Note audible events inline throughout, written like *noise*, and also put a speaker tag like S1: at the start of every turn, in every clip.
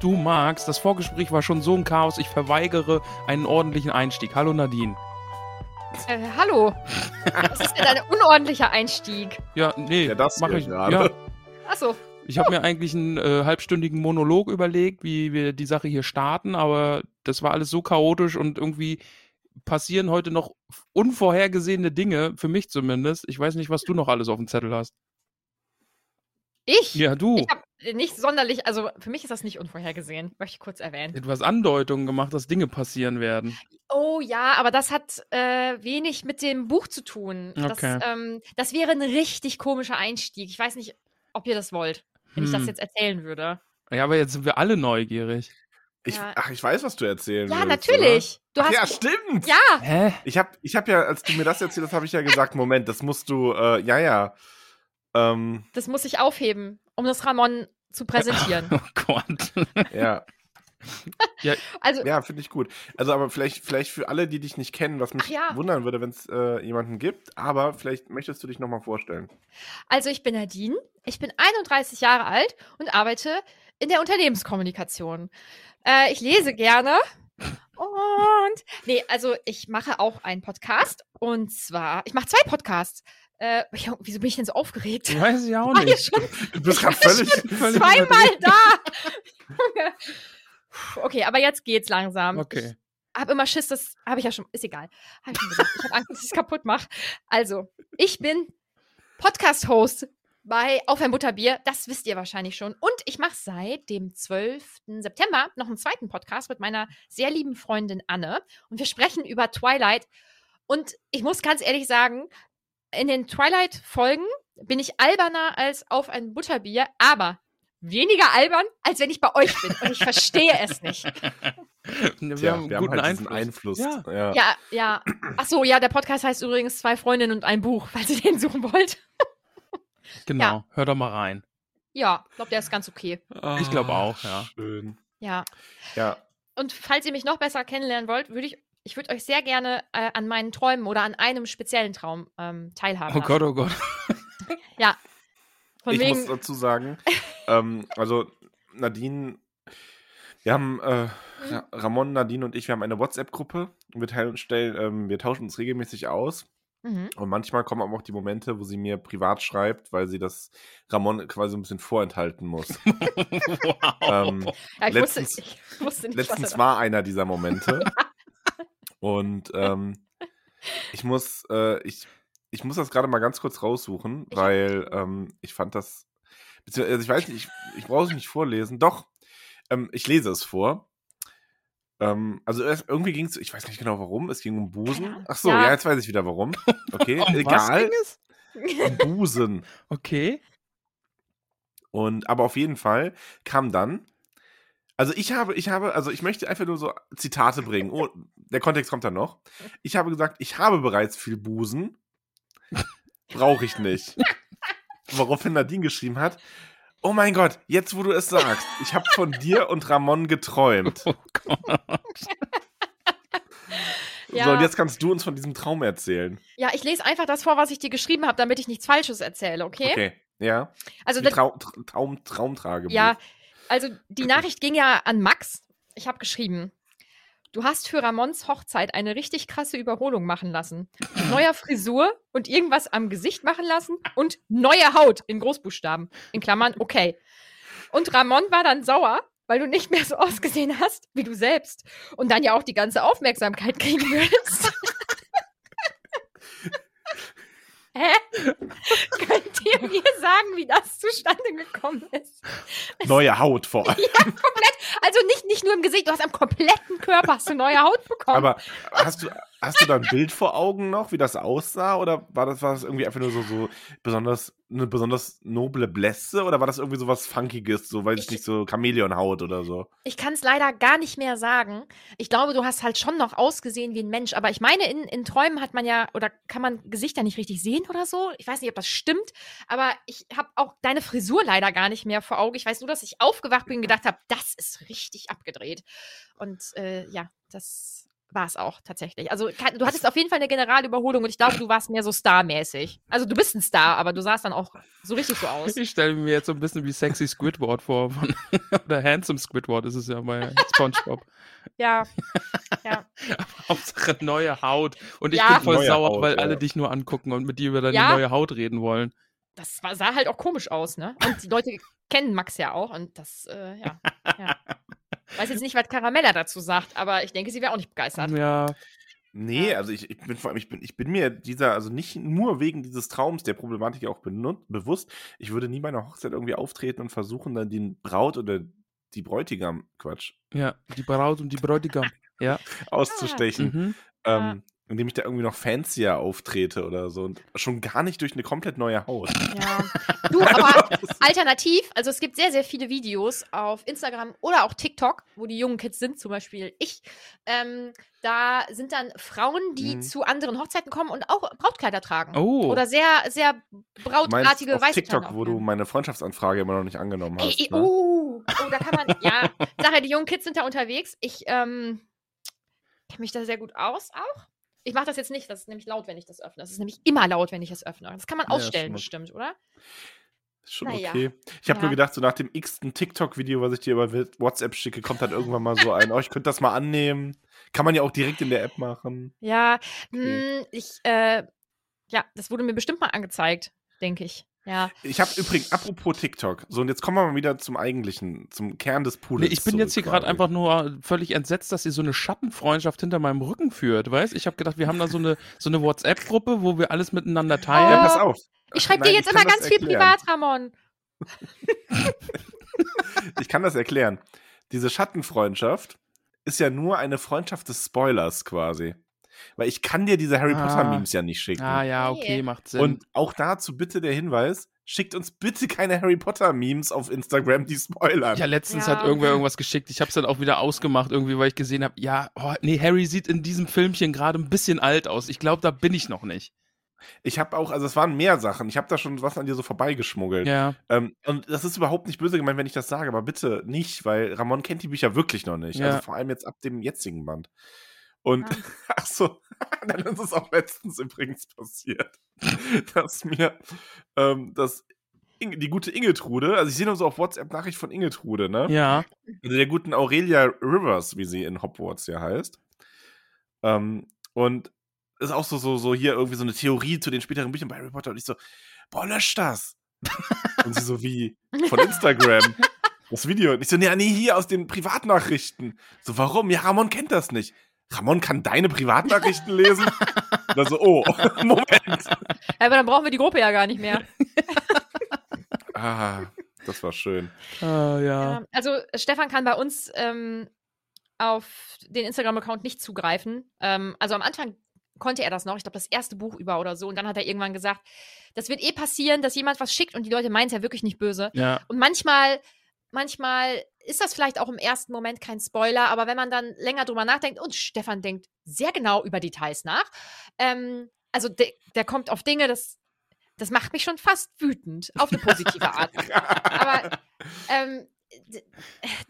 S1: Du magst, das Vorgespräch war schon so ein Chaos, ich verweigere einen ordentlichen Einstieg. Hallo Nadine.
S2: Äh, hallo. Das ist ja ein unordentlicher Einstieg.
S1: Ja, nee,
S3: Ja, das
S1: mache
S3: hier
S1: ich
S3: gerade.
S1: Ja,
S2: Achso,
S1: ich habe mir eigentlich einen äh, halbstündigen Monolog überlegt, wie wir die Sache hier starten, aber das war alles so chaotisch und irgendwie passieren heute noch unvorhergesehene Dinge, für mich zumindest. Ich weiß nicht, was du noch alles auf dem Zettel hast.
S2: ich?
S1: Ja, du.
S2: Ich habe nicht sonderlich, also für mich ist das nicht unvorhergesehen, möchte ich kurz erwähnen.
S1: Etwas Andeutungen gemacht, dass Dinge passieren werden.
S2: Oh ja, aber das hat äh, wenig mit dem Buch zu tun.
S1: Okay.
S2: Das, ähm, das wäre ein richtig komischer Einstieg. Ich weiß nicht, ob ihr das wollt, wenn ich das
S1: Hm.
S2: jetzt erzählen würde.
S1: Ja, aber jetzt sind wir alle neugierig.
S3: Ich,
S2: Ja.
S3: ach, ich weiß, was du erzählen
S2: Ja,
S3: willst,
S2: natürlich. Du
S3: Oder?
S2: hast.
S3: Ja, stimmt.
S2: ja,
S1: Hä?
S3: Ich habe ich hab ja, als du mir das erzählt hast, habe ich ja gesagt, Moment, das musst du, äh, ja, ja. Ähm,
S2: das muss ich aufheben, um das Ramon zu
S1: *laughs*
S2: präsentieren.
S1: Oh Gott.
S3: ja,
S2: *laughs* Also,
S3: ja, finde ich gut. Also, aber vielleicht, vielleicht für alle, die dich nicht kennen, was mich
S2: Ach ja.
S3: wundern würde, wenn es äh, jemanden gibt, aber vielleicht möchtest du dich nochmal vorstellen.
S2: Also ich bin Nadine, ich bin 31 Jahre alt und arbeite in der Unternehmenskommunikation. Äh, ich lese gerne und nee, also ich mache auch einen Podcast und zwar, ich mache zwei Podcasts. Äh, ja, wieso bin ich denn so aufgeregt?
S1: Weiß ich auch
S2: War hier
S1: nicht.
S2: schon
S3: Du bist *laughs* gerade völlig.
S1: Völlig *laughs*
S2: zweimal da. *laughs* Junge. Puh, okay, aber jetzt geht's langsam.
S1: Okay.
S2: Ich hab immer Schiss, das habe ich ja schon, ist egal. Hab ich schon gesagt. Ich habe Angst, dass ich es kaputt mache. Also, ich bin Podcast-Host bei Auf ein Butterbier, das wisst ihr wahrscheinlich schon. Und ich mache seit dem 12. September noch einen zweiten Podcast mit meiner sehr lieben Freundin Anne. Und wir sprechen über Twilight. Und ich muss ganz ehrlich sagen, in den Twilight-Folgen bin ich alberner als auf ein Butterbier, aber weniger albern, als wenn ich bei euch bin. Und ich verstehe es nicht.
S1: Ne, Wir
S3: Tja,
S1: haben einen guten
S3: halt diesen
S1: Einfluss.
S3: Einfluss.
S1: Ja.
S3: Ja.
S2: Ja, ja. Ach so, ja, der Podcast heißt übrigens Zwei Freundinnen und ein Buch, *laughs* falls ihr den suchen wollt.
S1: Genau, hör doch mal rein.
S2: Ja, ich glaube, der ist ganz okay.
S1: Ich glaube auch, ja.
S3: Ah, Schön.
S2: Ja.
S3: Ja,
S2: Und falls ihr mich noch besser kennenlernen wollt, würde ich, ich würde euch sehr gerne äh, an meinen Träumen oder an einem speziellen Traum ähm, teilhaben.
S1: Oh Gott, oh Gott. *laughs*
S2: Von
S3: ich
S2: wegen,
S3: muss dazu
S2: *laughs*
S3: sagen, ähm, also Nadine, wir haben äh, Ra Ramon, Nadine und ich, wir haben eine WhatsApp-Gruppe und wir teilen uns stellen, ähm, wir tauschen uns regelmäßig aus.
S2: mhm.
S3: Und manchmal kommen aber auch die Momente, wo sie mir privat schreibt, weil sie das Ramon quasi ein bisschen vorenthalten muss.
S1: wow.
S3: ähm,
S2: ja, ich,
S3: letztens-
S2: wusste, *laughs* ich wusste nicht, was
S3: letztens
S2: er-
S3: war einer dieser Momente. und ähm, ich muss, äh, ich, ich muss das gerade mal ganz kurz raussuchen,
S2: Ich-
S3: weil ähm, ich fand das. beziehungsweise, Also ich weiß nicht, ich, ich brauche es nicht vorlesen. Doch, ähm, ich lese es vor. Ähm, also erst, irgendwie ging es, ich weiß nicht genau warum, es ging um Busen. Ach so, ja,
S2: Ja.
S3: jetzt weiß ich wieder warum. Okay,
S1: Um was
S3: egal.
S1: ging es?
S3: Um Busen.
S1: Okay.
S3: Und aber auf jeden Fall kam dann. Also ich habe, ich habe, also ich möchte einfach nur so Zitate bringen. Oh, der Kontext kommt dann noch. Ich habe gesagt, ich habe bereits viel Busen. Brauche ich nicht. Woraufhin Nadine geschrieben hat. Oh mein Gott, jetzt wo du es sagst, ich habe von dir und Ramon geträumt.
S1: Oh Gott.
S3: So, und
S2: Ja,
S3: jetzt kannst du uns von diesem Traum erzählen.
S2: ja, ich lese einfach das vor, was ich dir geschrieben habe, damit ich nichts Falsches erzähle, okay?
S3: Okay. Ja.
S2: Also,
S3: Die
S2: das,
S3: Trau Tra Traum Traumtragebuch.
S2: Ja, also die Nachricht ging ja an Max. Ich habe geschrieben, du hast für Ramons Hochzeit eine richtig krasse Überholung machen lassen. Mit neuer Frisur und irgendwas am Gesicht machen lassen und neue Haut in Großbuchstaben. In Klammern, okay. Und Ramon war dann sauer weil du nicht mehr so ausgesehen hast wie du selbst und dann ja auch die ganze Aufmerksamkeit kriegen würdest. *laughs* Hä? Könnt ihr mir sagen, wie das zustande gekommen ist?
S3: Neue Haut vor allem.
S2: Also nicht, nicht nur im Gesicht, du hast am kompletten Körper hast du neue Haut bekommen.
S3: Aber hast du, hast du da ein Bild vor Augen noch, wie das aussah? Oder war das, war das irgendwie einfach nur so, so besonders, eine besonders noble Blässe? Oder war das irgendwie so was Funkiges, so weiß ich
S2: Ich-
S3: nicht, so Chamäleonhaut oder so?
S2: Ich kann es leider gar nicht mehr sagen. Ich glaube, du hast halt schon noch ausgesehen wie ein Mensch. Aber ich meine, in, in Träumen hat man ja, oder kann man Gesichter nicht richtig sehen oder so. Ich weiß nicht, ob das stimmt. Aber ich habe auch deine Frisur leider gar nicht mehr vor Augen. Ich weiß nur, dass ich aufgewacht bin und gedacht habe, das ist richtig abgedreht. Und äh, ja, das war es auch tatsächlich. Also kein- du hattest auf jeden Fall eine Generalüberholung und ich glaube, du warst mehr so starmäßig. Also du bist ein Star, aber du sahst dann auch so richtig so aus.
S1: Ich stelle mir jetzt so ein bisschen wie Sexy Squidward vor. Von, *laughs* oder Handsome Squidward ist es ja bei
S2: *laughs*
S1: SpongeBob.
S2: Ja.
S1: Hauptsache neue Haut. Und ich
S2: Ja.
S1: bin voll
S3: Neue
S1: sauer,
S3: Haut,
S1: weil
S3: ja.
S1: alle dich nur angucken und mit dir über deine
S2: Ja.
S1: neue Haut reden wollen.
S2: das war, sah halt auch komisch aus, ne? Und die Leute kennen Max ja auch und das, äh, ja. ja. Weiß jetzt nicht, was Caramella dazu sagt, aber ich denke, sie wäre auch nicht begeistert.
S1: Ja,
S3: Nee, also ich, ich bin vor allem, ich bin, ich bin mir dieser, also nicht nur wegen dieses Traums der Problematik auch benut- bewusst, ich würde nie bei einer Hochzeit irgendwie auftreten und versuchen, dann den Braut oder die Bräutigam, Quatsch,
S1: ja, die Braut und die
S2: *clears throat*
S1: Bräutigam.
S3: auszustechen.
S1: Mhm.
S3: ähm, indem ich da irgendwie noch fancier auftrete oder so. Und schon gar nicht durch eine komplett neue Haut.
S2: Ja. Du, aber alternativ, also es gibt sehr, sehr viele Videos auf Instagram oder auch TikTok, wo die jungen Kids sind, zum Beispiel ich. Ähm, da sind dann Frauen, die
S3: Mhm.
S2: zu anderen Hochzeiten kommen und auch Brautkleider tragen.
S1: Oh.
S2: Oder sehr, sehr
S3: Du meinst
S2: brautartige
S3: auf
S2: weiße
S3: TikTok,
S2: Kleider
S3: wo du
S2: auftragen.
S3: meine Freundschaftsanfrage immer noch nicht angenommen hast.
S2: Ey,
S3: ne?
S2: uh, oh, da kann man, ja, sag ja, die jungen Kids sind da unterwegs. Ich ähm, kenne mich da sehr gut aus auch. Ich mache das jetzt nicht, das ist nämlich laut, wenn ich das öffne. Das ist nämlich immer laut, wenn ich das öffne. Das kann man
S3: Ja,
S2: ausstellen,
S3: stimmt.
S2: bestimmt, oder?
S3: Ist schon
S2: naja.
S3: okay. Ich habe
S2: Ja.
S3: nur gedacht, so nach dem x-ten TikTok-Video, was ich dir über WhatsApp schicke, kommt dann irgendwann mal so ein, oh, ich könnte das mal annehmen. Kann man ja auch direkt in der App machen.
S2: Ja,
S3: Okay.
S2: mh, ich, äh, ja, das wurde mir bestimmt mal angezeigt, denke ich. Ja,
S3: Ich habe übrigens, apropos TikTok, so und jetzt kommen wir mal wieder zum eigentlichen, zum Kern des
S1: Nee,
S3: Pudels.
S1: ich bin jetzt hier
S3: zurück
S1: gerade
S3: quasi.
S1: einfach nur äh, völlig entsetzt, dass ihr so eine Schattenfreundschaft hinter meinem Rücken führt, weißt? Ich habe gedacht, wir haben da so
S3: *laughs*
S1: eine, so eine WhatsApp-Gruppe, wo wir alles miteinander
S3: Ja,
S1: teilen.
S3: pass auf.
S2: ich schreibe dir
S3: Nein,
S2: jetzt
S3: ich
S2: immer
S3: kann das
S2: ganz viel
S3: erklären.
S2: privat, Ramon.
S3: Ich kann das erklären. Diese Schattenfreundschaft ist ja nur eine Freundschaft des Spoilers quasi. Weil ich kann dir diese Harry
S1: Ah.
S3: Potter-Memes ja nicht schicken.
S1: ah ja,
S2: Nee.
S1: okay, macht Sinn.
S3: Und auch dazu bitte der Hinweis, schickt uns bitte keine Harry Potter-Memes auf Instagram, die spoilern.
S1: ja, letztens
S2: Ja.
S1: hat irgendwer irgendwas geschickt. Ich habe es dann auch wieder ausgemacht, irgendwie, weil ich gesehen habe, ja, oh, nee, Harry sieht in diesem Filmchen gerade ein bisschen alt aus. Ich glaube, da bin ich noch nicht.
S3: Ich habe auch, also es waren mehr Sachen, ich habe da schon was an dir so vorbeigeschmuggelt.
S1: Ja.
S3: Ähm, und das ist überhaupt nicht böse gemeint, wenn ich das sage, aber bitte nicht, weil Ramon kennt die Bücher wirklich noch nicht.
S1: Ja.
S3: Also vor allem jetzt ab dem jetzigen Band. Und
S2: Ah.
S3: *laughs* ach so, dann ist es auch letztens übrigens passiert, *laughs* dass mir ähm, das Inge- die gute Ingetrude, also ich sehe nur so auf WhatsApp-Nachricht von Ingetrude, ne?
S1: Ja.
S3: Also der guten Aurelia Rivers, wie sie in Hogwarts ja heißt. Ähm, und ist auch so, so, so hier irgendwie so eine Theorie zu den späteren Büchern bei Harry Potter. Und ich so, boah, lösch
S1: *laughs*
S3: das. und sie so wie von Instagram. Das Video. Und ich so, nee, nee, hier aus den Privatnachrichten. So, warum? Ja, Ramon kennt das nicht. Ramon kann deine Privatnachrichten lesen? Und dann so, oh, *laughs* Moment.
S2: Aber dann brauchen wir die Gruppe ja gar nicht mehr.
S3: Ah, das war schön.
S1: Ah, ja.
S2: Ja, also äh, Stefan kann bei uns ähm, auf den Instagram-Account nicht zugreifen. Ähm, also am Anfang konnte er das noch, ich glaube, das erste Buch über oder so. Und dann hat er irgendwann gesagt, das wird eh passieren, dass jemand was schickt und die Leute meinen es ja wirklich nicht böse.
S1: Ja.
S2: Und manchmal, manchmal ist das vielleicht auch im ersten Moment kein Spoiler, aber wenn man dann länger drüber nachdenkt und Stefan denkt sehr genau über Details nach, ähm, also de der kommt auf Dinge, das, das macht mich schon fast wütend, auf eine positive Art. aber ähm, d-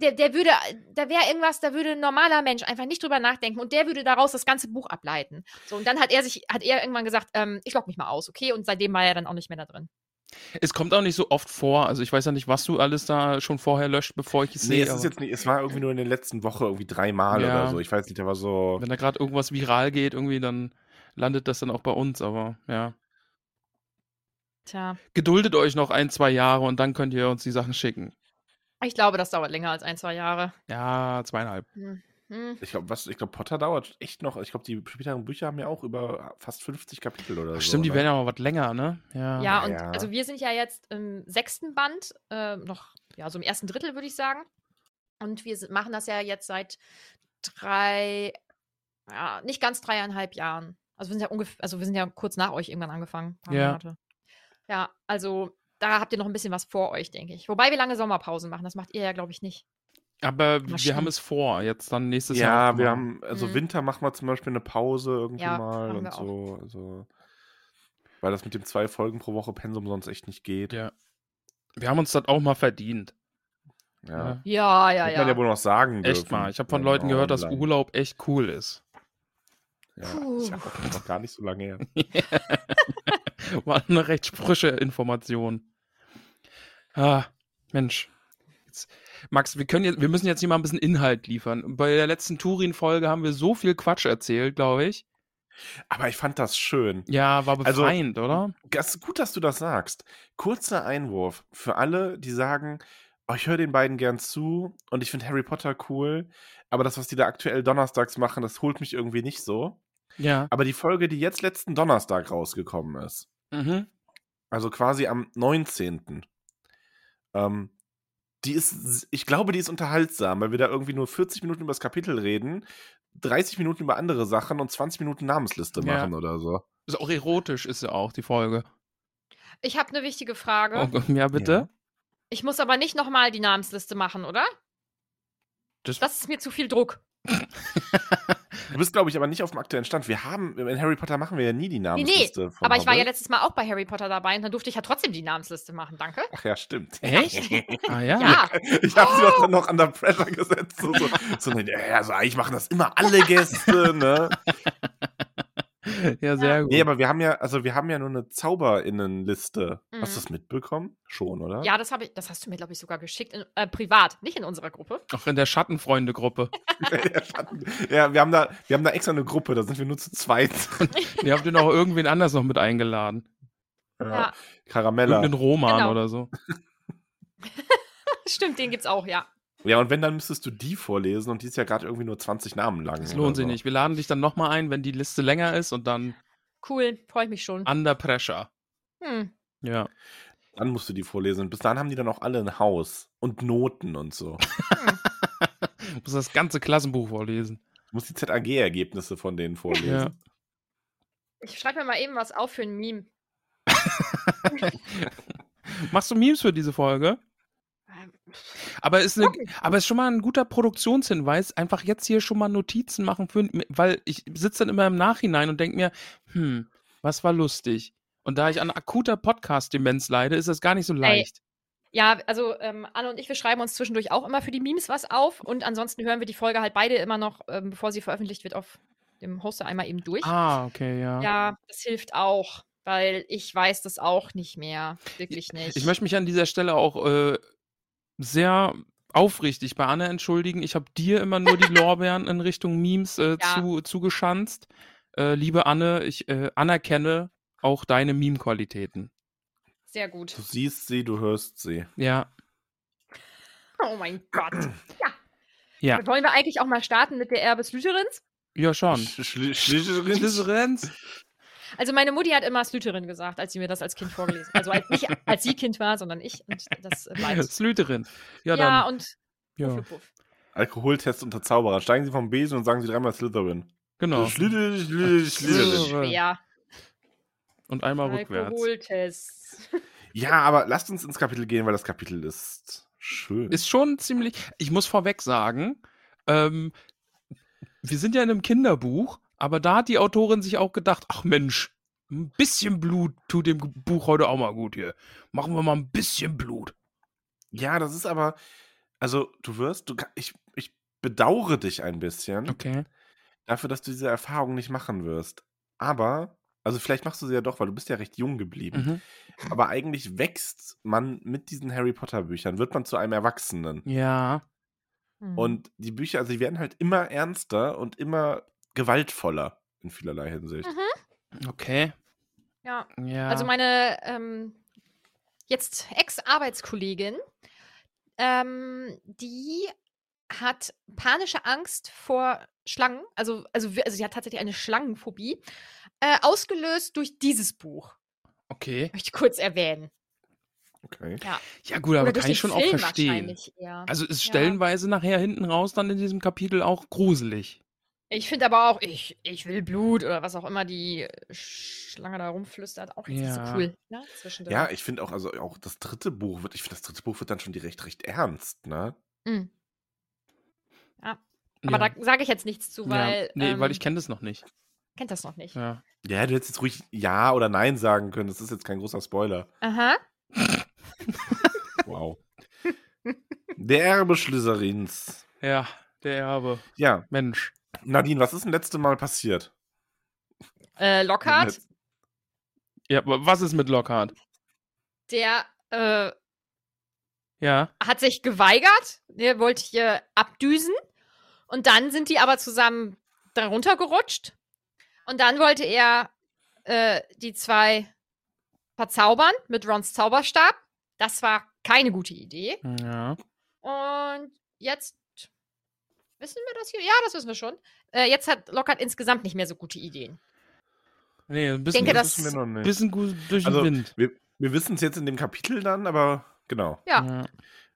S2: der, der würde, da wäre irgendwas, da würde ein normaler Mensch einfach nicht drüber nachdenken und der würde daraus das ganze Buch ableiten. So, und dann hat er sich, hat er irgendwann gesagt, ähm, ich log mich mal aus, okay? Und seitdem war er dann auch nicht mehr da drin.
S1: Es kommt auch nicht so oft vor. Also ich weiß ja nicht, was du alles da schon vorher löscht, bevor ich es
S3: Nee,
S1: sehe.
S3: es ist
S1: aber
S3: jetzt nicht, es war irgendwie nur in der letzten Woche irgendwie dreimal
S1: Ja.
S3: oder so. Ich weiß nicht, der war so.
S1: Wenn da gerade irgendwas viral geht, irgendwie, dann landet das dann auch bei uns, aber ja.
S2: Tja.
S1: Geduldet euch noch ein, zwei Jahre und dann könnt ihr uns die Sachen schicken.
S2: Ich glaube, das dauert länger als ein, zwei Jahre.
S1: Ja, zweieinhalb.
S2: Hm.
S3: Ich glaube, was, ich glaube, Potter dauert echt noch. Ich glaube, die späteren Bücher haben ja auch über fast 50 Kapitel oder
S1: Ach,
S3: so.
S1: stimmt, die
S3: ne?
S1: werden ja mal was länger, ne? Ja.
S2: Ja, und
S3: ja.
S2: also wir sind ja jetzt im sechsten Band, äh, noch, ja, so im ersten Drittel, würde ich sagen. Und wir si- machen das ja jetzt seit drei, ja, nicht ganz dreieinhalb Jahren. Also wir sind ja ungefähr, also wir sind ja kurz nach euch irgendwann angefangen. paar
S1: Ja.
S2: Monate. Ja, also da habt ihr noch ein bisschen was vor euch, denke ich. Wobei wir lange Sommerpausen machen, das macht ihr ja, glaube ich, nicht.
S1: Aber wir
S2: stimmt.
S1: haben es vor, jetzt dann nächstes Jahr.
S3: Ja, wir
S1: aufzumachen.
S3: haben, also
S2: Mhm.
S3: Winter machen wir zum Beispiel eine Pause irgendwie
S2: Ja,
S3: mal
S2: machen
S3: und
S2: wir auch.
S3: so. Also, weil das mit dem zwei Folgen pro Woche Pensum sonst echt nicht geht.
S1: Ja. Wir haben uns das auch mal verdient.
S3: Ja.
S1: Ja.
S2: Ja, ja,
S3: Hätte man ja wohl noch sagen dürfen.
S1: Echt mal. Ich habe von
S3: Ja,
S1: Leuten gehört, dass
S3: online.
S1: Urlaub echt cool ist.
S3: Ja, ist ja auch noch gar nicht so lange her.
S1: War eine recht frische Information. Ah, Mensch. Jetzt, Max, wir, können jetzt, wir müssen jetzt hier mal ein bisschen Inhalt liefern. Bei der letzten Turin-Folge haben wir so viel Quatsch erzählt, glaube ich.
S3: Aber ich fand das schön.
S1: Ja, war
S3: Also-
S1: befreiend, oder?
S3: Das, gut, dass du das sagst. Kurzer Einwurf für alle, die sagen, oh, ich höre den beiden gern zu und ich finde Harry Potter cool, aber das, was die da aktuell donnerstags machen, das holt mich irgendwie nicht so.
S1: Ja.
S3: Aber die Folge, die jetzt letzten Donnerstag rausgekommen ist,
S1: Mhm.
S3: also quasi am 19. Ähm, die ist, ich glaube, die ist unterhaltsam, weil wir da irgendwie nur 40 Minuten über das Kapitel reden, 30 Minuten über andere Sachen und 20 Minuten Namensliste
S1: Ja.
S3: machen oder so.
S1: Ist auch erotisch, ist sie auch, die Folge.
S2: Ich habe eine wichtige Frage.
S1: Oh, Gott, ja, bitte?
S3: Ja.
S2: Ich muss aber nicht nochmal die Namensliste machen, oder?
S1: Das-
S2: das ist mir zu viel Druck.
S3: Du bist, glaube ich, aber nicht auf dem aktuellen Stand. Wir haben, in Harry Potter machen wir ja nie die Namensliste. Nee,
S2: Aber ich war ja letztes Mal auch bei Harry Potter dabei und dann durfte ich ja trotzdem die Namensliste machen. Danke.
S3: Ach ja, stimmt.
S1: Echt? Ah ja.
S2: Ja,
S3: Ich habe sie
S2: Oh.
S3: doch dann noch under pressure gesetzt. So, so, so ne, ja, also eigentlich machen das immer alle Gäste, ne?
S1: Ja, sehr gut.
S3: Nee, aber wir haben ja, also wir haben ja nur eine ZauberInnenliste.
S2: Mhm.
S3: Hast du das mitbekommen? Schon, oder?
S2: ja das, hab ich, das hast du mir, glaube ich, sogar geschickt. In, äh, privat, nicht in unserer Gruppe.
S1: Auch in der Schattenfreunde-Gruppe.
S3: *laughs* Der Schatten. ja, wir haben da, wir haben da extra eine Gruppe, da sind wir nur zu zweit.
S1: Ihr habt den auch irgendwen anders noch mit eingeladen.
S2: *laughs* Ja, *laughs*
S3: Karamella.
S1: Irgendeinen Roman
S2: Genau.
S1: oder so.
S2: stimmt, den gibt's auch, ja.
S3: Ja, und wenn, dann müsstest du die vorlesen und die ist ja gerade irgendwie nur 20 Namen lang.
S1: Das
S3: oder
S1: lohnt sich
S3: so.
S1: nicht. Wir laden dich dann nochmal ein, wenn die Liste länger ist und dann
S2: Cool, freue ich mich schon.
S1: under pressure.
S2: Hm.
S1: Ja.
S3: Dann musst du die vorlesen. Bis dann haben die dann auch alle ein Haus und Noten und so.
S1: Du musst das ganze Klassenbuch vorlesen.
S3: Du musst die ZAG-Ergebnisse von denen vorlesen.
S1: Ja.
S2: Ich schreibe mir mal eben was auf für ein Meme.
S1: Machst du Memes für diese Folge? Aber ist, eine, aber ist schon mal ein guter Produktionshinweis, einfach jetzt hier schon mal Notizen machen, für, weil ich sitze dann immer im Nachhinein und denke mir, hm, was war lustig? Und da ich an akuter Podcast-Demenz leide, ist das gar nicht so leicht.
S2: Ja, also ähm, Anne und ich, wir schreiben uns zwischendurch auch immer für die Memes was auf und ansonsten hören wir die Folge halt beide immer noch, ähm, bevor sie veröffentlicht wird, auf dem Hoster einmal eben durch.
S1: Ah, okay, ja.
S2: Ja, das hilft auch, weil ich weiß das auch nicht mehr. Wirklich nicht.
S1: Ich möchte mich an dieser Stelle auch äh, sehr aufrichtig bei Anne entschuldigen. Ich habe dir immer nur
S2: *laughs*
S1: die Lorbeeren in Richtung Memes äh,
S2: Ja.
S1: zu, zugeschanzt. Äh, liebe Anne, ich äh, anerkenne auch deine Meme-Qualitäten.
S2: Sehr gut.
S3: Du siehst sie, du hörst sie.
S1: Ja.
S2: Oh mein
S1: *clears throat*
S2: Gott.
S1: Ja.
S2: Wollen wir eigentlich auch mal starten mit der Erbes Lüterins?
S1: Ja, schon.
S3: Schli- Schli-
S1: *laughs* Slytherins.
S2: Also meine Mutti hat immer Slytherin gesagt, als sie mir das als Kind vorgelesen hat. Also als nicht als sie Kind war, sondern ich. Und
S1: *laughs*
S2: das äh, bleibt.
S1: Slytherin. Ja,
S2: Ja,
S1: dann.
S2: und
S1: Ja,
S2: Puff, puff.
S3: Alkoholtest unter Zauberer. Steigen sie vom Besen und sagen sie dreimal Slytherin.
S1: genau.
S3: Schli- Schli- Slytherin.
S1: Slytherin.
S2: schwer.
S1: Und einmal rückwärts.
S2: Alkoholtest.
S3: Ja, aber lasst uns ins Kapitel gehen, weil das Kapitel ist schön.
S1: Ist schon ziemlich. Ich muss vorweg sagen, ähm, wir sind ja in einem Kinderbuch, aber da hat die Autorin sich auch gedacht: Ach Mensch, ein bisschen Blut tut dem Buch heute auch mal gut hier. Machen wir mal ein bisschen Blut.
S3: ja, das ist aber, also du wirst, du, ka- ich, ich bedauere dich ein bisschen
S1: Okay.
S3: dafür, dass du diese Erfahrung nicht machen wirst. Aber, also vielleicht machst du sie ja doch, weil du bist ja recht jung geblieben.
S1: Mhm.
S3: Aber eigentlich wächst man mit diesen Harry Potter Büchern, wird man zu einem Erwachsenen.
S1: Ja.
S2: Hm.
S3: Und die Bücher, also die werden halt immer ernster und immer gewaltvoller in vielerlei Hinsicht.
S2: Mhm.
S1: Okay.
S2: ja.
S1: Ja.
S2: Also meine ähm, jetzt Ex-Arbeitskollegin, ähm, die hat panische Angst vor Schlangen, also, also, wir- also sie hat tatsächlich eine Schlangenphobie, äh, ausgelöst durch dieses Buch.
S1: Okay.
S2: Möchte ich kurz erwähnen.
S3: Okay.
S1: Ja, gut, aber
S2: durch
S1: kann ich
S2: den
S1: schon auch
S2: Film
S1: verstehen.
S2: wahrscheinlich eher.
S1: Also ist
S2: Ja.
S1: stellenweise nachher hinten raus dann in diesem Kapitel auch gruselig.
S2: Ich finde aber auch, ich, ich will Blut oder was auch immer die äh, Schlange da rumflüstert, auch jetzt nicht
S1: Ja.
S2: so cool. Ne? Zwischendrin.
S3: Ja, ich finde auch, also auch das dritte Buch wird, ich finde, das dritte Buch wird dann schon direkt recht ernst, ne?
S2: Mm. Aber
S1: ja.
S2: da sage ich jetzt nichts zu, weil.
S1: ja. Nee, weil
S2: ähm,
S1: ich kenne das noch nicht.
S2: kennt das noch nicht.
S1: Ja.
S3: Ja, du hättest jetzt ruhig Ja oder Nein sagen können. Das ist jetzt kein großer Spoiler.
S2: Aha. *laughs*
S3: Wow. Der Erbe Schlüsserins.
S1: ja, der Erbe.
S3: Ja,
S1: Mensch.
S3: Nadine, was ist denn letzte Mal passiert?
S2: Äh, Lockhart,
S1: Ja, aber was ist mit Lockhart?
S2: der äh,
S1: Ja.
S2: hat sich geweigert, der wollte hier abdüsen. Und dann sind die aber zusammen darunter gerutscht. Und dann wollte er äh, die zwei verzaubern mit Rons Zauberstab. Das war keine gute Idee.
S1: Ja.
S2: Und jetzt wissen wir das hier? Ja, das wissen wir schon. Äh, jetzt hat Lockhart insgesamt nicht mehr so gute Ideen.
S1: Nee, ein bisschen,
S2: denke,
S1: das
S2: das-
S3: wissen wir noch nicht.
S1: bisschen gut durch den
S3: Also,
S1: Wind.
S3: Wir wissen es jetzt in dem Kapitel dann, aber genau.
S2: Ja.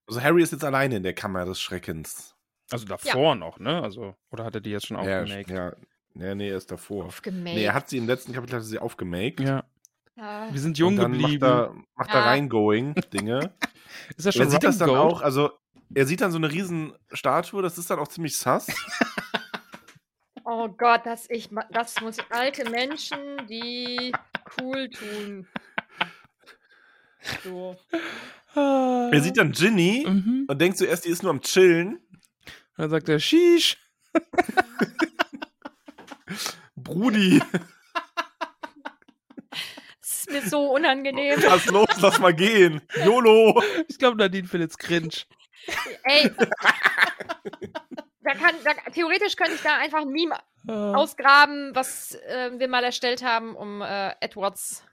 S3: Also Harry ist jetzt alleine in der Kammer des Schreckens.
S1: Also davor noch, ne? Also, oder hat er die jetzt schon
S3: ja,
S1: aufgemaked?
S3: ja. ja, nee, er ist davor.
S2: Aufgemäht.
S3: Nee, er hat sie im letzten Kapitel hat er sie aufgemaked.
S1: Ja.
S2: Ja.
S1: Wir sind
S3: Und
S1: jung
S3: dann
S1: geblieben.
S3: Macht er, macht er
S2: Ah.
S3: reingoing Dinge.
S1: *laughs* ist er
S3: er
S1: schon
S3: sieht das dann
S1: Rubber
S3: auch, also er sieht dann so eine riesen Statue, das ist dann auch ziemlich
S1: *laughs*
S3: sass.
S2: Oh Gott, dass ich, ma- das muss ich, alte Menschen, die cool tun. So.
S1: Gold?
S3: Er sieht dann Ginny
S1: Ah. Mhm.
S3: und denkt zuerst, die ist nur am Chillen.
S1: Dann sagt er, Shish.
S3: Brudi, *laughs*
S2: Das ist mir so unangenehm.
S3: was los? Lass mal gehen. YOLO.
S1: Ich glaube, Nadine findet es cringe.
S2: Ey. Da kann, da, theoretisch könnte ich da einfach ein Meme
S1: Äh,
S2: ausgraben, was äh, wir mal erstellt haben, um äh, Edwards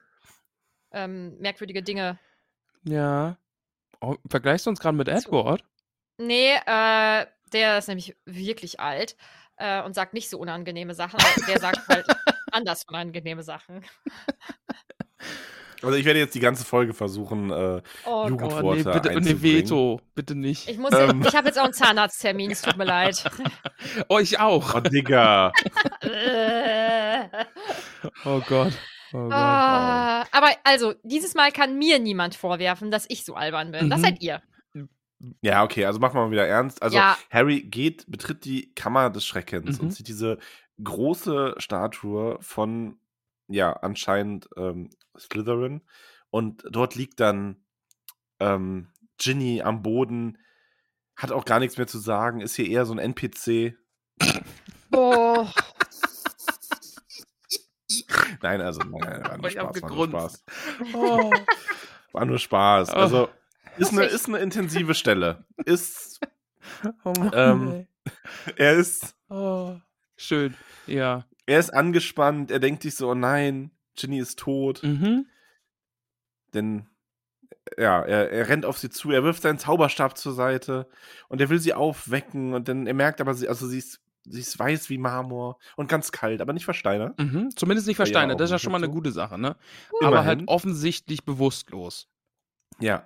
S2: ähm, merkwürdige Dinge.
S1: ja. Oh, vergleichst du uns gerade mit Edward?
S2: Nee, äh, der ist nämlich wirklich alt äh, und sagt nicht so unangenehme Sachen. Der sagt halt anders unangenehme Sachen.
S3: Also ich werde jetzt die ganze Folge versuchen. Äh,
S2: Oh
S3: Jugend-
S2: Gott.
S1: Oh, nee,
S3: Water
S1: bitte, und
S3: einzubringen.
S1: nee, Veto. Bitte nicht.
S2: Ich, muss,
S3: Ähm.
S2: ich habe jetzt auch einen Zahnarzttermin, es tut mir leid.
S1: oh, ich auch. *laughs*
S3: oh, Digga.
S2: Äh.
S1: Oh Gott. Oh Gott.
S2: Ah, aber also, dieses Mal kann mir niemand vorwerfen, dass ich so albern bin. Das
S1: Mhm.
S2: seid ihr.
S3: Ja, okay, also machen wir mal wieder ernst.
S1: *laughs*
S3: Also
S2: ja,
S3: Harry geht, betritt die Kammer des Schreckens
S1: Mhm.
S3: und sieht diese große Statue von, ja, anscheinend ähm, Slytherin. Und dort liegt dann ähm, Ginny am Boden, hat auch gar nichts mehr zu sagen, ist hier eher so ein NPC.
S2: oh,
S3: Nein, also, nein, war nur
S1: Ich hab
S3: Spaß, war nur
S1: gegrunzt.
S3: Spaß.
S1: Oh.
S3: War nur Spaß.
S1: Oh.
S3: Also,
S1: *laughs*
S3: ist eine,
S2: Echt?
S3: ist eine intensive Stelle. Ist,
S1: Oh Mann,
S3: *laughs* Ähm,
S1: ey.
S3: er ist
S1: oh. Schön. Ja.
S3: Er ist angespannt, er denkt sich so, oh nein, Ginny ist tot.
S1: Mhm.
S3: Denn äh, ja, er, er rennt auf sie zu, er wirft seinen Zauberstab zur Seite und er will sie aufwecken und dann er merkt aber, sie, also sie ist, sie ist weiß wie Marmor und ganz kalt, aber nicht versteinert.
S1: Mhm. Zumindest nicht
S3: Ja,
S1: versteinert.
S3: auch
S1: das ist ja
S3: nicht
S1: schon mal eine
S3: so.
S1: gute Sache, ne? Aber halt
S3: Immerhin.
S1: offensichtlich bewusstlos.
S3: Ja.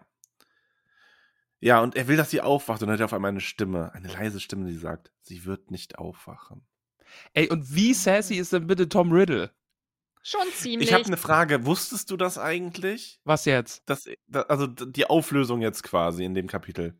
S3: Ja, und er will, dass sie aufwacht und dann hört er auf einmal eine Stimme, eine leise Stimme, die sagt, sie wird nicht aufwachen.
S1: Ey, und wie sassy ist denn bitte Tom Riddle?
S2: schon ziemlich.
S3: Ich habe
S1: ne
S3: eine Frage, wusstest du das eigentlich?
S1: Was jetzt?
S3: das, da- also d- die Auflösung jetzt quasi in dem Kapitel.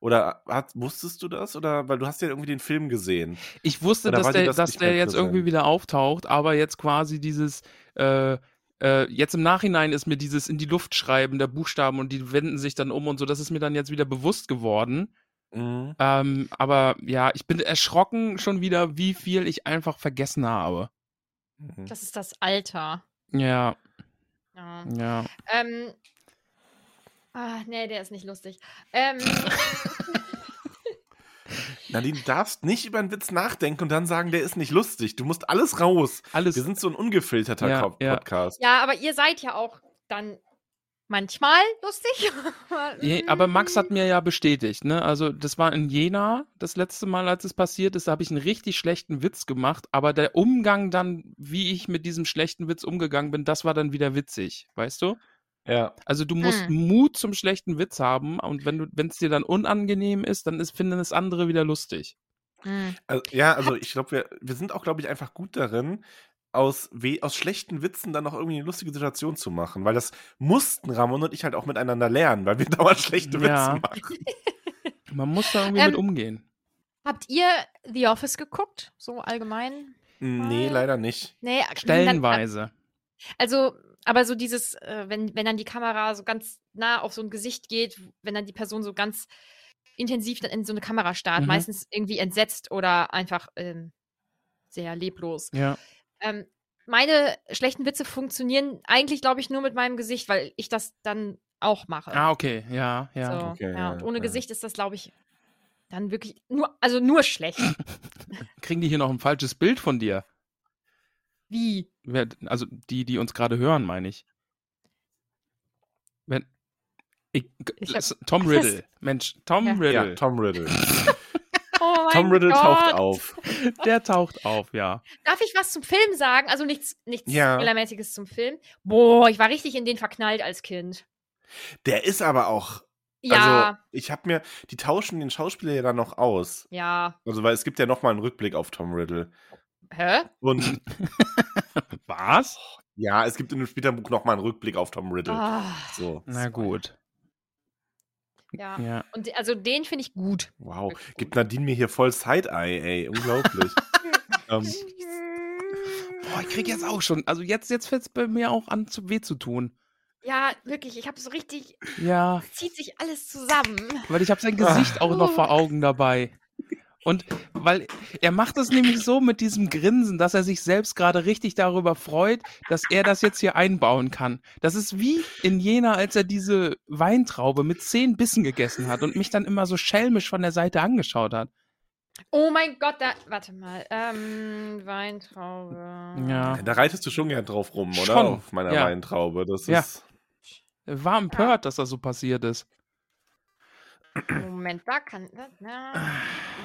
S3: Oder hat, wusstest du das? Oder weil du hast ja irgendwie den Film gesehen.
S1: Ich wusste,
S3: Oder
S1: dass
S3: war dir
S1: der,
S3: das
S1: dass
S3: nicht
S1: der
S3: mehr
S1: jetzt irgendwie
S3: präsent?
S1: wieder auftaucht, aber jetzt quasi dieses, äh, äh, jetzt im Nachhinein ist mir dieses in die Luft schreiben der Buchstaben und die wenden sich dann um und so, das ist mir dann jetzt wieder bewusst geworden. Ähm, aber ja, ich bin erschrocken schon wieder, wie viel ich einfach vergessen habe.
S3: Mhm.
S2: das ist das Alter.
S1: Ja,
S2: Ja.
S1: ja.
S2: Ähm, ah, nee, der ist nicht lustig. Ähm,
S3: Nadine, du darfst nicht über einen Witz nachdenken und dann sagen, der ist nicht lustig. Du musst alles raus.
S1: Alles.
S3: Wir sind so ein ungefilterter
S1: Ja,
S3: Ko-
S1: ja.
S3: Podcast.
S2: ja, aber ihr seid ja auch dann manchmal lustig. aber,
S1: Je- Aber Max hat mir *laughs* ja bestätigt, ne? Also, das war in Jena das letzte Mal, als es passiert ist. Da habe ich einen richtig schlechten Witz gemacht. Aber der Umgang dann, wie ich mit diesem schlechten Witz umgegangen bin, das war dann wieder witzig, weißt du?
S3: Ja.
S1: Also du musst
S2: Hm.
S1: Mut zum schlechten Witz haben und wenn du, wenn es dir dann unangenehm ist, dann ist, finden das andere wieder lustig.
S2: Mhm.
S3: Also, ja, also ich glaube, wir, wir sind auch, glaube ich, einfach gut darin, aus, we aus schlechten Witzen dann noch irgendwie eine lustige Situation zu machen. Weil das mussten Ramon und ich halt auch miteinander lernen, weil wir *laughs* dauernd schlechte
S1: Ja.
S3: Witze machen.
S1: Man muss da irgendwie
S2: Ähm,
S1: mit umgehen.
S2: Habt ihr The Office geguckt? So allgemein?
S3: Hm, Nee, leider nicht.
S2: Nee, hm, dann-
S1: Stellenweise.
S2: Also, aber so dieses, äh, wenn, wenn dann die Kamera so ganz nah auf so ein Gesicht geht, wenn dann die Person so ganz intensiv dann in so eine Kamera starrt,
S1: Mhm.
S2: meistens irgendwie entsetzt oder einfach ähm, sehr leblos.
S1: Ja.
S2: Ähm, meine schlechten Witze funktionieren eigentlich, glaube ich, nur mit meinem Gesicht, weil ich das dann auch mache.
S1: Ah, okay. Ja, ja.
S2: so,
S3: okay,
S2: ja,
S3: ja,
S2: und ohne
S3: ja.
S2: Gesicht ist das, glaube ich, dann wirklich nur, also nur
S3: *laughs*
S2: schlecht.
S1: Kriegen die hier noch ein falsches Bild von dir?
S2: Wie?
S1: Wer, also die, die uns gerade hören, meine ich. Wenn, ich,
S2: Ich hab-
S1: das-
S2: *laughs*
S1: Tom Riddle. Mensch, Tom
S2: Ja.
S3: Ja,
S1: Riddle.
S3: Tom Riddle.
S2: Oh mein
S3: Tom Riddle
S2: Gott.
S3: taucht auf.
S1: Der taucht auf, ja.
S2: Darf ich was zum Film sagen? Also nichts, nichts
S3: Ja.
S2: Spoilermäßiges zum Film. Boah, ich war richtig in den verknallt als Kind.
S3: Der ist aber auch.
S2: Ja,
S3: Also, ich habe mir. Die tauschen den Schauspieler ja dann noch aus.
S2: ja.
S3: Also, weil es gibt ja nochmal einen Rückblick auf Tom Riddle.
S2: Hä?
S3: Und
S1: Was?
S2: Oh,
S3: ja, es gibt in dem späteren Buch nochmal einen Rückblick auf Tom Riddle.
S2: Ah,
S3: So.
S1: Na gut.
S2: ja.
S1: Ja.
S2: Und de- also den finde ich gut.
S3: Wow. Oh, Gibt Nadine mir hier voll Side-Eye, ey.
S1: *laughs*
S3: Unglaublich. ähm,
S1: Boah, ich krieg jetzt auch schon. Also jetzt, jetzt fällt's bei mir auch an, zu weh zu tun.
S2: Ja, wirklich. Ich habe so richtig,
S1: Ja.
S2: zieht sich alles zusammen.
S1: Weil ich habe sein Gesicht auch noch vor Augen dabei. Und weil er macht es nämlich so mit diesem Grinsen, dass er sich selbst gerade richtig darüber freut, dass er das jetzt hier einbauen kann. Das ist wie in Jena, als er diese Weintraube mit zehn Bissen gegessen hat und mich dann immer so schelmisch von der Seite angeschaut hat.
S2: Oh mein Gott, da. Warte mal. Ähm, Weintraube.
S1: Ja.
S3: da reitest du schon gern drauf rum, oder?
S1: Schon,
S3: Auf meiner
S1: ja.
S3: Weintraube. Das
S1: Ja.
S3: ist.
S1: Er war empört, dass das so passiert ist.
S2: Moment, da kann. Da,
S3: Ah,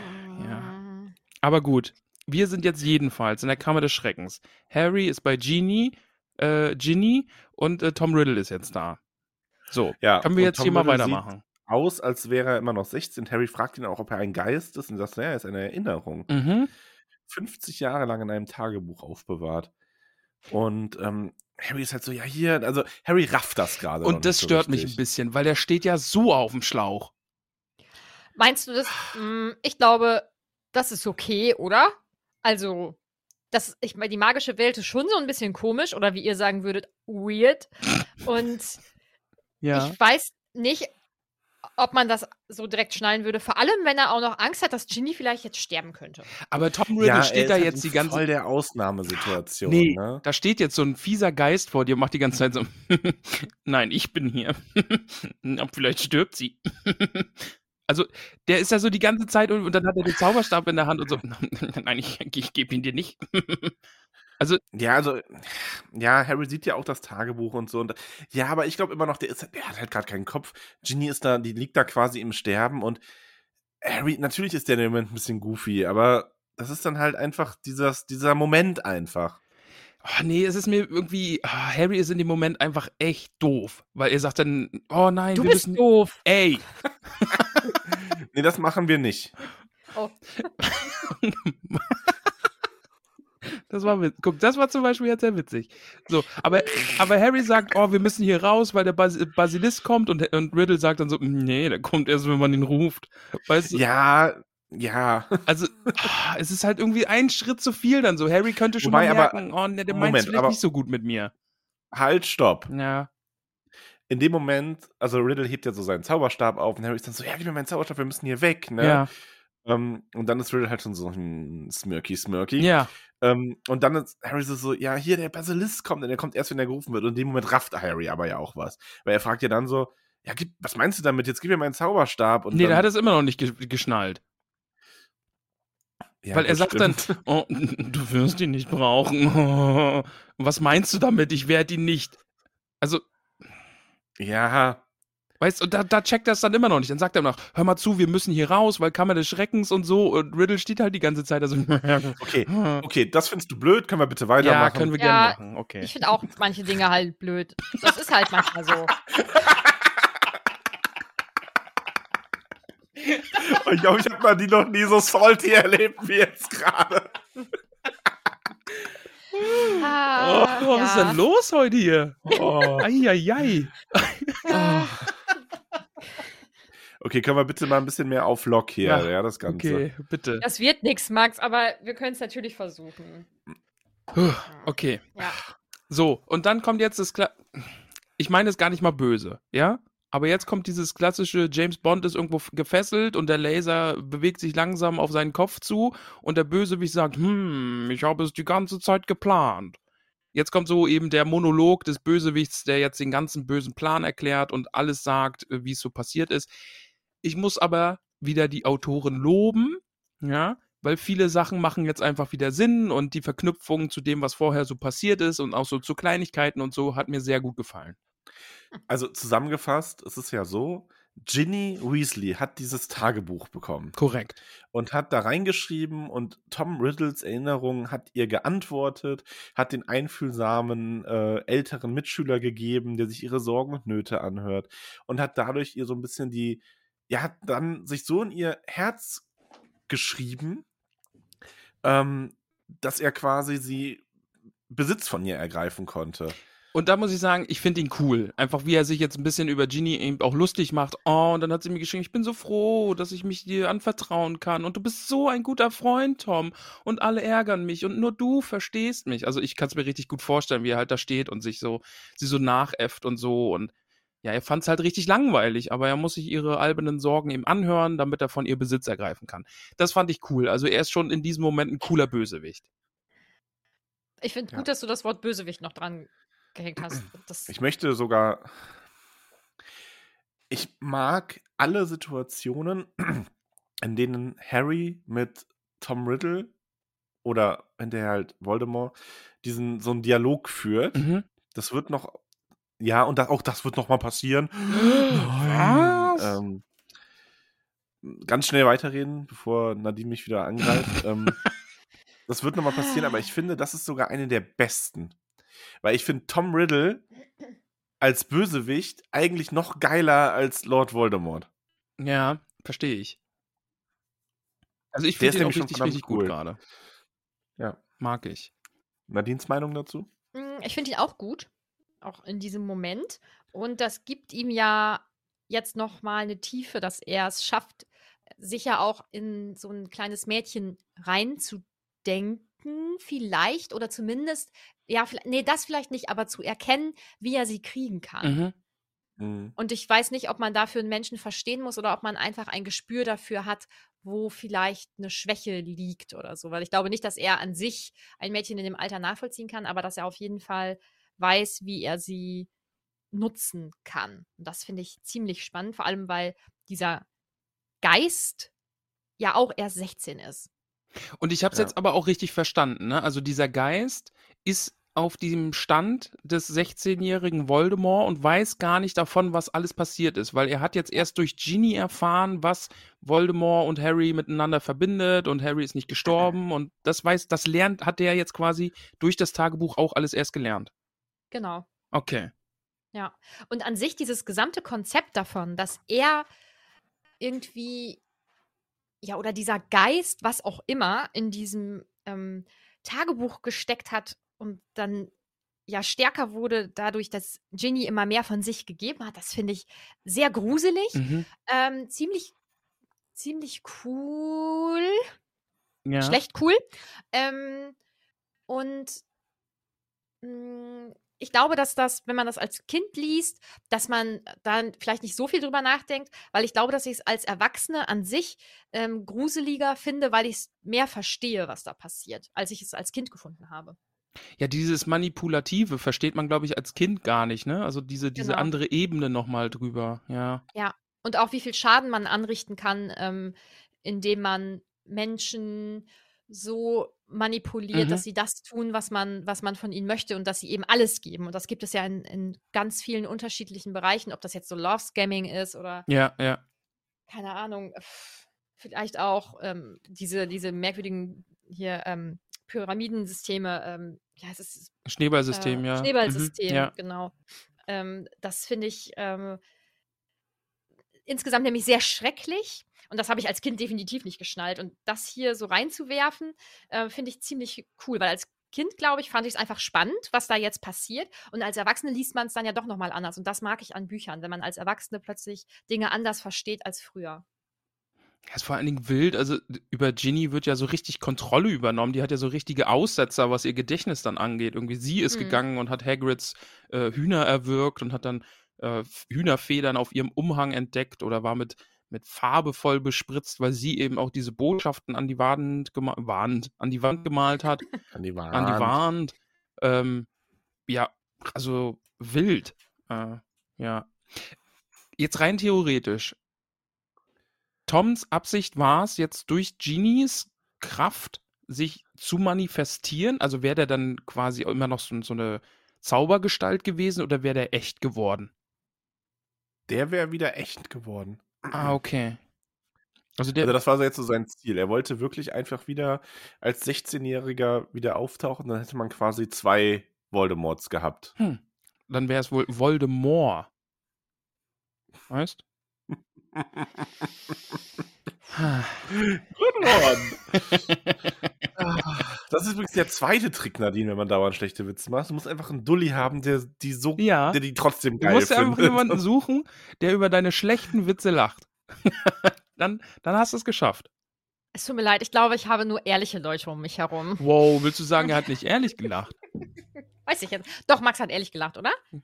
S2: Mm.
S1: Ja. Aber gut, wir sind jetzt jedenfalls in der Kammer des Schreckens. Harry ist bei Genie, äh, Ginny und äh, Tom Riddle ist jetzt da. So,
S3: Ja,
S1: können wir
S3: und
S1: jetzt
S3: Tom
S1: hier mal
S3: Riddle
S1: weitermachen.
S3: Aus, als wäre er immer noch 16. Harry fragt ihn auch, ob er ein Geist ist und sagt, naja, er ist eine Erinnerung.
S1: Mhm.
S3: 50 Jahre lang in einem Tagebuch aufbewahrt. Und ähm, Harry ist halt so, ja, hier, also Harry rafft das gerade. noch
S1: Und
S3: nicht
S1: das
S3: so
S1: stört mich ein
S3: richtig.
S1: bisschen, weil der steht ja so auf dem Schlauch.
S2: Meinst du das? Mm, Ich glaube, das ist okay, oder? Also, das, ich meine, die magische Welt ist schon so ein bisschen komisch oder wie ihr sagen würdet, weird. Und ich weiß nicht, ob man das so direkt schnallen würde. Vor allem, wenn er auch noch Angst hat, dass Ginny vielleicht jetzt sterben könnte.
S1: Aber Tom Riddle
S3: Ja, er
S1: steht
S3: ist
S1: da
S3: halt
S1: jetzt die
S3: in
S1: ganze
S3: Voll der Ausnahmesituation.
S1: Nee,
S3: ne?
S1: da steht jetzt so ein fieser Geist vor dir und macht die ganze Zeit so, *laughs* nein, ich bin hier. *laughs* Na, vielleicht stirbt sie. *laughs* also, der ist ja so die ganze Zeit und, und dann hat er den Zauberstab in der Hand und so, *laughs* nein, ich, ich gebe ihn dir nicht.
S3: Ja, also, ja, Harry sieht ja auch das Tagebuch und so. Und, ja, aber ich glaube immer noch, der, ist, der hat halt gerade keinen Kopf. Ginny ist da, die liegt da quasi im Sterben und Harry, natürlich ist der im Moment ein bisschen goofy, aber das ist dann halt einfach dieses, dieser Moment einfach.
S1: Oh, nee, es ist mir irgendwie, ah, Harry ist in dem Moment einfach echt doof, weil er sagt dann, oh nein,
S2: Du
S1: wir
S2: bist
S1: müssen,
S2: doof.
S1: ey,
S3: Nee, das machen wir nicht.
S1: das war witzig. Guck, das war zum Beispiel jetzt sehr witzig. So, aber, aber Harry sagt, oh, wir müssen hier raus, weil der Bas Basilisk kommt und, und Riddle sagt dann so, nee, der kommt erst, wenn man ihn ruft. Weißt du,
S3: Ja, ja. *laughs*
S1: also, ah, es ist halt irgendwie ein Schritt zu viel dann so. Harry könnte schon
S3: Wobei,
S1: mal
S3: aber-
S1: merken, oh, nee, der meint
S3: Moment,
S1: es vielleicht
S3: aber-
S1: nicht so gut mit mir.
S3: Halt, stopp.
S1: Ja,
S3: In dem Moment, also Riddle hebt ja so seinen Zauberstab auf und Harry ist dann so, ja, gib mir meinen Zauberstab, wir müssen hier weg, ne?
S1: ja,
S3: Ähm, und dann ist Riddle halt schon so ein Smirky, Smirky.
S1: ja.
S3: Ähm, und dann ist Harry so, so, ja, hier der Basilisk kommt, und er kommt erst, wenn er gerufen wird. Und in dem Moment rafft Harry aber ja auch was. Weil er fragt ja dann so, ja, gib, was meinst du damit? Jetzt gib mir meinen Zauberstab. Und
S1: Nee,
S3: dann,
S1: der hat es immer noch nicht ge geschnallt.
S3: ja,
S1: weil er
S3: das
S1: sagt dann, oh, du wirst ihn nicht *laughs* brauchen. Was meinst du damit? Ich werde ihn nicht. Also,
S3: *laughs* Ja.
S1: Weißt und da, da checkt das dann immer noch nicht. Dann sagt er noch, hör mal zu, wir müssen hier raus, weil Kammer des Schreckens und so. Und Riddle steht halt die ganze Zeit da so.
S3: Okay.
S1: ja,
S3: Okay, das findest du blöd, können wir bitte weitermachen.
S1: Hm. können wir
S2: Ja,
S1: gerne machen. Okay.
S2: Ich finde auch manche Dinge halt blöd. Das ist halt
S1: *laughs*
S2: manchmal so.
S3: Oh, Ich glaube, ich habe mal die noch nie so salty erlebt wie jetzt gerade.
S2: Ah,
S1: oh, was ist denn
S2: ja.
S1: los heute hier?
S3: Oh.
S1: Eieiei.
S3: Okay, können wir bitte mal ein bisschen mehr auf Lock hier, ja,
S1: Ja,
S3: das Ganze.
S1: Okay, bitte.
S2: Das wird nichts, Max, aber wir können es natürlich versuchen.
S1: Okay.
S2: Ja.
S1: So, und dann kommt jetzt das Kla Ich meine es gar nicht mal böse, ja? Aber jetzt kommt dieses klassische, James Bond ist irgendwo f- gefesselt und der Laser bewegt sich langsam auf seinen Kopf zu und der Bösewicht sagt, hm, ich habe es die ganze Zeit geplant. Jetzt kommt so eben der Monolog des Bösewichts, der jetzt den ganzen bösen Plan erklärt und alles sagt, äh, wie es so passiert ist. Ich muss aber wieder die Autoren loben, ja, weil viele Sachen machen jetzt einfach wieder Sinn und die Verknüpfung zu dem, was vorher so passiert ist und auch so zu Kleinigkeiten und so, hat mir sehr gut gefallen.
S3: Also zusammengefasst, es ist ja so, Ginny Weasley hat dieses Tagebuch bekommen
S1: Korrekt.
S3: und hat da reingeschrieben und Tom Riddles Erinnerung hat ihr geantwortet, hat den einfühlsamen äh, älteren Mitschüler gegeben, der sich ihre Sorgen und Nöte anhört und hat dadurch ihr so ein bisschen die, ja, hat dann sich so in ihr Herz geschrieben, ähm, dass er quasi sie Besitz von ihr ergreifen konnte.
S1: Und da muss ich sagen, ich finde ihn cool. Einfach wie er sich jetzt ein bisschen über Ginny eben auch lustig macht. Oh, und dann hat sie mir geschrieben, ich bin so froh, dass ich mich dir anvertrauen kann. Und du bist so ein guter Freund, Tom. Und alle ärgern mich. Und nur du verstehst mich. Also ich kann es mir richtig gut vorstellen, wie er halt da steht und sich so, sie so nachäfft und so. Und ja, er fand es halt richtig langweilig, aber er muss sich ihre albernen Sorgen eben anhören, damit er von ihr Besitz ergreifen kann. Das fand ich cool. Also er ist schon in diesem Moment ein cooler Bösewicht.
S2: Ich finde
S3: Ja.
S2: gut, dass du das Wort Bösewicht noch dran gehängt hast. Das,
S3: Ich möchte sogar. Ich mag alle Situationen, in denen Harry mit Tom Riddle oder hinterher halt Voldemort diesen so einen Dialog führt.
S1: Mhm.
S3: Das wird noch. Ja, und da, auch das wird noch mal passieren.
S1: Was?
S3: Hm, Ähm, ganz schnell weiterreden, bevor Nadine mich wieder *laughs* angreift. ähm, das wird nochmal passieren, aber ich finde, das ist sogar eine der besten. Weil ich finde Tom Riddle als Bösewicht eigentlich noch geiler als Lord Voldemort.
S1: Ja, verstehe ich. Also ich
S3: Der ist
S1: finde den auch
S3: nämlich schon
S1: richtig, richtig
S3: verdammt cool.
S1: gut gerade.
S3: Ja.
S1: Mag ich.
S3: Nadines Meinung dazu?
S2: Mm, Ich finde ihn auch gut, auch in diesem Moment. Und das gibt ihm ja jetzt noch mal eine Tiefe, dass er es schafft, sich ja auch in so ein kleines Mädchen reinzudenken, vielleicht oder zumindest, ja, vielleicht, nee, das vielleicht nicht, aber zu erkennen, wie er sie kriegen kann.
S1: Mhm.
S2: Und ich weiß nicht, ob man dafür einen Menschen verstehen muss oder ob man einfach ein Gespür dafür hat, wo vielleicht eine Schwäche liegt oder so. Weil ich glaube nicht, dass er an sich ein Mädchen in dem Alter nachvollziehen kann, aber dass er auf jeden Fall weiß, wie er sie nutzen kann. Und das finde ich ziemlich spannend, vor allem weil dieser Geist ja auch erst 16 ist.
S1: Und ich habe es
S3: Ja.
S1: jetzt aber auch richtig verstanden. Ne? Also dieser Geist ist auf diesem Stand des 16-jährigen Voldemort und weiß gar nicht davon, was alles passiert ist, weil er hat jetzt erst durch Ginny erfahren, was Voldemort und Harry miteinander verbindet und Harry ist nicht
S3: *clears throat*
S1: gestorben und das weiß, das lernt, hat der jetzt quasi durch das Tagebuch auch alles erst gelernt.
S2: Genau.
S1: Okay.
S2: Und an sich dieses gesamte Konzept davon, dass er irgendwie, ja, oder dieser Geist, was auch immer, in diesem ähm, Tagebuch gesteckt hat und dann ja stärker wurde dadurch, dass Ginny immer mehr von sich gegeben hat, das finde ich sehr gruselig,
S1: Mhm.
S2: ähm, ziemlich, ziemlich cool,
S1: Ja.
S2: schlecht cool. Ähm, und mh, ich glaube, dass das, wenn man das als Kind liest, dass man dann vielleicht nicht so viel drüber nachdenkt, weil ich glaube, dass ich es als Erwachsene an sich ähm, gruseliger finde, weil ich es mehr verstehe, was da passiert, als ich es als Kind gefunden habe.
S1: Ja, dieses Manipulative versteht man, glaube ich, als Kind gar nicht, ne? Also diese, diese
S2: Genau.
S1: andere Ebene nochmal drüber, ja.
S2: Und auch wie viel Schaden man anrichten kann, ähm, indem man Menschen so manipuliert,
S1: Mhm.
S2: dass sie das tun, was man, was man von ihnen möchte und dass sie eben alles geben. Und das gibt es ja in, in ganz vielen unterschiedlichen Bereichen, ob das jetzt so Love-Scamming ist oder
S1: Ja, ja.
S2: keine Ahnung, pff, vielleicht auch ähm, diese, diese merkwürdigen hier ähm, Pyramidensysteme, ähm, ja, es ist
S1: Schneeballsystem,
S2: äh,
S1: ja.
S2: Schneeballsystem,
S1: Mhm, ja.
S2: genau. Ähm, das finde ich ähm, insgesamt nämlich sehr schrecklich. Und das habe ich als Kind definitiv nicht geschnallt. Und das hier so reinzuwerfen, äh, finde ich ziemlich cool, weil als Kind, glaube ich, fand ich es einfach spannend, was da jetzt passiert. Und als Erwachsene liest man es dann ja doch nochmal anders. Und das mag ich an Büchern, wenn man als Erwachsene plötzlich Dinge anders versteht als früher.
S1: Ja, ist vor allen Dingen wild. Also d- über Ginny wird ja so richtig Kontrolle übernommen. Die hat ja so richtige Aussetzer, was ihr Gedächtnis dann angeht. Irgendwie sie ist
S2: Mhm.
S1: gegangen und hat Hagrids äh, Hühner erwürgt und hat dann äh, Hühnerfedern auf ihrem Umhang entdeckt oder war mit, mit Farbe voll bespritzt, weil sie eben auch diese Botschaften an die Wand, gema Wand, an die Wand gemalt hat,
S3: An die Wand.
S1: an die Wand. Ähm, ja, also wild. Äh, ja. Jetzt rein theoretisch. Toms Absicht war es jetzt durch Genies Kraft sich zu manifestieren. Also wäre der dann quasi immer noch so, so eine Zaubergestalt gewesen oder wäre der echt geworden?
S3: Der wäre wieder echt geworden.
S1: Ah, okay. Also der.
S3: Also das war so jetzt so sein Ziel. Er wollte wirklich einfach wieder als 16-Jähriger wieder auftauchen. Dann hätte man quasi zwei Voldemorts gehabt.
S1: hm, dann wäre es wohl Voldemort.
S2: *laughs*
S1: Weißt? Ah.
S3: Guten *laughs* Das ist übrigens der zweite Trick, Nadine, wenn man dauernd schlechte Witze macht. Du musst einfach einen Dulli haben, der die so,
S1: Ja.
S3: der die trotzdem
S1: Du
S3: geil
S1: musst ja einfach
S3: findet.
S1: jemanden suchen, der über deine schlechten Witze lacht. *laughs* dann, dann hast du es geschafft.
S2: Es tut mir leid, ich glaube, ich habe nur ehrliche Leute um mich herum.
S1: Wow, willst du sagen, er hat nicht ehrlich gelacht?
S2: Weiß ich jetzt. Doch, Max hat ehrlich gelacht, oder?
S3: *laughs*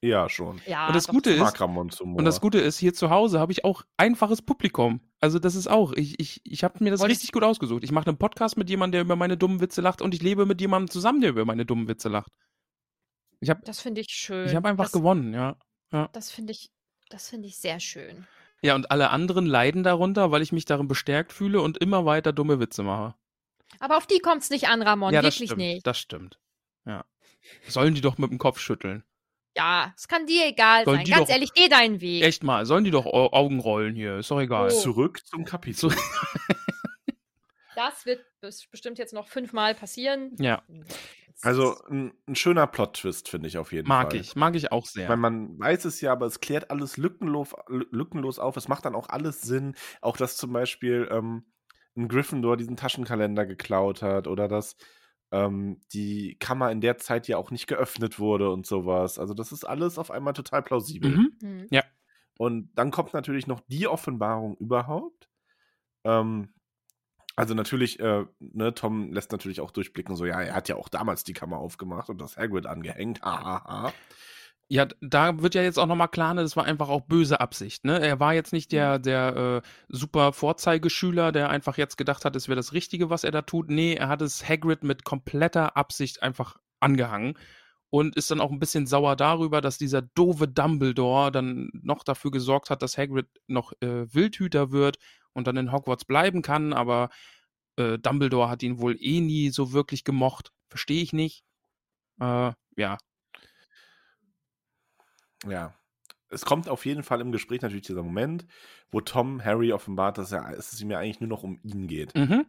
S3: Ja, schon.
S2: Ja.
S1: Und das
S2: Ah, doch,
S1: Gute ist,
S3: Makramons Humor.
S1: und das Gute ist, hier zu Hause habe ich auch einfaches Publikum. Also das ist auch, ich, ich, ich habe mir das
S2: Wolltest-
S1: richtig gut ausgesucht. Ich mache einen Podcast mit jemandem, der über meine dummen Witze lacht und ich lebe mit jemandem zusammen, der über meine dummen Witze lacht. Ich habe
S2: Das finde ich schön.
S1: ich hab einfach
S2: das,
S1: gewonnen, ja.
S2: Das finde ich, das finde ich sehr schön.
S1: Ja, und alle anderen leiden darunter, weil ich mich darin bestärkt fühle und immer weiter dumme Witze mache.
S2: Aber auf die kommt es nicht an, Ramon.
S1: ja, das
S2: wirklich
S1: stimmt,
S2: nicht.
S1: Das stimmt. Ja. Sollen die doch mit dem Kopf schütteln.
S2: Ja, es kann dir egal
S1: Sollen
S2: sein.
S1: die
S2: Ganz
S1: doch-
S2: ehrlich, geh deinen Weg.
S1: Echt mal, sollen die doch Au- Augen rollen hier, ist doch egal.
S2: Oh.
S3: Zurück zum Kapitel.
S1: Zurück-
S2: Das wird bes- bestimmt jetzt noch fünfmal passieren.
S1: Ja,
S3: Also ein, ein schöner Plot-Twist, finde ich auf jeden
S1: mag
S3: Fall.
S1: ich, mag ich auch
S3: Ich meine,
S1: sehr.
S3: man weiß es ja, aber es klärt alles lückenlos, lückenlos auf. Es macht dann auch alles Sinn. Auch dass zum Beispiel ähm, ein Gryffindor diesen Taschenkalender geklaut hat oder dass ähm, die Kammer in der Zeit ja auch nicht geöffnet wurde und sowas. Also das ist alles auf einmal total plausibel.
S1: Mhm.
S2: Hm.
S3: Und dann kommt natürlich noch die Offenbarung überhaupt. Ähm, also natürlich, äh, ne, Tom lässt natürlich auch durchblicken, so ja, er hat ja auch damals die Kammer aufgemacht und das Hagrid angehängt. Ha, ha, ha.
S1: Ja, d- da wird ja jetzt auch nochmal klar, ne, das war einfach auch böse Absicht. Ne? Er war jetzt nicht der, der äh, super Vorzeigeschüler, der einfach jetzt gedacht hat, es wäre das Richtige, was er da tut. Nee, er hat es Hagrid mit kompletter Absicht einfach angehangen und ist dann auch ein bisschen sauer darüber, dass dieser doofe Dumbledore dann noch dafür gesorgt hat, dass Hagrid noch äh, Wildhüter wird und dann in Hogwarts bleiben kann, aber äh, Dumbledore hat ihn wohl eh nie so wirklich gemocht. Verstehe ich nicht. Äh, ja,
S3: Ja. Es kommt auf jeden Fall im Gespräch natürlich dieser Moment, wo Tom Harry offenbart, dass, er, dass es ihm ja eigentlich nur noch um ihn geht.
S1: mhm.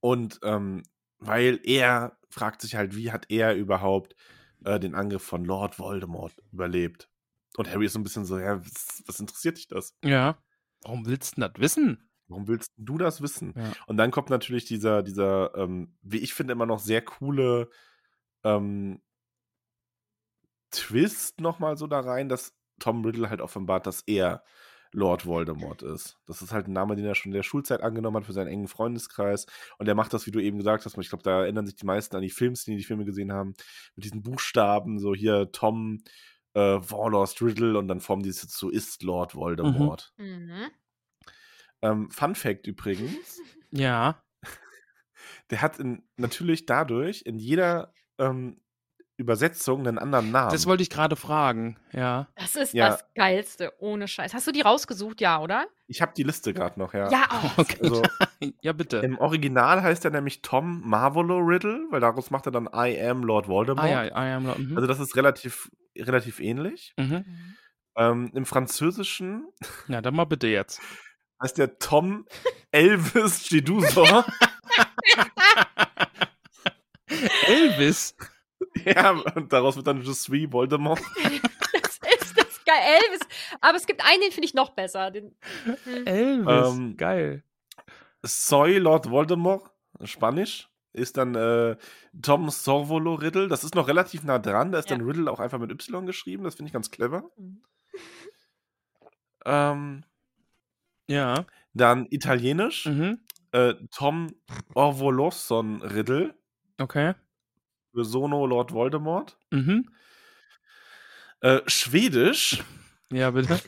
S3: Und ähm, weil er fragt sich halt, wie hat er überhaupt äh, den Angriff von Lord Voldemort überlebt? Und Harry ist so ein bisschen so, ja, was, was interessiert dich das?
S1: ja. Warum willst du das wissen?
S3: Warum willst du das wissen?
S1: Ja.
S3: Und dann kommt natürlich dieser, dieser, ähm, wie ich finde, immer noch sehr coole ähm, Twist nochmal so da rein, dass Tom Riddle halt offenbart, dass er Lord Voldemort ist. Das ist halt ein Name, den er schon in der Schulzeit angenommen hat für seinen engen Freundeskreis. Und er macht das, wie du eben gesagt hast. Ich glaube, da erinnern sich die meisten an die Films, die die Filme gesehen haben, mit diesen Buchstaben, so hier Tom, äh, Warlost Riddle und dann formen die es jetzt so, ist Lord Voldemort.
S2: Mhm.
S3: Ähm, Fun Fact übrigens,
S1: Ja.
S3: der hat in, natürlich dadurch in jeder ähm, Übersetzung einen anderen Namen.
S1: Das wollte ich gerade fragen, ja.
S2: Das ist
S3: Ja.
S2: das Geilste, ohne Scheiß. Hast du die rausgesucht, ja, oder? oh,
S3: ich habe die Liste gerade noch, ja.
S2: auch.
S1: Okay.
S3: Also,
S1: Ja, *laughs* bitte.
S3: Im Original heißt er nämlich Tom Marvolo Riddle, weil daraus macht er dann I am Lord Voldemort.
S1: Ah ja, I am Lord. Mhm.
S3: Also das ist relativ, relativ ähnlich.
S1: mhm.
S3: Ähm, Im Französischen
S1: Na, dann mal bitte jetzt.
S3: heißt
S1: *laughs*
S3: der Tom Elvis Jedusor.
S1: Elvis?
S3: *laughs* ja, und daraus wird dann Je suis Voldemort.
S2: *laughs* Das ist das geil. Elvis. Aber es gibt einen, den finde ich noch besser. Den,
S1: Elvis,
S3: Ähm,
S1: geil.
S3: Soy Lord Voldemort, Spanisch. Ist dann äh, Tom Sorvolo Riddle. Das ist noch relativ nah dran. Da ist
S2: Ja.
S3: dann Riddle auch einfach mit Y geschrieben. Das finde ich ganz clever. Ähm,
S1: Ja.
S3: dann Italienisch.
S1: Mhm.
S3: Äh, Tom Orvolosson Riddle.
S1: Okay.
S3: für Sono Lord Voldemort.
S1: Mhm.
S3: Äh, Schwedisch.
S1: Ja, bitte.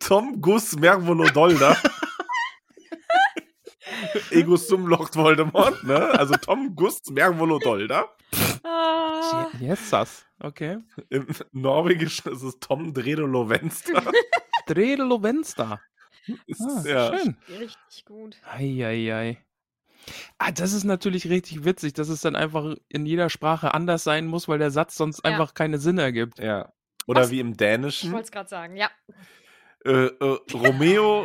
S3: Tom Gus Mervolodolda. Egus zum Lord Voldemort, ne? Also Tom Gus Mervolodolda.
S2: Ah.
S1: *laughs* Jetzt das. Okay.
S3: Im *laughs* Norwegischen ist es Tom Dredolovenstra.
S1: Dredelo Venster.
S3: *laughs* Ist-
S1: Ah,
S3: ja.
S1: Schön.
S2: *laughs* Richtig gut.
S1: Eieiei. Ah, das ist natürlich richtig witzig, dass es dann einfach in jeder Sprache anders sein muss, weil der Satz sonst
S2: Ja.
S1: einfach keine Sinn
S3: *laughs*
S1: ergibt.
S3: ja. Oder
S2: Was?
S3: wie im
S1: Hm?
S2: Ich
S3: Dänischen.
S2: wollte es gerade sagen. Ja.
S3: Äh, äh, Romeo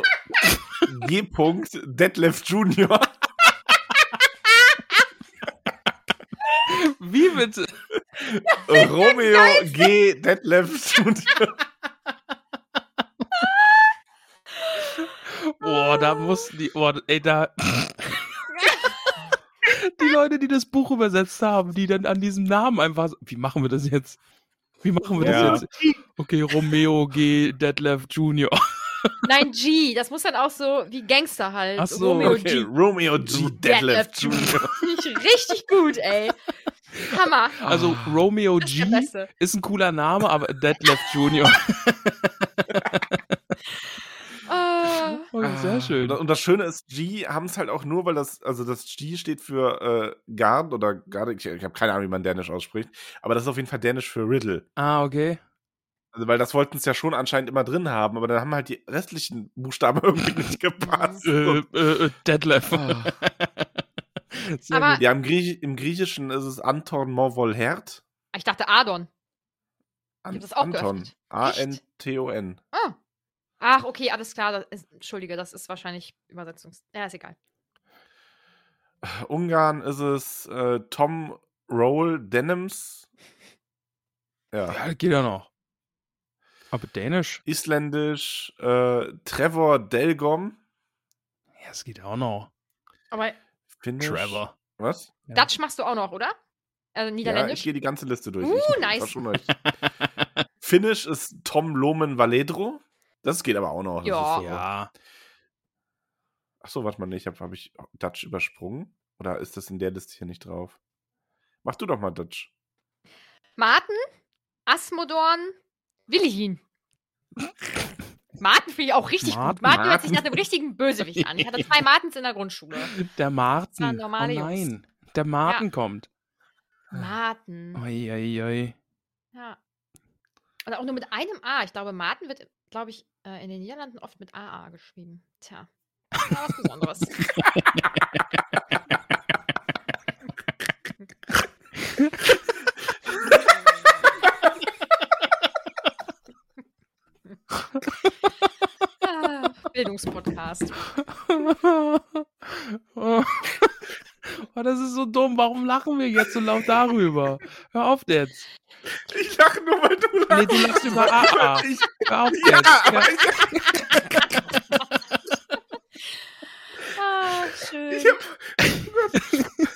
S3: G. Punkt Detlef Junior.
S1: Wie bitte?
S3: Äh, Romeo G. Detlef Junior.
S1: Boah, Oh,
S2: Ah.
S1: da mussten die. Boah, ey, da. die Leute, die das Buch übersetzt haben, die dann an diesem Namen einfach. so- Wie machen wir das jetzt? Wie machen wir
S3: Ja.
S1: das jetzt? Okay, Romeo G. Detlef Jr.
S2: Nein, G. Das muss dann auch so wie Gangster halt.
S1: Ach so,
S2: Romeo
S3: Okay,
S2: G.
S3: Romeo G. Detlef
S2: Detlef
S3: Junior.
S2: Finde ich richtig gut, ey. Hammer.
S1: Also
S3: Ah.
S1: Romeo
S2: Das ist
S1: G.
S2: der Beste.
S1: ist ein cooler Name, aber Detlef
S2: *laughs*
S1: Jr.
S2: Ah.
S1: Oh, sehr schön.
S3: Und das Schöne ist, G haben es halt auch nur, weil das, also das G steht für äh, Gard oder Gard, ich, ich habe keine Ahnung, wie man Dänisch ausspricht, aber das ist auf jeden Fall Dänisch für Riddle.
S1: Ah, okay.
S3: Also, weil das wollten es ja schon anscheinend immer drin haben, aber dann haben halt die restlichen Buchstaben *laughs* irgendwie nicht gepasst.
S1: Äh, äh, äh, Detlef.
S3: Ah.
S1: *laughs* Sehr
S2: Aber-
S1: gut.
S3: ja, im, Griech im Griechischen ist es Anton Morvolhert.
S2: Ich dachte Adon.
S3: An
S2: hab das auch
S3: Anton.
S2: geöffnet.
S3: A-N-T-O-N.
S2: Ah. Ach, okay, alles klar. Das ist, Entschuldige, das ist wahrscheinlich Übersetzungs. Ja, ist egal.
S3: Ungarn ist es äh, Tom Roll Denims. Ja.
S1: ja, Ah, geht ja noch. Aber Dänisch?
S3: Isländisch äh, Trevor Delgom.
S1: Ja, es geht auch noch.
S2: Aber
S3: Finnisch.
S1: Trevor.
S3: Was?
S1: Ja.
S2: Dutch machst du auch noch, oder? Also
S3: Ja, ich
S2: Niederländisch?
S3: gehe die ganze Liste durch.
S2: Uh,
S3: ich, das
S2: nice.
S3: war schon recht. Finnisch ist Tom Lomen Valedro. Das geht aber auch noch. Das
S2: Ja.
S3: Ist so.
S1: Ja.
S3: Achso, warte mal, nee, ich habe hab ich Dutch übersprungen? Oder ist das in der Liste hier nicht drauf? Mach du doch mal Dutch. *laughs*
S2: Martin, Asmodorn, Willihin. Martin finde ich auch richtig
S1: Martin.
S2: gut. Martin hört sich
S3: Martin.
S2: nach dem richtigen Bösewicht an. Ich
S3: *laughs*
S2: hatte zwei Martins in der Grundschule.
S1: Der
S2: waren
S1: Martin. Oh
S2: normale Jungs.
S1: nein. Der Martin kommt.
S3: Oh,
S2: Martin.
S1: Oi, oi, oi. *laughs*
S2: Ja. Und auch nur mit einem A. Ich glaube, Martin wird, glaube ich, äh, in den Niederlanden oft mit AA geschrieben. Tja. Das war was Besonderes. Ah, Bildungspodcast.
S1: Oh. *laughs* oh, das ist so dumm. Warum lachen wir jetzt so laut darüber? Hör auf jetzt.
S3: Ich lache nur, weil du
S1: Nee, du lachst über AA.
S3: Ich,
S1: Hör auf jetzt. Ja,
S2: Ah, schön.
S3: Ich hab,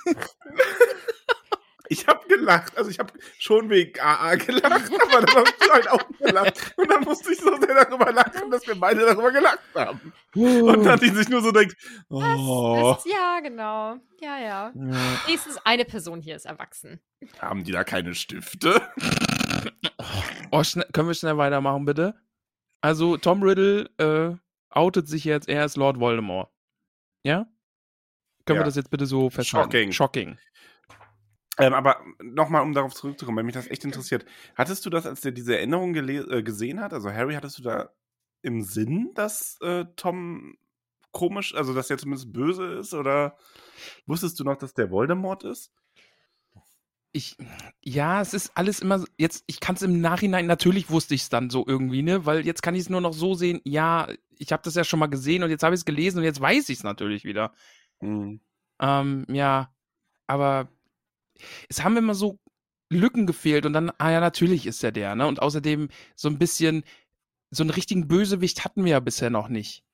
S3: ich hab gelacht. Also ich hab schon wegen AA gelacht, *laughs* aber dann hab ich halt auch gelacht. Und dann musste ich so sehr darüber lachen, dass wir beide darüber gelacht haben.
S2: Oh.
S3: Und dann die sich nur so denkt, oh,
S2: Das, ja, genau. Ja, ja.
S1: Ja.
S2: Nächstens eine Person hier ist erwachsen.
S3: haben die da keine Stifte?
S1: Oh, schnell, können wir schnell weitermachen, bitte? Also, Tom Riddle äh, outet sich jetzt, er ist Lord Voldemort. Ja? Können
S3: Ja.
S1: wir das jetzt bitte so festhalten?
S3: Shocking.
S1: Shocking.
S3: Ähm, aber nochmal, um darauf zurückzukommen, weil mich das echt interessiert. Hattest du das, als der diese Erinnerung gele- äh, gesehen hat, also Harry, hattest du da im Sinn, dass äh, Tom komisch, also dass er zumindest böse ist? Oder wusstest du noch, dass der Voldemort ist?
S1: Ich, ja, es ist alles immer, so- jetzt, ich kann es im Nachhinein, natürlich wusste ich es dann so irgendwie, ne? Weil jetzt kann ich es nur noch so sehen, ja, ich habe das ja schon mal gesehen und jetzt habe ich es gelesen und jetzt weiß ich es natürlich wieder. Ähm, ja, aber es haben immer so Lücken gefehlt und dann, ah ja, natürlich ist er der, ne? Und außerdem so ein bisschen, so einen richtigen Bösewicht hatten wir ja bisher noch nicht.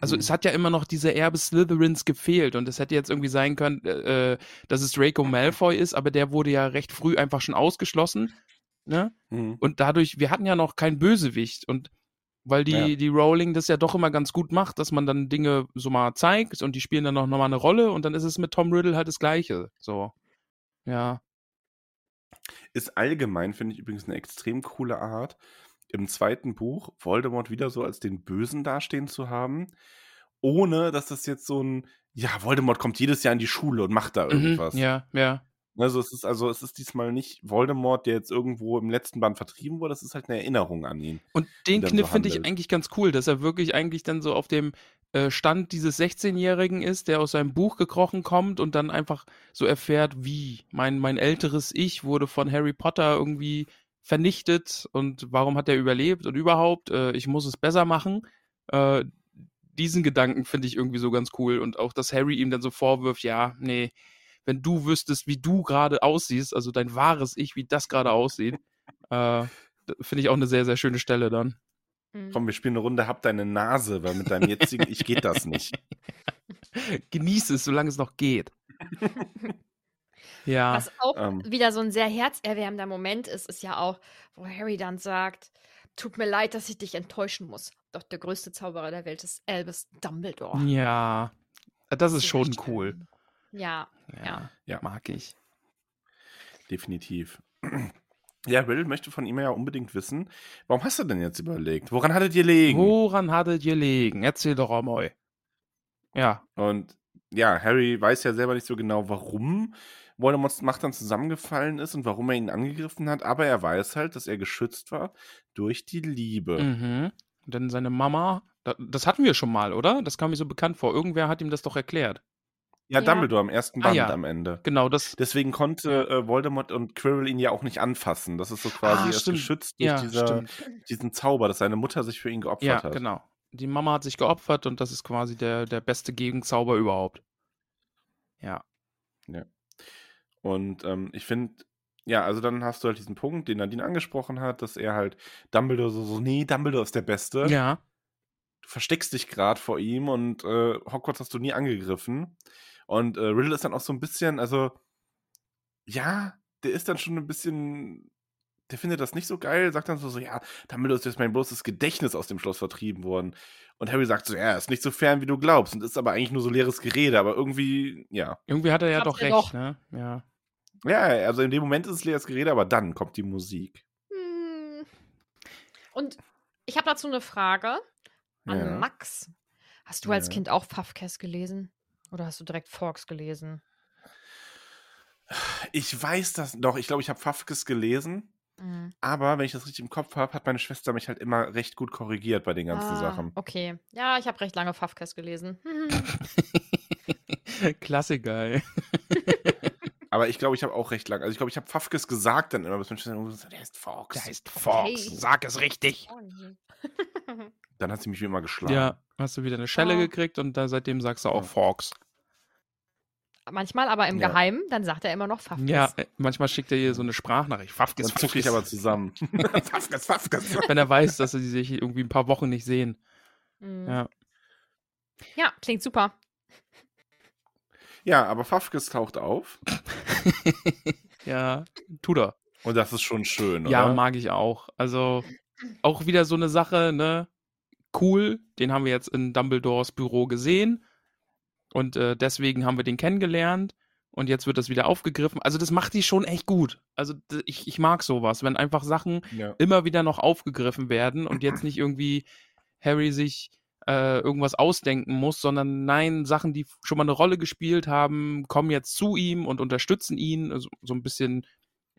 S1: Also
S3: Mhm.
S1: es hat ja immer noch diese Erbe Slytherins gefehlt und es hätte jetzt irgendwie sein können, äh, äh, dass es Draco Malfoy ist, aber der wurde ja recht früh einfach schon ausgeschlossen, ne?
S3: Mhm.
S1: Und dadurch, wir hatten ja noch keinen Bösewicht. Und weil die,
S3: Ja.
S1: die Rowling das ja doch immer ganz gut macht, dass man dann Dinge so mal zeigt und die spielen dann auch nochmal eine Rolle und dann ist es mit Tom Riddle halt das Gleiche. So. Ja.
S3: Ist allgemein, finde ich übrigens eine extrem coole Art, im zweiten Buch Voldemort wieder so als den Bösen dastehen zu haben, ohne dass das jetzt so ein, ja, Voldemort kommt jedes Jahr in die Schule und macht da
S1: Mhm.
S3: irgendwas.
S1: Ja, ja.
S3: Also es ist also es ist diesmal nicht Voldemort, der jetzt irgendwo im letzten Band vertrieben wurde, das ist halt eine Erinnerung an ihn.
S1: Und den
S3: dann so
S1: Kniff finde ich
S3: handelt.
S1: eigentlich ganz cool, dass er wirklich eigentlich dann so auf dem äh, Stand dieses 16-Jährigen ist, der aus seinem Buch gekrochen kommt und dann einfach so erfährt, wie mein, mein älteres Ich wurde von Harry Potter irgendwie vernichtet und warum hat er überlebt und überhaupt, äh, ich muss es besser machen. Äh, diesen Gedanken finde ich irgendwie so ganz cool und auch, dass Harry ihm dann so vorwirft, ja, nee, wenn du wüsstest, wie du gerade aussiehst, also dein wahres Ich, wie das gerade aussieht, äh, d- finde ich auch eine sehr, sehr schöne Stelle dann.
S2: Mhm.
S3: Komm, wir spielen eine Runde, hab deine Nase, weil mit deinem jetzigen Ich geht
S1: *laughs*
S3: das nicht.
S1: Genieß es, solange es noch geht. ja.
S2: Was auch
S3: Ähm.
S2: wieder so ein sehr herzerwärmender Moment ist, ist ja auch, wo Harry dann sagt, tut mir leid, dass ich dich enttäuschen muss. Doch der größte Zauberer der Welt ist Albus Dumbledore.
S1: Ja. Äh, Das ist
S2: Sie
S1: schon
S2: recht
S1: cool.
S2: schön. Ja,
S1: Ja,
S2: Ja.
S1: ja. Mag ich.
S3: Definitiv. Ja, Riddle möchte von ihm ja unbedingt wissen, warum hast du denn jetzt überlegt? Woran hattet ihr liegen?
S1: Woran hat es gelegen? Erzähl doch einmal. Ja.
S3: Und ja, Harry weiß ja selber nicht so genau, warum Voldemorts Macht dann zusammengefallen ist und warum er ihn angegriffen hat, aber er weiß halt, dass er geschützt war durch die Liebe.
S1: Mhm. Und dann seine Mama. Da- Das hatten wir schon mal, oder? Das kam mir so bekannt vor. Irgendwer hat ihm das doch erklärt.
S3: Ja,
S2: Ja.
S3: Dumbledore im ersten
S1: Ah,
S3: Band
S1: ja.
S3: am Ende.
S1: Genau, das.
S3: Deswegen konnte äh, Voldemort und Quirrell ihn ja auch nicht anfassen. Das ist so quasi
S1: Ah,
S3: erst
S1: stimmt.
S3: geschützt durch
S1: Ja,
S3: dieser,
S1: stimmt.
S3: diesen Zauber, dass seine Mutter sich für ihn geopfert
S1: Ja,
S3: hat.
S1: genau. Die Mama hat sich geopfert und das ist quasi der, der beste Gegenzauber überhaupt. Ja.
S3: Und ähm, ich finde, ja, also dann hast du halt diesen Punkt, den Nadine angesprochen hat, dass er halt Dumbledore so, so nee, Dumbledore ist der Beste.
S1: Ja.
S3: Du versteckst dich gerade vor ihm und äh, Hogwarts hast du nie angegriffen. Und äh, Riddle ist dann auch so ein bisschen, also, ja, der ist dann schon ein bisschen. Der findet das nicht so geil, sagt dann so, so ja, Dumbledore ist jetzt mein bloßes Gedächtnis aus dem Schloss vertrieben worden. Und Harry sagt so, ja, ist nicht so fern, wie du glaubst. Und ist aber eigentlich nur so leeres Gerede, aber irgendwie, ja.
S1: Irgendwie hat er ja
S2: Hab's
S1: doch
S2: ja
S1: recht,
S2: doch.
S1: ne? Ja.
S3: Ja, also in dem Moment ist es leeres Gerede, aber dann kommt die Musik.
S2: Hm. Und ich habe dazu eine Frage an
S3: Ja.
S2: Max. Hast du als
S3: Ja.
S2: Kind auch Pafkes gelesen? Oder hast du direkt Forks gelesen?
S3: Ich weiß das noch. Ich glaube, ich habe Fafkes gelesen.
S2: Mhm.
S3: Aber wenn ich das richtig im Kopf habe, hat meine Schwester mich halt immer recht gut korrigiert bei den ganzen
S2: Ah,
S3: Sachen.
S2: Okay. Ja, ich habe recht lange Fafkes gelesen. *laughs*
S1: *laughs*
S2: Hm.
S1: Klassiker, ey.
S3: Aber ich glaube, ich habe auch recht lang. Also ich glaube, ich habe Fafkes gesagt dann immer, bis meine Schwester gesagt hat, der heißt Fox.
S1: heißt
S2: Fox. Okay.
S1: Sag es richtig.
S2: Oh,
S3: Dann hat sie mich wie immer geschlagen.
S1: Ja, hast du wieder eine Schelle
S2: Ah.
S1: gekriegt und da seitdem sagst du auch
S3: Ja.
S1: Fox.
S2: Manchmal aber im
S3: Ja.
S2: Geheimen, dann sagt er immer noch Fafkes.
S1: Ja, äh, manchmal schickt er ihr so eine Sprachnachricht. Fafkes,
S3: Dann zucke ich
S1: Fufkes.
S3: aber zusammen. Fafkes, Fafkes.
S1: Wenn er weiß, dass sie sich irgendwie ein paar Wochen nicht sehen.
S2: Mhm.
S1: Ja.
S2: ja, klingt super.
S3: Ja, aber Fafkes taucht auf.
S1: Ja, tut er.
S3: Und das ist schon schön,
S1: Ja,
S3: oder?
S1: mag ich auch. Also auch wieder so eine Sache, ne? Cool, den haben wir jetzt in Dumbledores Büro gesehen und äh, deswegen haben wir den kennengelernt und jetzt wird das wieder aufgegriffen. Also das macht die schon echt gut. Also d- ich, ich mag sowas, wenn einfach Sachen
S3: Ja.
S1: immer wieder noch aufgegriffen werden und jetzt nicht irgendwie Harry sich äh, irgendwas ausdenken muss, sondern nein, Sachen, die schon mal eine Rolle gespielt haben, kommen jetzt zu ihm und unterstützen ihn. Also, so ein bisschen,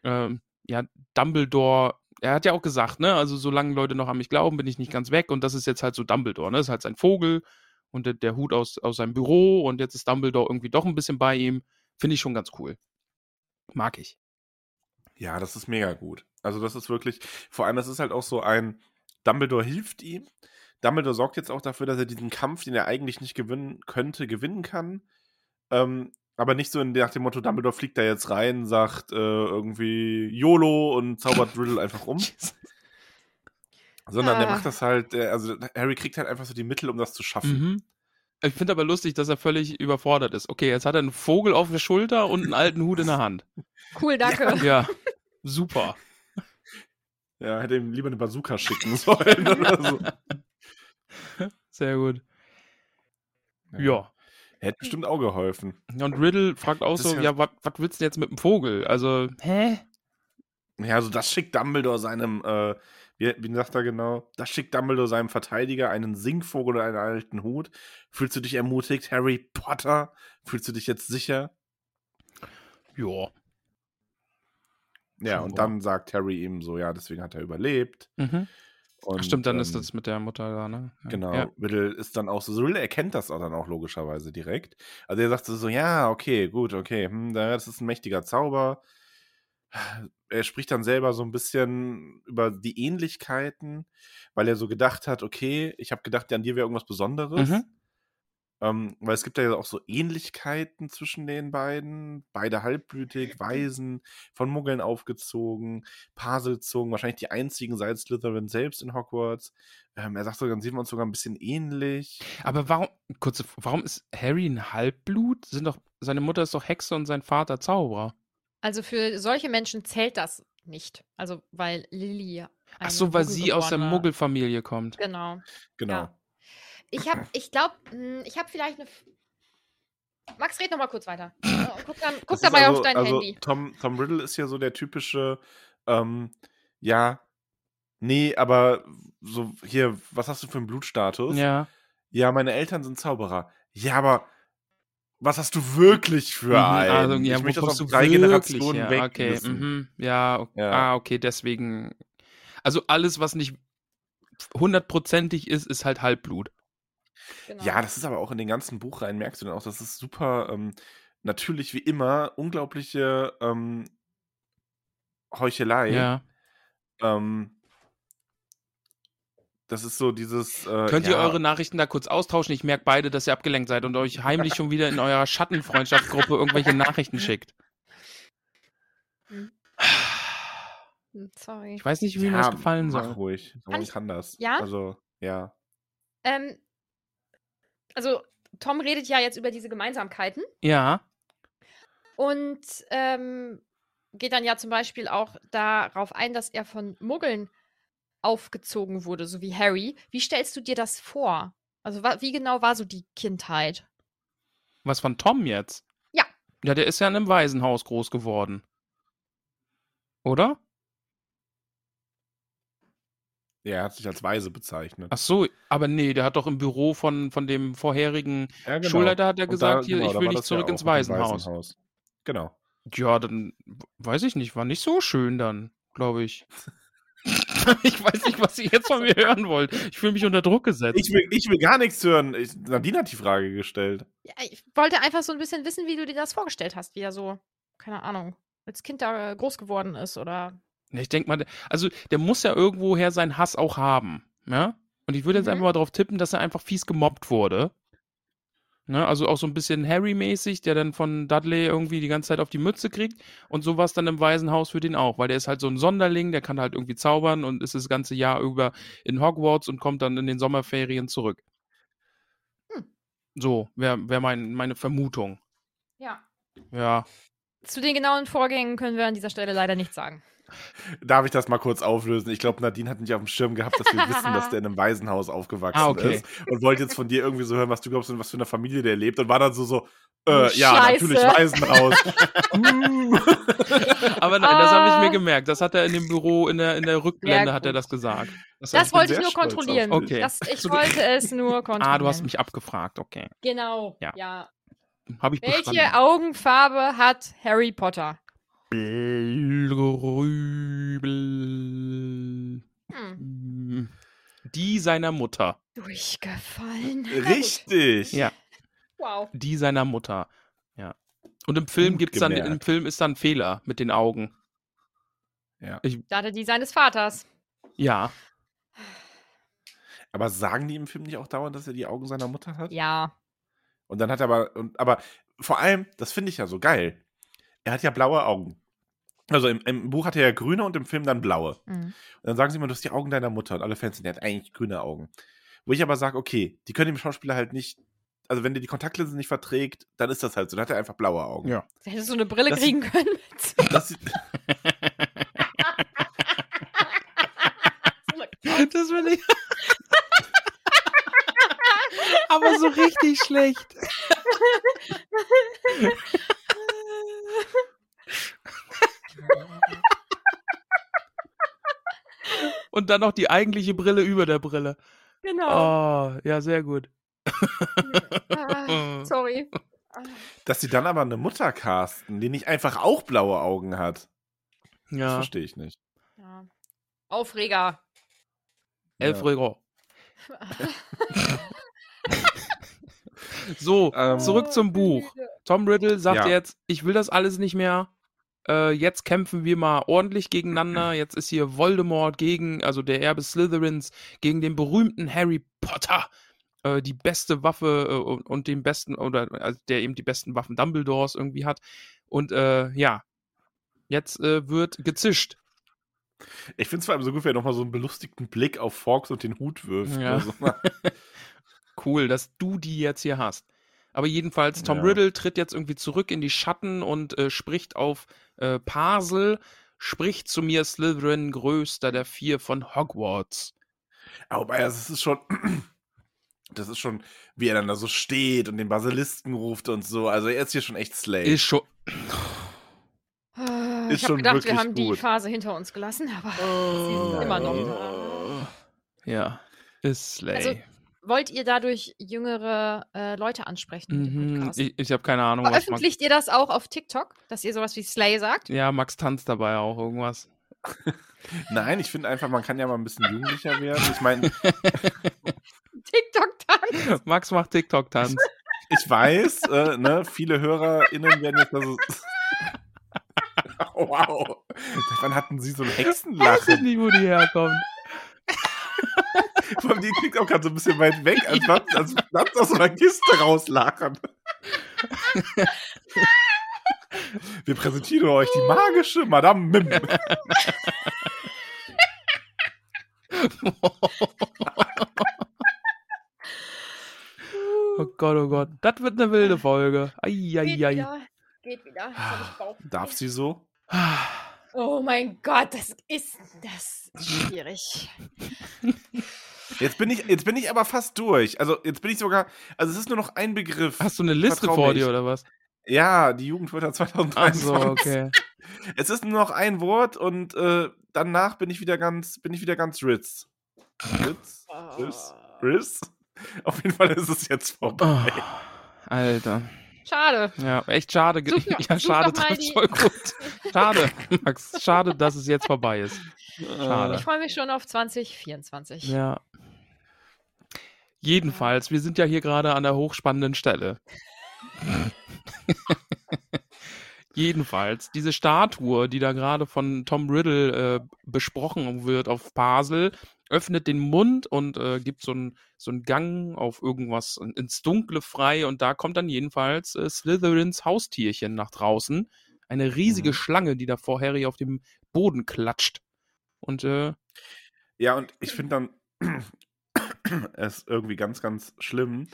S1: ähm, ja, Dumbledore. Er hat ja auch gesagt, ne, also solange Leute noch an mich glauben, bin ich nicht ganz weg. Und das ist jetzt halt so Dumbledore, ne? Das ist halt sein Vogel und der, der Hut aus, aus seinem Büro und jetzt ist Dumbledore irgendwie doch ein bisschen bei ihm. Finde ich schon ganz cool. Mag ich.
S3: Ja, das ist mega gut. Also das ist wirklich, vor allem das ist halt auch so ein, Dumbledore hilft ihm. Dumbledore sorgt jetzt auch dafür, dass er diesen Kampf, den er eigentlich nicht gewinnen könnte, gewinnen kann. Ähm, aber nicht so in, nach dem Motto, Dumbledore fliegt da jetzt rein, sagt äh, irgendwie YOLO und zaubert Riddle einfach um. Sondern der
S2: Ah.
S3: macht das halt, äh, also Harry kriegt halt einfach so die Mittel, um das zu schaffen.
S1: Mhm. Ich finde aber lustig, dass er völlig überfordert ist. Okay, jetzt hat er einen Vogel auf der Schulter und einen alten Hut in der Hand.
S2: Cool, danke.
S1: Ja, super.
S3: Ja, hätte ihm lieber eine Bazooka schicken *laughs* sollen oder so.
S1: Sehr gut. Ja.
S3: Hätte bestimmt auch geholfen.
S1: Und Riddle fragt auch
S3: Das ist
S1: so,
S3: ja-
S1: ja, was willst du denn jetzt mit dem Vogel? Also, hä?
S3: Ja, also das schickt Dumbledore seinem, äh, wie, wie sagt er genau? Das schickt Dumbledore seinem Verteidiger einen Singvogel oder einen alten Hut. Fühlst du dich ermutigt, Harry Potter? Fühlst du dich jetzt sicher?
S1: Ja.
S3: Ja, und
S1: Wow.
S3: dann sagt Harry ihm so, ja, deswegen hat er überlebt.
S1: Mhm.
S3: Und,
S1: Ach, stimmt, dann ist
S3: ähm,
S1: das mit der Mutter da, ne? Ja.
S3: Genau,
S1: Ja.
S3: Riddle ist dann auch so, so Riddle erkennt das auch dann auch logischerweise direkt. Also er sagt so, ja, okay, gut, okay, hm, da- das ist ein mächtiger Zauber. Er spricht dann selber so ein bisschen über die Ähnlichkeiten, weil er so gedacht hat, okay, ich habe gedacht, an dir wäre irgendwas Besonderes.
S1: Mhm.
S3: Ähm, weil es gibt da ja auch so Ähnlichkeiten zwischen den beiden. Beide halbblütig, Waisen, von Muggeln aufgezogen, Paselzungen, wahrscheinlich die einzigen seit Slytherin selbst in Hogwarts. Ähm, er sagt sogar, dann sehen wir uns sogar ein bisschen ähnlich.
S1: Aber warum, kurze, F- warum ist Harry ein Halbblut? Sind doch, seine Mutter ist doch Hexe und sein Vater Zauberer.
S2: Also für solche Menschen zählt das nicht. Also weil Lilly.
S1: Ach so, weil sie aus der
S2: Muggelgeborene-
S1: Muggelfamilie kommt.
S2: Genau.
S3: Genau.
S2: Ja. Ich habe, ich glaube, ich habe vielleicht eine. F Max, red noch mal kurz weiter. Äh, Guck, dann, guck
S3: Das ist
S2: dabei
S3: also,
S2: auf dein
S3: also
S2: Handy.
S3: Tom, Tom Riddle ist ja so der typische, ähm, ja, nee, aber so hier, was hast du für einen Blutstatus?
S1: Ja.
S3: Ja, meine Eltern sind Zauberer. Ja, aber was hast du wirklich für
S1: Mhm,
S3: einen?
S1: also, ja,
S3: ich
S1: wo
S3: möchte das
S1: kommst
S3: auf
S1: du
S3: drei
S1: wirklich
S3: Generationen
S1: her?
S3: weg
S1: Okay,
S3: wissen.
S1: mhm, ja, o-
S3: Ja.
S1: Ah, okay, deswegen. Also alles, was nicht hundertprozentig ist, ist halt Halbblut.
S2: Genau.
S3: Ja, das ist aber auch in den ganzen Buchreihen, merkst du dann auch, das ist super, ähm, natürlich wie immer, unglaubliche ähm, Heuchelei.
S1: Ja.
S3: Ähm, das ist so dieses. Äh,
S1: Könnt ihr
S3: ja,
S1: eure Nachrichten da kurz austauschen? Ich merke beide, dass ihr abgelenkt seid und euch heimlich schon wieder in eurer Schattenfreundschaftsgruppe irgendwelche Nachrichten schickt.
S2: Hm. Hm, Sorry.
S1: Ich weiß nicht, wie mir das gefallen
S3: mach
S1: soll.
S3: ruhig. Man
S2: ich-
S3: kann das.
S2: Ja?
S3: Also, ja.
S2: Ähm, also Tom redet ja jetzt über diese Gemeinsamkeiten.
S1: Ja.
S2: Und ähm, geht dann ja zum Beispiel auch darauf ein, dass er von Muggeln aufgezogen wurde, so wie Harry. Wie stellst du dir das vor? Also wa- wie genau war so die Kindheit?
S1: Was von Tom jetzt?
S2: Ja.
S1: Ja, der ist ja in einem Waisenhaus groß geworden. Oder?
S3: Ja, Er hat sich als Weise bezeichnet.
S1: Ach so, aber nee, der hat doch im Büro von, von dem vorherigen
S3: ja, genau.
S1: Schulleiter hat er
S3: Und
S1: gesagt,
S3: da-
S1: hier,
S3: genau,
S1: ich
S3: da
S1: will
S3: war
S1: dich
S3: das ja
S1: zurück
S3: auch
S1: ins
S3: mit dem
S1: Waisenhaus.
S3: Waisenhaus. Genau.
S1: Ja, dann w- weiß ich nicht, war nicht so schön dann, glaube
S3: *laughs*
S1: ich. *laughs* ich weiß nicht, was ihr jetzt von mir hören wollt. Ich fühle mich unter Druck gesetzt.
S3: Ich will, ich will gar nichts hören. Ich, Nadine hat die Frage gestellt.
S2: Ja, ich wollte einfach so ein bisschen wissen, wie du dir das vorgestellt hast, wie er so, keine Ahnung, als Kind da äh, groß geworden ist oder.
S1: Ja, Ich denke mal, der- also der muss ja irgendwoher seinen Hass auch haben. Ne? Und ich würde jetzt
S2: Mhm.
S1: einfach mal drauf tippen, dass er einfach fies gemobbt wurde. Ne? Also auch so ein bisschen Harry-mäßig, der dann von Dudley irgendwie die ganze Zeit auf die Mütze kriegt. Und so war es dann im Waisenhaus für den auch, weil der ist halt so ein Sonderling, der kann halt irgendwie zaubern und ist das ganze Jahr über in Hogwarts und kommt dann in den Sommerferien zurück.
S2: Hm.
S1: So, wäre wär mein, meine Vermutung.
S2: Ja.
S1: Ja.
S2: Zu den genauen Vorgängen können wir an dieser Stelle leider nichts sagen.
S3: Darf ich das mal kurz auflösen? Ich glaube, Nadine hat nicht auf dem Schirm gehabt, dass wir wissen, dass der in einem Waisenhaus aufgewachsen
S1: Ah, okay.
S3: ist und wollte jetzt von dir irgendwie so hören, was du glaubst und was für eine Familie der lebt und war dann so so, Äh, ja,
S2: Scheiße.
S3: natürlich, Weisen *laughs* raus.
S1: Aber nein, das habe ich
S2: Ah.
S1: mir gemerkt. Das hat er in dem Büro, in der, in der Rückblende
S2: Sehr
S1: hat er
S2: gut.
S1: das gesagt.
S2: Das
S1: hat-
S3: bin
S2: wollte ich
S3: sehr
S2: nur
S3: stolz auf
S2: kontrollieren.
S3: dich.
S1: Okay.
S2: Das, ich
S1: So, du-
S2: wollte es nur kontrollieren.
S1: ah, du hast mich abgefragt, okay.
S2: Genau, ja.
S1: Ja. Habe ich
S2: Welche
S1: bestanden.
S2: Augenfarbe hat Harry Potter?
S1: Grübel.
S2: Hm.
S1: Die seiner Mutter.
S2: Durchgefallen. Na gut.
S3: Äh, Richtig.
S1: Ja.
S2: Wow.
S1: Die seiner Mutter. Ja. Und im Film
S3: Gut
S1: gibt's dann,
S3: gemerkt.
S1: im Film ist dann ein Fehler mit den Augen.
S2: Da hatte die seines Vaters.
S1: Ja.
S3: Aber sagen die im Film nicht auch dauernd, dass er die Augen seiner Mutter hat?
S2: Ja.
S3: Und dann hat er aber, und, aber vor allem, das finde ich ja so geil. Er hat ja blaue Augen. Also im, im Buch hat er ja grüne und im Film dann blaue.
S2: Mhm.
S3: Und dann sagen sie immer, du hast die Augen deiner Mutter und alle Fans sind, er hat eigentlich grüne Augen. Wo ich aber sage, okay, die können dem Schauspieler halt nicht, also wenn der die Kontaktlinsen nicht verträgt, dann ist das halt so. Dann hat er einfach blaue Augen.
S1: Ja.
S2: Da Hättest du eine Brille
S3: Das-
S2: kriegen können.
S3: *laughs* Das sieht,
S1: Das will ich. Aber so richtig schlecht. Und dann noch die eigentliche Brille über der Brille.
S2: genau.
S1: Oh, ja, sehr gut.
S2: Ah, sorry.
S3: dass sie dann aber eine Mutter casten, die nicht einfach auch blaue Augen hat. Das
S1: Ja,
S3: verstehe ich nicht.
S2: Ja. Aufreger.
S1: elf
S3: Ja.
S1: Euro. So,
S3: Ähm,
S1: zurück
S2: Oh,
S1: zum Buch. Tom Riddle sagt
S3: Ja.
S1: jetzt, ich will das alles nicht mehr. Äh, jetzt kämpfen wir mal ordentlich gegeneinander. Jetzt ist hier Voldemort gegen, also der Erbe Slytherins, gegen den berühmten Harry Potter. Äh, die beste Waffe äh, und, und den besten, oder also der eben die besten Waffen Dumbledores irgendwie hat. Und äh, ja, jetzt äh, wird gezischt.
S3: Ich finde es vor allem so gut, wenn er nochmal so einen belustigten Blick auf Forks und den Hut wirft.
S1: Ja.
S3: oder so.
S1: Cool, dass du die jetzt hier hast. Aber jedenfalls, Tom
S3: Ja.
S1: Riddle tritt jetzt irgendwie zurück in die Schatten und äh, spricht auf äh, Parsel, spricht zu mir Slytherin, größter der vier von Hogwarts.
S3: Aber es ist schon, *clears throat* das ist schon, wie er dann da so steht und den Basilisken ruft und so. Also er ist hier schon echt Slay.
S1: Ist schon.
S2: Ah,
S3: Ist
S2: Ich habe
S3: schon
S2: gedacht, wir
S3: wirklich
S2: haben die
S3: gut.
S2: Phase hinter uns gelassen, aber Oh. sie
S3: nein.
S2: sind immer noch da.
S1: Ja, ist Slay.
S2: Also, Wollt ihr dadurch jüngere äh, Leute ansprechen mit dem
S1: mhm,
S2: Podcast?
S1: ich ich habe keine Ahnung, was Max.
S2: Veröffentlicht ihr das auch auf TikTok, dass ihr sowas wie Slay sagt?
S1: Ja, Max tanzt dabei auch irgendwas. *laughs*
S3: Nein, ich finde einfach, man kann ja mal ein bisschen jugendlicher werden. Ich meine,
S2: TikTok dann?
S1: Max macht
S3: *laughs*
S1: TikTok-Tanz.
S3: ich weiß, äh, ne, viele HörerInnen werden jetzt da so. *laughs* wow. Seit wann hatten sie so ein
S1: Ich weiß
S3: Hexenlachen?
S1: nicht, wo die herkommt.
S3: Vor allem, die klingt auch gerade so ein bisschen weit weg, als ob als ob das aus einer Kiste rauslachen. *laughs* Wir präsentieren euch die magische Madame Mim.
S1: Oh Gott, oh Gott. Das wird eine wilde Folge. Eieiei.
S2: Geht wieder. Jetzt hab ich Bauchweh.
S3: Darf sie so?
S2: Oh mein Gott, das ist das ist schwierig.
S3: Jetzt bin ich, jetzt bin ich aber fast durch. Also jetzt bin ich sogar, also es ist nur noch ein Begriff.
S1: Hast du eine Liste
S3: Vertrau
S1: vor
S3: mir,
S1: dir
S3: ich-
S1: oder was?
S3: Ja, die Jugendwörter 2023.
S1: Achso, okay.
S3: Es ist nur noch ein Wort und äh, danach bin ich wieder ganz, bin ich wieder ganz Ritz. Ritz? Ritz? Ritz? Auf jeden Fall ist es jetzt vorbei.
S1: Oh, Alter.
S2: Schade.
S1: Ja, echt schade. ge-
S2: Such noch-
S1: *laughs* ja,
S2: such
S1: schade,
S2: noch mal
S1: das ist
S2: die-
S1: voll gut. Schade, Max. Schade, dass es jetzt vorbei ist.
S2: Äh, Ich
S1: Schade.
S2: freue mich schon auf 2024.
S1: Ja. Jedenfalls, wir sind ja hier gerade an der hochspannenden Stelle. *laughs* Jedenfalls, diese Statue, die da gerade von Tom Riddle äh, besprochen wird auf Basel, öffnet den Mund und äh, gibt so einen so einen Gang auf irgendwas in- ins Dunkle frei und da kommt dann jedenfalls äh, Slytherins Haustierchen nach draußen. Eine riesige
S3: Mhm.
S1: Schlange, die da vor Harry auf dem Boden klatscht. Und äh,
S3: Ja, und ich finde dann *clears throat* es irgendwie ganz, ganz schlimm,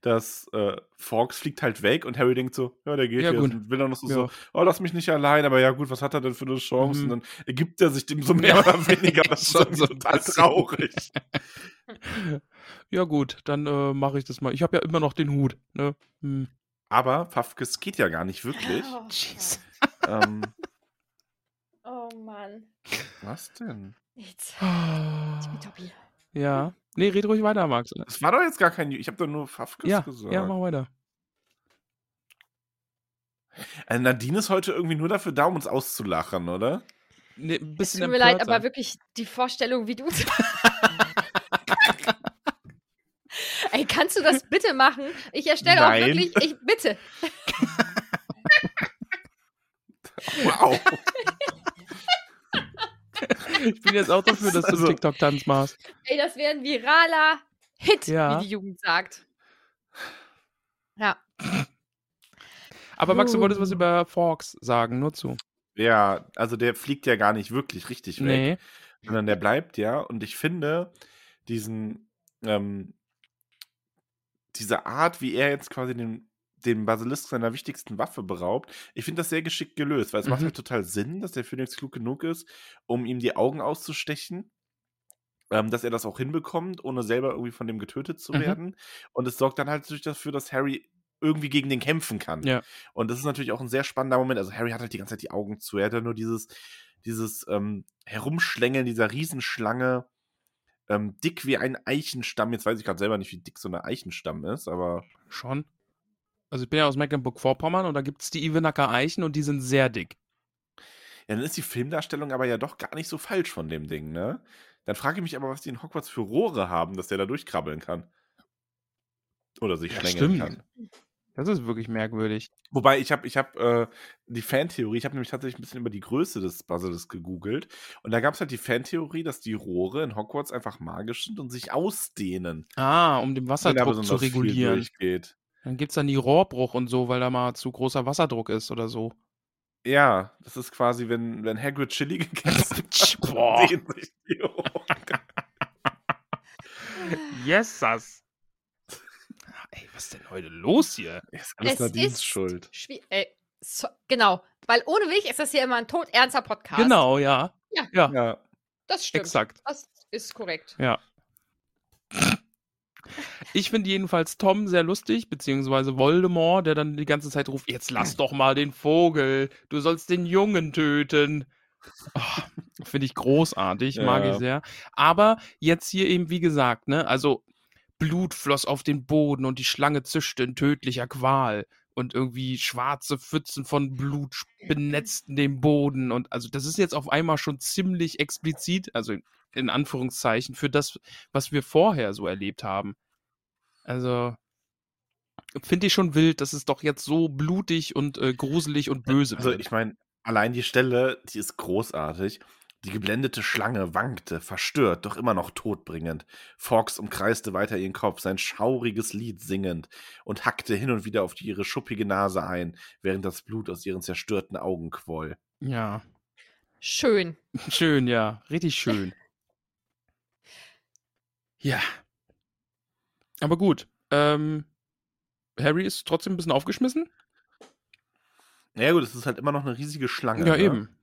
S3: dass äh, Forks fliegt halt weg und Harry denkt so, ja, der geht
S1: Ja,
S3: jetzt
S1: gut.
S3: und will dann noch so,
S1: Ja.
S3: so, oh, lass mich nicht allein, aber ja gut, was hat er denn für eine Chance?
S1: Mhm.
S3: Und dann ergibt er sich dem so mehr
S1: *laughs* Ja.
S3: oder weniger. Das ist
S1: Schon
S3: irgendwie
S1: so ein
S3: total
S1: bisschen. *laughs*
S3: traurig.
S1: Ja, gut, dann äh, mache ich das mal. Ich habe ja immer noch den Hut. Ne? Hm.
S3: Aber Pafkes geht ja gar
S2: *laughs*
S3: nicht wirklich.
S2: Oh,
S1: Jeez.
S3: ähm,
S2: Mann. oh Mann.
S3: was denn?
S2: Nichts.
S1: Ja.
S2: Tobi.
S1: Nee, red ruhig weiter, Max.
S3: Es war doch jetzt gar kein. Ich habe doch nur Pafkes
S1: Ja,
S3: gesagt.
S1: ja, mach weiter.
S3: also Nadine ist heute irgendwie nur dafür da, um uns auszulachen,
S1: *laughs*
S3: oder?
S1: Nee, ein
S2: Es
S1: bisschen
S2: tut mir leid,
S1: empört
S2: aber
S1: sein.
S2: wirklich die Vorstellung, wie
S1: *laughs*
S2: du. *laughs* Ey, kannst du das bitte machen? Ich erstelle auch
S3: Nein.
S2: wirklich. Ich bitte.
S3: Wow.
S1: Ich bin jetzt auch dafür, dass du
S3: Also-
S1: TikTok-Tanz machst.
S2: Ey, das wäre ein viraler Hit,
S1: Ja.
S2: wie die Jugend sagt. Ja.
S1: Aber Max, du
S2: Uh.
S1: wolltest was über Forks sagen, nur zu.
S3: ja, also der fliegt ja gar nicht wirklich richtig weg.
S1: Nee.
S3: sondern der bleibt ja. Und ich finde diesen, ähm, diese Art, wie er jetzt quasi den, den Basilisk seiner wichtigsten Waffe beraubt, ich finde das sehr geschickt gelöst, weil es macht
S1: Mhm.
S3: halt total Sinn, dass der Phoenix klug genug ist, um ihm die Augen auszustechen. Ähm, dass er das auch hinbekommt, ohne selber irgendwie von dem getötet zu
S1: Mhm.
S3: werden. Und es sorgt dann halt natürlich dafür, dass Harry irgendwie gegen den kämpfen kann.
S1: Ja.
S3: Und das ist natürlich auch ein sehr spannender Moment. Also Harry hat halt die ganze Zeit die Augen zu. Er hat ja nur dieses, dieses ähm, Herumschlängeln dieser Riesenschlange, ähm, dick wie ein Eichenstamm. Jetzt weiß ich gerade selber nicht, wie dick so ein Eichenstamm ist, aber
S1: Schon. Also ich bin ja aus Mecklenburg-Vorpommern und da gibt es die Ivenacker Eichen und die sind sehr dick.
S3: ja, dann ist die Filmdarstellung aber ja doch gar nicht so falsch von dem Ding, ne? Dann frage ich mich aber, was die in Hogwarts für Rohre haben, dass der da durchkrabbeln kann. Oder sich
S1: Ja,
S3: schlängeln
S1: stimmt.
S3: kann.
S1: Das ist wirklich merkwürdig.
S3: Wobei ich habe ich hab, äh, die Fantheorie, ich habe nämlich tatsächlich ein bisschen über die Größe des Basilisk gegoogelt. Und da gab es halt die Fantheorie, dass die Rohre in Hogwarts einfach magisch sind und sich ausdehnen.
S1: Ah, um den
S3: wenn da
S1: Wasserdruck zu
S3: besonders viel
S1: regulieren.
S3: durchgeht.
S1: Dann gibt es dann die Rohrbruch und so, weil da mal zu großer Wasserdruck ist oder so.
S3: Ja, das ist quasi, wenn, wenn Hagrid Chili *laughs* gegessen hat.
S1: *laughs* Boah.
S3: dehnen sich die Rohre.
S1: Yes, das. Ey, was ist denn heute los hier?
S3: Ist alles
S2: Es
S3: Nadines
S2: ist-
S3: Schuld.
S2: Schwie ey, so, genau. Weil ohne mich ist das hier immer ein todernster Podcast.
S1: Genau, ja.
S2: Ja.
S1: ja,
S3: Ja.
S2: Das stimmt.
S1: exakt.
S2: Das ist korrekt.
S1: Ja. Ich finde jedenfalls Tom sehr lustig, beziehungsweise Voldemort, der dann die ganze Zeit ruft, jetzt lass doch mal den Vogel, du sollst den Jungen töten. Ah, finde ich großartig, mag
S3: Ja.
S1: ich sehr. Aber jetzt hier eben, wie gesagt, ne, also Blut floss auf den Boden und die Schlange zischte in tödlicher Qual. Und irgendwie schwarze Pfützen von Blut
S3: Mhm.
S1: benetzten den Boden. Und also das ist jetzt auf einmal schon ziemlich explizit, also in Anführungszeichen, für das, was wir vorher so erlebt haben. Also finde ich schon wild, dass es doch jetzt so blutig und äh, gruselig und böse
S3: Also
S1: wird.
S3: ich meine, allein die Stelle, die ist großartig. Die geblendete Schlange wankte, verstört, doch immer noch todbringend. Fox umkreiste weiter ihren Kopf, sein schauriges Lied singend, und hackte hin und wieder auf die- ihre schuppige Nase ein, während das Blut aus ihren zerstörten Augen quoll.
S1: Ja,
S2: Schön.
S1: schön, ja,
S3: *laughs*
S1: richtig schön. ja. Aber gut, ähm, Harry ist trotzdem ein bisschen aufgeschmissen.
S3: Ja gut, es ist halt immer noch eine riesige Schlange.
S1: ja,
S3: ne?
S1: eben.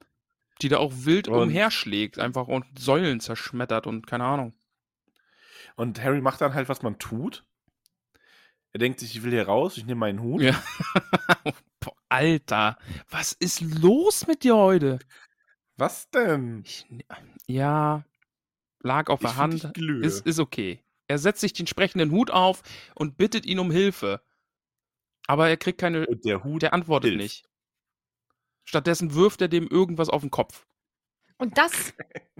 S1: Die da auch wild
S3: Und-
S1: umherschlägt, einfach und Säulen zerschmettert und keine Ahnung. *laughs*
S3: Und Harry macht dann halt, was man tut. Er denkt sich, ich will hier raus, ich nehme meinen Hut.
S1: Ja. Boah, Alter, was ist los mit dir heute?
S3: Was denn?
S1: Ich, ja, lag auf der
S3: find
S1: Hand.
S3: glühe.
S1: Ist, ist okay. Er setzt sich den entsprechenden Hut auf und bittet ihn um Hilfe. Aber er kriegt keine.
S3: und der Hut
S1: Der antwortet
S3: hilft.
S1: nicht. Stattdessen wirft er dem irgendwas auf den Kopf.
S2: Und das,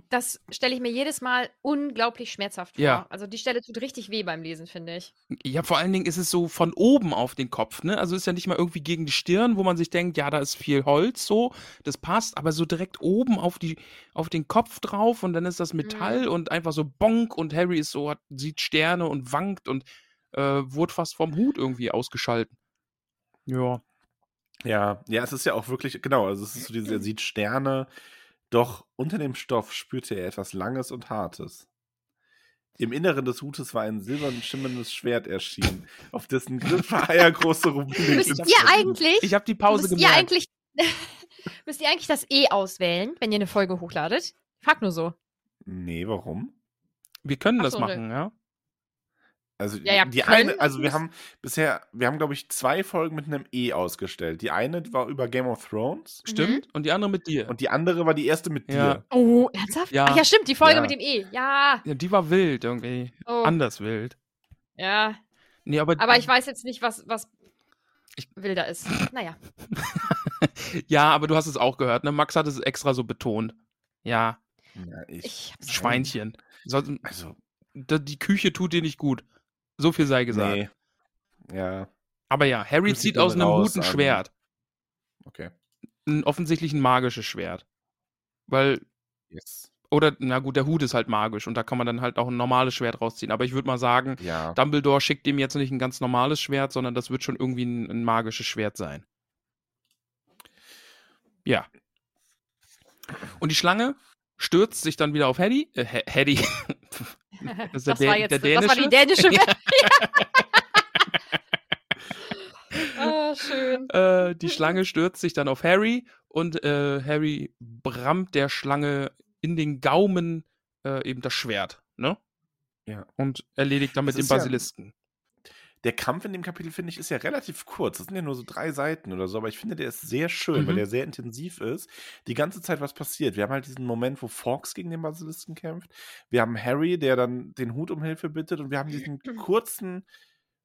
S2: das stelle ich mir jedes Mal unglaublich schmerzhaft vor.
S1: Ja.
S2: Also die Stelle tut richtig weh beim Lesen, finde ich.
S1: Ja, vor allen Dingen ist es so von oben auf den Kopf, ne? Also ist ja nicht mal irgendwie gegen die Stirn, wo man sich denkt, ja, da ist viel Holz, so, das passt, aber so direkt oben auf, die, auf den Kopf drauf und dann ist das Metall und einfach so bonk und Harry ist so, hat, sieht Sterne und wankt und äh, wurde fast vom Hut irgendwie ausgeschalten. Ja.
S3: Ja, ja, es ist ja auch wirklich, genau, also es ist so dieses, er sieht Sterne, doch unter dem Stoff spürte er etwas Langes und Hartes. Im Inneren des Hutes war ein silbern schimmerndes Schwert erschienen, auf dessen Griff eiergroße Rubine
S2: Müsst ihr
S3: glitzerten.
S2: eigentlich,
S1: Ich habe die Pause
S2: müsst ihr
S1: gemerkt.
S2: eigentlich, *laughs* müsst ihr eigentlich das E auswählen, wenn ihr eine Folge hochladet? Frag nur so.
S3: Nee, warum?
S1: Wir können
S2: Ach
S1: das
S2: so, ne.
S1: machen, ja?
S3: Also
S2: Ja, ja,
S3: die
S2: Köln
S3: eine, also wir
S2: ist-
S3: haben bisher, wir haben glaube ich zwei Folgen mit einem E ausgestellt. Die eine war über Game of Thrones
S1: Stimmt? Und die andere mit dir.
S3: und die andere war die erste mit
S1: Ja.
S3: dir.
S2: Oh, ernsthaft?
S1: Ja.
S2: Ach ja, stimmt, die Folge
S3: Ja.
S2: mit dem E. Ja.
S1: ja, die war wild irgendwie.
S2: Oh,
S1: Anders wild.
S2: ja.
S1: Nee, aber,
S2: Aber ich weiß jetzt nicht, was, was
S1: Ich-
S2: wilder ist. Naja.
S1: ja, aber du hast es auch gehört, ne? Max hat es extra so betont. Ja,
S3: Ja, ich,
S2: Ich hab's
S1: Schweinchen. Sonst,
S3: Also,
S1: da, die Küche tut dir nicht gut. So viel sei gesagt.
S3: nee. Ja,
S1: Aber ja, Harry
S3: Müssen
S1: zieht
S3: wir
S1: aus einem
S3: raus,
S1: guten
S3: also.
S1: Schwert.
S3: okay.
S1: Ein offensichtlich ein magisches Schwert. Weil,
S3: Yes.
S1: oder, na gut, der Hut ist halt magisch und da kann man dann halt auch ein normales Schwert rausziehen. Aber ich würde mal sagen,
S3: Ja.
S1: Dumbledore schickt ihm jetzt nicht ein ganz normales Schwert, sondern das wird schon irgendwie ein, ein magisches Schwert sein. Ja. Und die Schlange stürzt sich dann wieder auf Hedy. Äh, He-
S2: *laughs*
S1: Hedy. Das ist der
S2: das, war
S1: Dän-
S2: jetzt,
S1: der
S2: das war die
S1: *laughs*
S2: dänische *laughs* Oh, schön.
S1: äh, die Schlange stürzt sich dann auf Harry und äh, Harry brammt der Schlange in den Gaumen äh, eben das Schwert, ne?
S3: Ja.
S1: Und erledigt damit
S3: Das
S1: den
S3: ist ja-
S1: Basilisken.
S3: Der Kampf in dem Kapitel, finde ich, ist ja relativ kurz. Das sind ja nur so drei Seiten oder so, aber ich finde, der ist sehr schön,
S1: Mhm.
S3: weil der sehr intensiv ist. Die ganze Zeit was passiert. Wir haben halt diesen Moment, wo Fawkes gegen den Basilisken kämpft. Wir haben Harry, der dann den Hut um Hilfe bittet und wir haben
S1: *clears throat*
S3: diesen kurzen,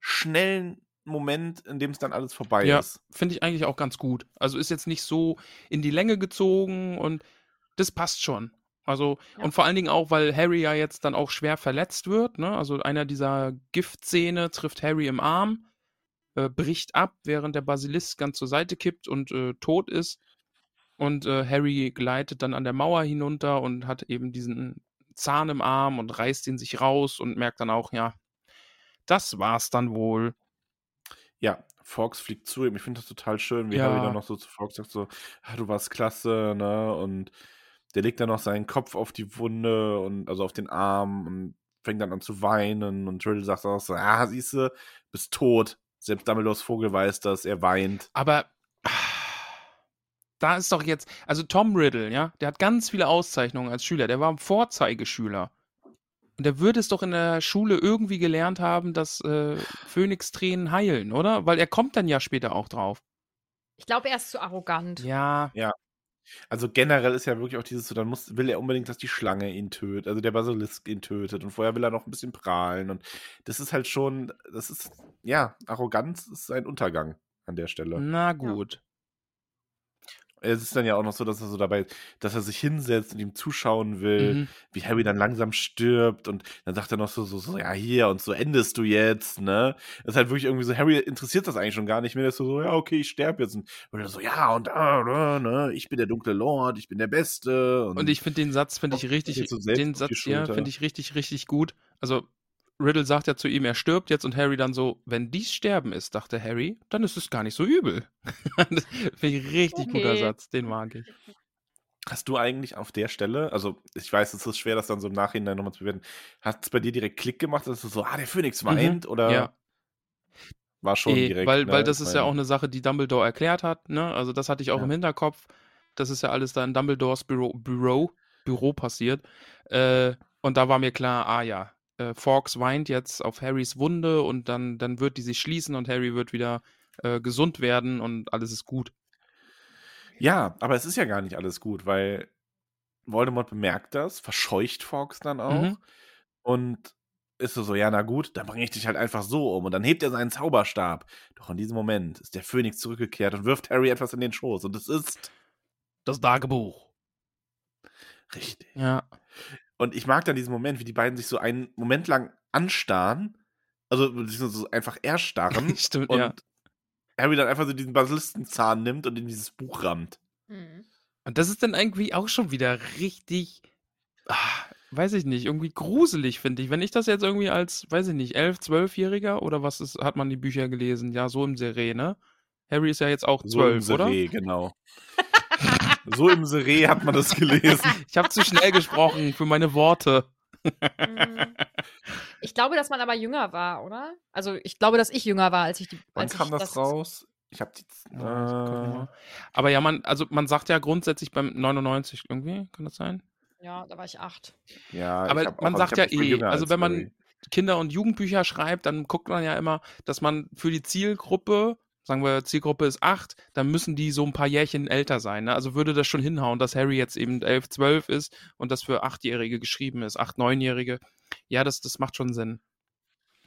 S3: schnellen Moment, in dem es dann alles vorbei
S1: Ja.
S3: ist.
S1: Finde ich eigentlich auch ganz gut. Also ist jetzt nicht so in die Länge gezogen und das passt schon. Also,
S2: Ja.
S1: und vor allen Dingen auch, weil Harry ja jetzt dann auch schwer verletzt wird, ne? Also einer dieser Giftszene trifft Harry im Arm, äh, bricht ab, während der Basilisk ganz zur Seite kippt und äh, tot ist. Und äh, Harry gleitet dann an der Mauer hinunter und hat eben diesen Zahn im Arm und reißt ihn sich raus und merkt dann auch, ja, das war's dann wohl.
S3: Ja, Fox fliegt zu ihm. Ich finde das total schön, wie
S1: Ja.
S3: Harry dann noch so zu Fox sagt: so, ah, du warst klasse, ne? Und der legt dann noch seinen Kopf auf die Wunde und also auf den Arm und fängt dann an zu weinen. Und Trill sagt auch so: Ah, siehst du, bist tot. Selbst Dumbledores Vogel weiß das, er weint.
S1: Aber ah, da ist doch jetzt, also Tom Riddle, ja, der hat ganz viele Auszeichnungen als Schüler. Der war ein Vorzeigeschüler. Und der würde es doch in der Schule irgendwie gelernt haben, dass äh, Phönix-Tränen heilen, oder? Weil er kommt dann ja später auch drauf.
S2: Ich glaube, er ist zu arrogant.
S1: Ja,
S3: Also generell ist ja wirklich auch dieses so, dann muss, will er unbedingt, dass die Schlange ihn tötet, also der Basilisk ihn tötet und vorher will er noch ein bisschen prahlen und das ist halt schon, das ist, ja, Arroganz ist sein Untergang an der Stelle.
S1: na gut.
S3: Es ist dann ja auch noch so, dass er so dabei, dass er sich hinsetzt und ihm zuschauen will,
S1: Mhm.
S3: wie Harry dann langsam stirbt und dann sagt er noch so, so, so, ja, hier und so endest du jetzt, ne? Das ist halt wirklich irgendwie so, Harry interessiert das eigentlich schon gar nicht mehr, dass so, so, ja, okay, ich sterbe jetzt und, und er so, ja, und ah, ne, ne, ich bin der dunkle Lord, ich bin der Beste und,
S1: Und ich finde den Satz, finde ich
S3: Kopf
S1: richtig,
S3: geht so selbst
S1: den
S3: auf die
S1: Satz hier
S3: Schulter.
S1: finde ich richtig, richtig gut. Also Riddle sagt ja zu ihm, er stirbt jetzt und Harry dann so, wenn dies Sterben ist, dachte Harry, dann ist es gar nicht so übel. *laughs* das finde ich richtig guter
S2: Okay.
S1: Satz, den mag ich.
S3: hast du eigentlich auf der Stelle, also ich weiß, es ist schwer, das dann so im Nachhinein nochmal zu werden, hat es bei dir direkt Klick gemacht, dass du so, ah, der Phönix weint oder
S1: Mhm. ja,
S3: war schon
S1: eh,
S3: direkt?
S1: weil,
S3: ne?
S1: weil das
S3: Ich
S1: ist ja
S3: meine-
S1: auch eine Sache, die Dumbledore erklärt hat, ne? Also das hatte ich auch
S3: Ja.
S1: im Hinterkopf. Das ist ja alles da in Dumbledores Büro, Büro, Büro passiert. Äh, und da war mir klar, ah ja, äh, Fawkes weint jetzt auf Harrys Wunde und dann, dann wird die sich schließen und Harry wird wieder äh, gesund werden und alles ist gut.
S3: Ja, aber es ist ja gar nicht alles gut, weil Voldemort bemerkt das, verscheucht Fox dann auch
S1: Mhm.
S3: und ist so, so, ja, na gut, dann bringe ich dich halt einfach so um. Und dann hebt er seinen Zauberstab. Doch in diesem Moment ist der Phönix zurückgekehrt und wirft Harry etwas in den Schoß. Und es ist
S1: Das Tagebuch.
S3: richtig.
S1: Ja.
S3: Und ich mag dann diesen Moment, wie die beiden sich so einen Moment lang anstarren, also beziehungsweise so einfach erstarren
S1: Stimmt,
S3: Ähm,
S1: *laughs*
S3: und
S1: ja.
S3: Harry dann einfach so diesen Basilistenzahn nimmt und in dieses Buch rammt.
S2: Hm.
S1: Und das ist dann irgendwie auch schon wieder richtig, ah, weiß ich nicht, irgendwie gruselig, finde ich. Wenn ich das jetzt irgendwie als, weiß ich nicht, elf, zwölfjähriger oder was ist, hat man die Bücher gelesen? Ja, so im Seré, ne? Harry ist ja jetzt auch zwölf,
S3: so im
S1: oder?
S3: Seré, genau. so im Seré hat man das
S1: *laughs*
S3: gelesen.
S1: Ich habe zu schnell gesprochen für meine Worte.
S3: *laughs*
S2: Hm. Ich glaube, dass man aber jünger war, oder? Also ich glaube, dass ich jünger war, als ich die.
S3: Wann
S2: als
S3: kam
S2: ich
S3: das, raus? Ich habe die.
S1: Ja, ich guck
S3: Äh,
S1: mal. Aber ja, man, also man sagt ja grundsätzlich beim 99 irgendwie, kann das sein?
S2: Ja, da war ich acht.
S3: ja,
S1: Aber
S3: ich hab auch-
S1: man
S3: Äh, ich
S1: sagt
S3: hab-
S1: ja
S3: ich bin
S1: eh,
S3: jünger
S1: also
S3: als
S1: wenn man-
S3: Harry.
S1: Kinder- und Jugendbücher schreibt, dann guckt man ja immer, dass man für die Zielgruppe, sagen wir, Zielgruppe ist acht, dann müssen die so ein paar Jährchen älter sein. Ne? Also würde das schon hinhauen, dass Harry jetzt eben elf, zwölf ist und das für Achtjährige geschrieben ist, acht, neunjährige. Ja, das, das macht schon Sinn.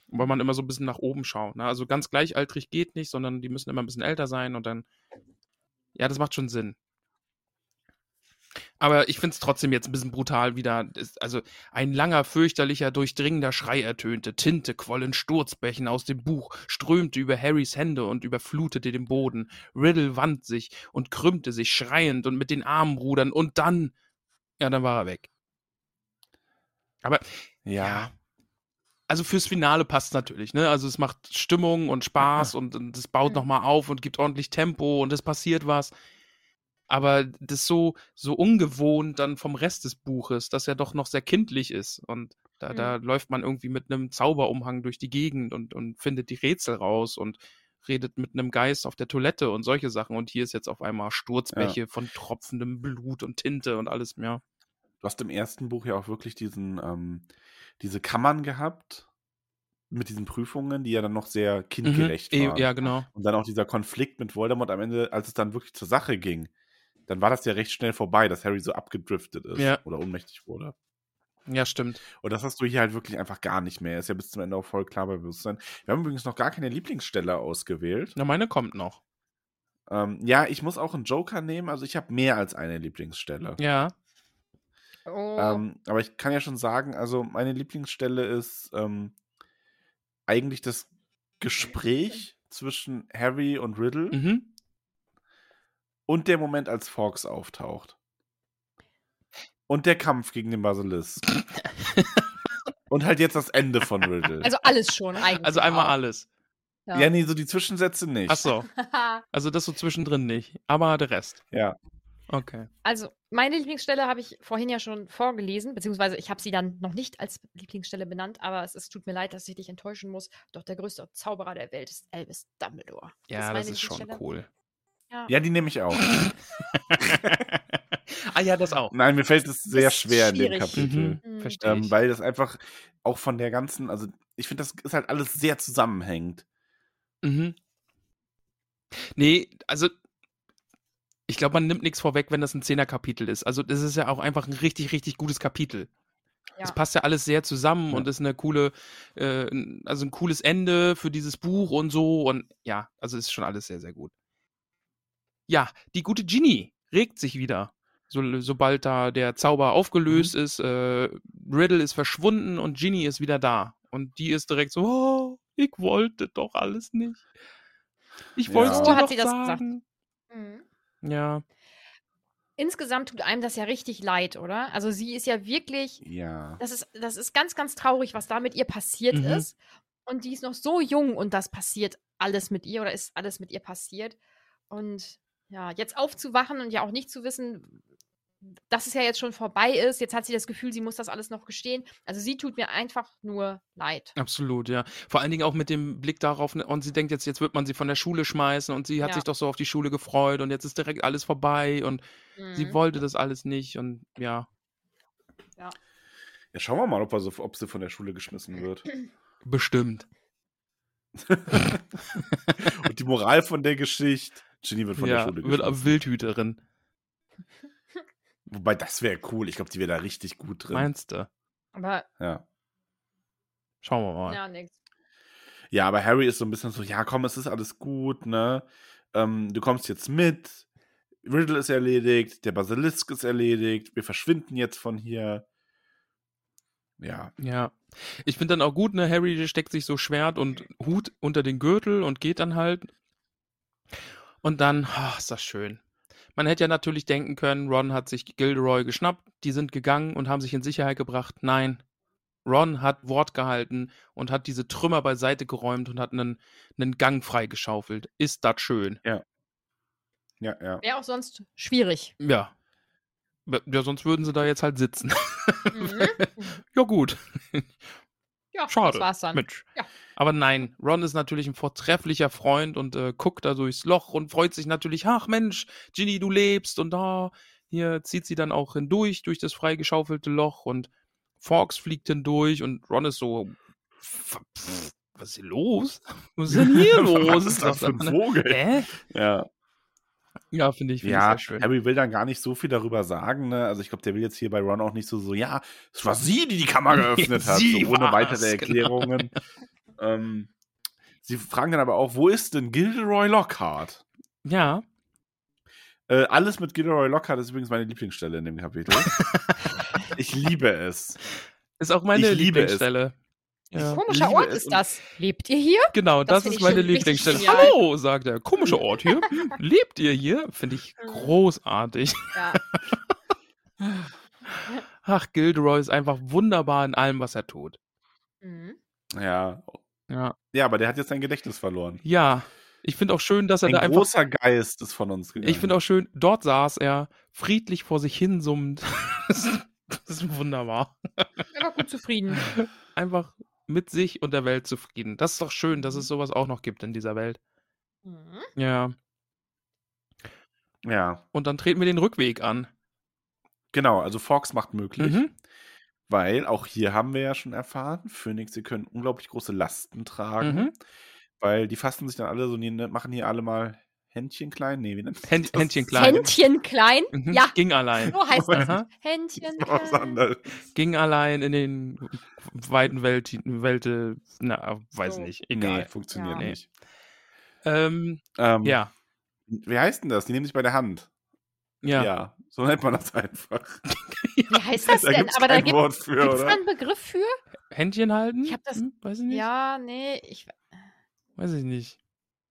S1: Weil man immer so ein bisschen nach oben schaut. Ne? Also ganz gleichaltrig geht nicht, sondern die müssen immer ein bisschen älter sein und dann. Ja, das macht schon Sinn. Aber ich finde es trotzdem jetzt ein bisschen brutal wieder. Es- Also ein langer, fürchterlicher, durchdringender Schrei ertönte. Tinte quoll in Sturzbächen aus dem Buch, strömte über Harrys Hände und überflutete den Boden. Riddle wand sich und krümmte sich schreiend und mit den Armen rudern und dann. Ja, dann war er weg. Aber ja. Also fürs Finale passt natürlich, ne? Also es macht Stimmung und Spaß und, und es baut
S2: Mhm.
S1: nochmal auf und gibt ordentlich Tempo und es passiert was. Aber das so, so ungewohnt dann vom Rest des Buches, das ja doch noch sehr kindlich ist. Und da, da läuft man irgendwie mit einem Zauberumhang durch die Gegend und, und findet die Rätsel raus und redet mit einem Geist auf der Toilette und solche Sachen. Und hier ist jetzt auf einmal Sturzbäche von tropfendem Blut und Tinte und alles mehr.
S3: Du hast im ersten Buch ja auch wirklich diesen, ähm, diese Kammern gehabt mit diesen Prüfungen, die ja dann noch sehr kindgerecht
S1: Eh,
S3: waren.
S1: Ja, genau.
S3: Und dann auch dieser Konflikt mit Voldemort am Ende, als es dann wirklich zur Sache ging, dann war das ja recht schnell vorbei, dass Harry so abgedriftet ist
S1: Ja.
S3: oder ohnmächtig wurde.
S1: Ja, stimmt.
S3: Und das hast du hier halt wirklich einfach gar nicht mehr. Er Ist ja bis zum Ende auch voll klar bei Bewusstsein. Wir haben übrigens noch gar keine Lieblingsstelle ausgewählt.
S1: Na, meine kommt noch.
S3: Ähm, ja, ich muss auch einen Joker nehmen, also ich habe mehr als eine Lieblingsstelle.
S1: Ja.
S2: Oh.
S3: Ähm, aber ich kann ja schon sagen, also meine Lieblingsstelle ist ähm, eigentlich das Gespräch zwischen Harry und Riddle
S1: Mhm.
S3: und der Moment, als Fox auftaucht. Und der Kampf gegen
S1: *laughs*
S3: den Basilisk. und halt jetzt das Ende von Riddle.
S2: also alles schon eigentlich.
S1: Also einmal alles.
S3: ja. nee, so die Zwischensätze nicht.
S1: Ach so.
S2: alles.
S1: Also das so zwischendrin nicht. Aber der Rest.
S3: Ja.
S1: Okay.
S2: *laughs* also meine Lieblingsstelle habe ich vorhin ja schon vorgelesen, beziehungsweise ich habe sie dann noch nicht als Lieblingsstelle benannt, aber es ist, tut mir leid, dass ich dich enttäuschen muss. Doch der größte Zauberer der Welt ist Elvis Dumbledore.
S1: Ja,
S2: meine
S1: das ist schon
S2: Lieblingsstelle.
S1: cool.
S3: Ja, die nehme ich auch.
S1: ah ja, das auch.
S3: Nein, mir fällt es sehr
S2: ist
S3: schwer in dem
S2: schwierig.
S3: Kapitel.
S2: Mhm.
S1: Verstehe
S3: Ähm,
S1: ich.
S3: weil das einfach auch von der ganzen, also ich finde, das ist halt alles sehr zusammenhängend.
S1: Mhm. Nee, also ich glaube, man nimmt nichts vorweg, wenn das ein Zehner-Kapitel ist. Also das ist ja auch einfach ein richtig, richtig gutes Kapitel.
S2: Ja.
S1: Es passt ja alles sehr zusammen
S3: Ja.
S1: und ist eine coole, äh, n- also ein cooles Ende für dieses Buch und so. Und ja, also ist schon alles sehr, sehr gut. Ja, die gute Ginny regt sich wieder. So, sobald da der Zauber
S3: Mhm.
S1: aufgelöst ist, äh, Riddle ist verschwunden und Ginny ist wieder da. Und die ist direkt so, oh, ich wollte doch alles nicht. Ich
S3: Ja.
S1: wollte es
S3: So
S1: dir
S2: hat
S1: doch
S2: sie das gesagt.
S1: sagen.
S2: Mhm.
S1: Ja,
S2: Insgesamt tut einem das ja richtig leid, oder? Also sie ist ja wirklich
S3: Ja.
S2: das ist, das ist ganz, ganz traurig, was da mit ihr passiert
S1: Mhm.
S2: ist. Und die ist noch so jung und das passiert alles mit ihr oder ist alles mit ihr passiert. Und ja, jetzt aufzuwachen und ja auch nicht zu wissen, dass es ja jetzt schon vorbei ist. Jetzt hat sie das Gefühl, sie muss das alles noch gestehen. Also sie tut mir einfach nur leid.
S1: absolut, ja. Vor allen Dingen auch mit dem Blick darauf, ne, und sie denkt jetzt, jetzt wird man sie von der Schule schmeißen und sie hat
S2: Ja.
S1: sich doch so auf die Schule gefreut und jetzt ist direkt alles vorbei und sie
S2: Mhm.
S1: wollte das alles nicht und ja.
S3: Ja, schauen wir mal, ob, er so, ob sie von der Schule geschmissen
S2: Hm. *laughs*
S3: wird.
S1: Bestimmt.
S3: Und die Moral von der Geschichte, Ginny wird von der
S1: ja,
S3: Schule
S1: wird
S3: geschmissen.
S1: Wildhüterin,
S3: Wobei, das wäre cool. Ich glaube, die wäre da richtig gut drin.
S1: meinst du?
S2: Aber
S3: Ja.
S1: Schauen wir mal.
S2: ja, nix.
S3: ja, aber Harry ist so ein bisschen so, ja, komm, es ist alles gut, ne? Ähm, du kommst jetzt mit. Riddle ist erledigt, der Basilisk ist erledigt, wir verschwinden jetzt von hier. Ja.
S1: Ja. Ich finde dann auch gut, ne, Harry der steckt sich so Schwert und Hut unter den Gürtel und geht dann halt. Und dann, ah, ist das schön. Man hätte ja natürlich denken können, Ron hat sich Gilderoy geschnappt, die sind gegangen und haben sich in Sicherheit gebracht. Nein. Ron hat Wort gehalten und hat diese Trümmer beiseite geräumt und hat einen, einen Gang freigeschaufelt. Ist das schön?
S3: Ja, ja.
S2: Wäre auch sonst
S1: *laughs*
S2: schwierig.
S1: Ja. Ja, sonst würden sie da jetzt halt sitzen. *laughs*
S2: Mhm.
S1: ja, gut.
S2: Ja,
S1: Schade.
S2: das war's dann.
S1: Mensch.
S2: Ja.
S1: Aber nein, Ron ist natürlich ein vortrefflicher Freund und äh, guckt da durchs Loch und freut sich natürlich, ach Mensch, Ginny, du lebst und da. hier zieht sie dann auch hindurch, durch das freigeschaufelte Loch und Forks fliegt hindurch und Ron ist so, pff, was ist hier los? Was ist denn hier los?
S3: *laughs* Was ist das
S1: *laughs*
S3: für ein
S1: Sagt einer,
S3: Vogel?
S1: Hä?
S3: Ja,
S1: Ja, finde ich, find
S3: ja
S1: ich sehr schön.
S3: Harry will dann gar nicht so viel darüber sagen. Ne? Also ich glaube, der will jetzt hier bei Ron auch nicht so, so, ja, es war sie, die
S1: *laughs*
S3: die Kammer geöffnet hat, so,
S1: Sie
S3: ohne
S1: war's, genau.
S3: weitere Erklärungen. ähm, sie fragen dann aber auch, wo ist denn Gilderoy Lockhart?
S1: Ja,
S3: Äh, alles mit Gilderoy Lockhart ist übrigens meine Lieblingsstelle in
S1: *laughs*
S3: dem Kapitel. ich liebe es.
S1: ist auch meine
S3: Ich liebe es.
S1: Lieblingsstelle. Ja.
S2: Komischer
S3: liebe
S2: Ort
S3: es
S2: ist
S3: und-
S2: das. Lebt
S1: *laughs*
S2: ihr hier?
S1: Genau,
S2: Das
S1: das,
S2: finde
S1: ist
S2: ich
S1: meine
S2: schon richtig
S1: Lieblingsstelle.
S2: genial.
S1: Hallo, sagt er. Komischer Ort
S2: *laughs*
S1: hier. Hm, Lebt ihr hier? Finde ich großartig.
S2: Ja.
S1: *laughs* Ach, Gilderoy ist einfach wunderbar in allem, was er tut.
S2: Mhm.
S3: Ja.
S1: Ja.
S3: Ja, aber der hat jetzt sein Gedächtnis verloren.
S1: Ja. Ich finde auch schön, dass er
S3: Ein
S1: da einfach.
S3: großer Geist ist von uns gegangen.
S1: Ich finde auch schön, dort saß er, friedlich vor sich hin summend. *laughs* das, ist, das ist wunderbar.
S2: Ich war
S1: *laughs*
S2: gut zufrieden.
S1: Einfach mit sich und der Welt zufrieden. Das ist doch schön, dass es sowas auch noch gibt in dieser Welt.
S2: Mhm.
S1: Ja.
S3: ja,
S1: Und dann treten wir den Rückweg an.
S3: genau. Also Fox macht möglich,
S1: Mhm.
S3: weil auch hier haben wir ja schon erfahren, Phoenix, sie können unglaublich große Lasten tragen,
S1: Mhm.
S3: weil die fassen sich dann alle so, die ne- machen hier alle mal Händchen klein. Nee, wie nennt sich
S1: Händ,
S3: das?
S1: Händchen klein.
S2: Händchen klein?
S1: Mhm.
S2: Ja.
S1: Ging
S2: *laughs*
S1: allein. *laughs*
S2: So heißt das.
S1: Aha.
S2: Händchen
S1: *laughs*
S3: Was
S2: klein.
S3: anderes.
S1: Ging allein in den weiten Welt, Welte, na, weiß
S2: So.
S1: nicht,
S3: Nee,
S1: egal.
S3: funktioniert
S2: Ja.
S3: nicht.
S1: Ähm,
S2: Hm.
S3: Ähm,
S1: ja,
S3: Wie heißt denn das? Die nehmen sich bei der Hand.
S1: ja,
S3: ja so nennt man das einfach.
S2: Wie heißt das
S3: *laughs* da
S2: denn?
S3: gibt's
S2: Aber da
S3: kein
S2: gibt
S3: Wort für,
S2: es
S3: oder?
S2: da einen Begriff für?
S1: Händchen halten?
S2: Ich hab das-
S1: Hm, weiß ich nicht.
S2: Ja, nee, ich
S1: Weiß ich nicht.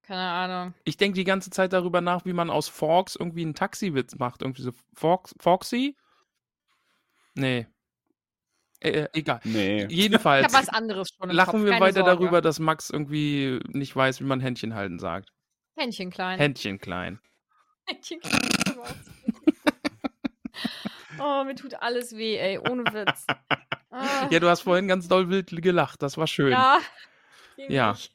S2: keine Ahnung.
S1: Ich denke die ganze Zeit darüber nach, wie man aus Forks irgendwie einen Taxiwitz macht. Irgendwie so Forks, Foxy? Nee. Äh, äh, egal.
S3: Nee.
S2: Ich habe
S1: Jedenfalls
S2: was anderes schon im
S1: lachen
S2: Kopf,
S1: wir
S2: keine
S1: weiter
S2: Sorge.
S1: darüber, dass Max irgendwie nicht weiß, wie man Händchen halten sagt.
S2: Händchen klein.
S1: Händchen klein.
S2: Händchen klein.
S1: *laughs*
S2: oh, mir tut alles weh, ey, ohne
S1: *laughs*
S2: Witz. Ah,
S1: Ja, du hast vorhin ganz doll wild gelacht. Das war schön.
S2: ja. Ging
S1: Ja.
S2: nicht.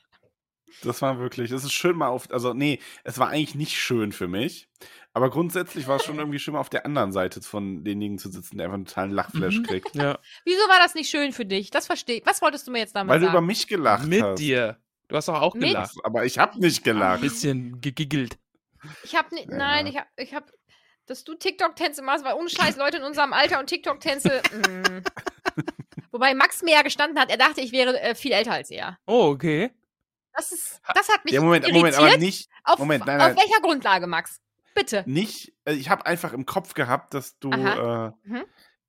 S3: Das war wirklich, es ist schön mal auf, also nee, es war eigentlich nicht schön für mich, aber grundsätzlich war es schon irgendwie schön mal auf der anderen Seite von denjenigen zu sitzen, der einfach einen totalen Lachflash
S1: Mhm. *laughs*
S3: kriegt.
S1: ja.
S2: Wieso war das nicht schön für dich? Das verstehe ich. Was wolltest du mir jetzt damit
S3: Weil du über
S2: sagen?
S3: mich gelacht
S1: Mit
S3: hast.
S1: dir. Du hast doch auch
S2: Mit-
S1: gelacht.
S3: Aber ich habe nicht
S1: Ein
S3: gelacht.
S1: bisschen gegiggelt.
S2: Ich habe nicht, nein,
S3: Ja.
S2: ich habe, ich habe, dass du TikTok-Tänze machst, weil ohne Scheiß Leute in unserem Alter und
S3: *laughs*
S2: TikTok-Tänze. mm. Wobei Max mir ja gestanden hat, er dachte, ich wäre äh, viel älter als er.
S1: Oh, okay.
S2: Das ist, das hat mich
S3: Ja, Moment,
S2: irritiert.
S3: Moment, aber nicht,
S2: auf,
S3: Moment, nein,
S2: auf
S3: nein.
S2: welcher Grundlage, Max? Bitte.
S3: nicht, äh, ich habe einfach im Kopf gehabt, dass du äh,
S2: Aha. Mhm.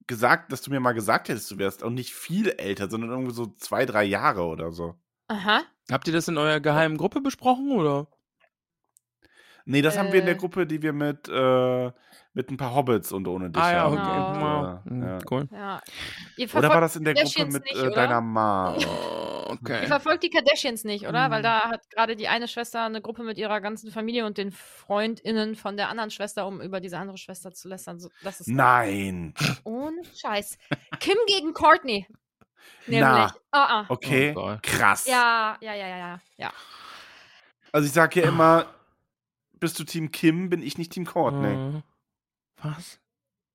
S3: gesagt, dass du mir mal gesagt hättest, du wärst auch nicht viel älter, sondern irgendwie so zwei, drei Jahre oder so.
S2: Aha.
S1: Habt ihr das in eurer geheimen Gruppe besprochen oder?
S3: Nee, das haben wir in der
S2: Äh.
S3: Gruppe, die wir mit, äh, mit ein paar Hobbits und ohne dich
S1: ah ja,
S3: haben.
S2: Genau.
S1: okay. Wow.
S3: Und, äh, ja.
S1: Mhm, Cool.
S2: Ja. Ihr
S3: Oder
S2: verfolgt,
S3: war das in der
S2: Kardashians
S3: Gruppe mit
S2: nicht,
S3: äh,
S2: oder?
S3: deiner Ma?
S1: Oh,
S2: ihr
S1: Okay.
S2: verfolgt die Kardashians nicht, oder?
S3: Hm.
S2: Weil
S1: Mm.
S2: da hat gerade die eine Schwester eine Gruppe mit ihrer ganzen Familie und den FreundInnen von der anderen Schwester, um über diese andere Schwester zu lästern. So, das ist
S3: *laughs* Nein.
S2: ohne Scheiß. Kim gegen Courtney. Nämlich.
S3: Na.
S2: Ah, ah.
S3: Okay.
S1: Oh Gott.
S3: Krass.
S2: Ja, ja, ja, ja, ja, ja.
S3: Also ich sage ja
S1: Ah.
S3: immer, bist du Team Kim, bin ich nicht Team Courtney.
S1: Äh, Was?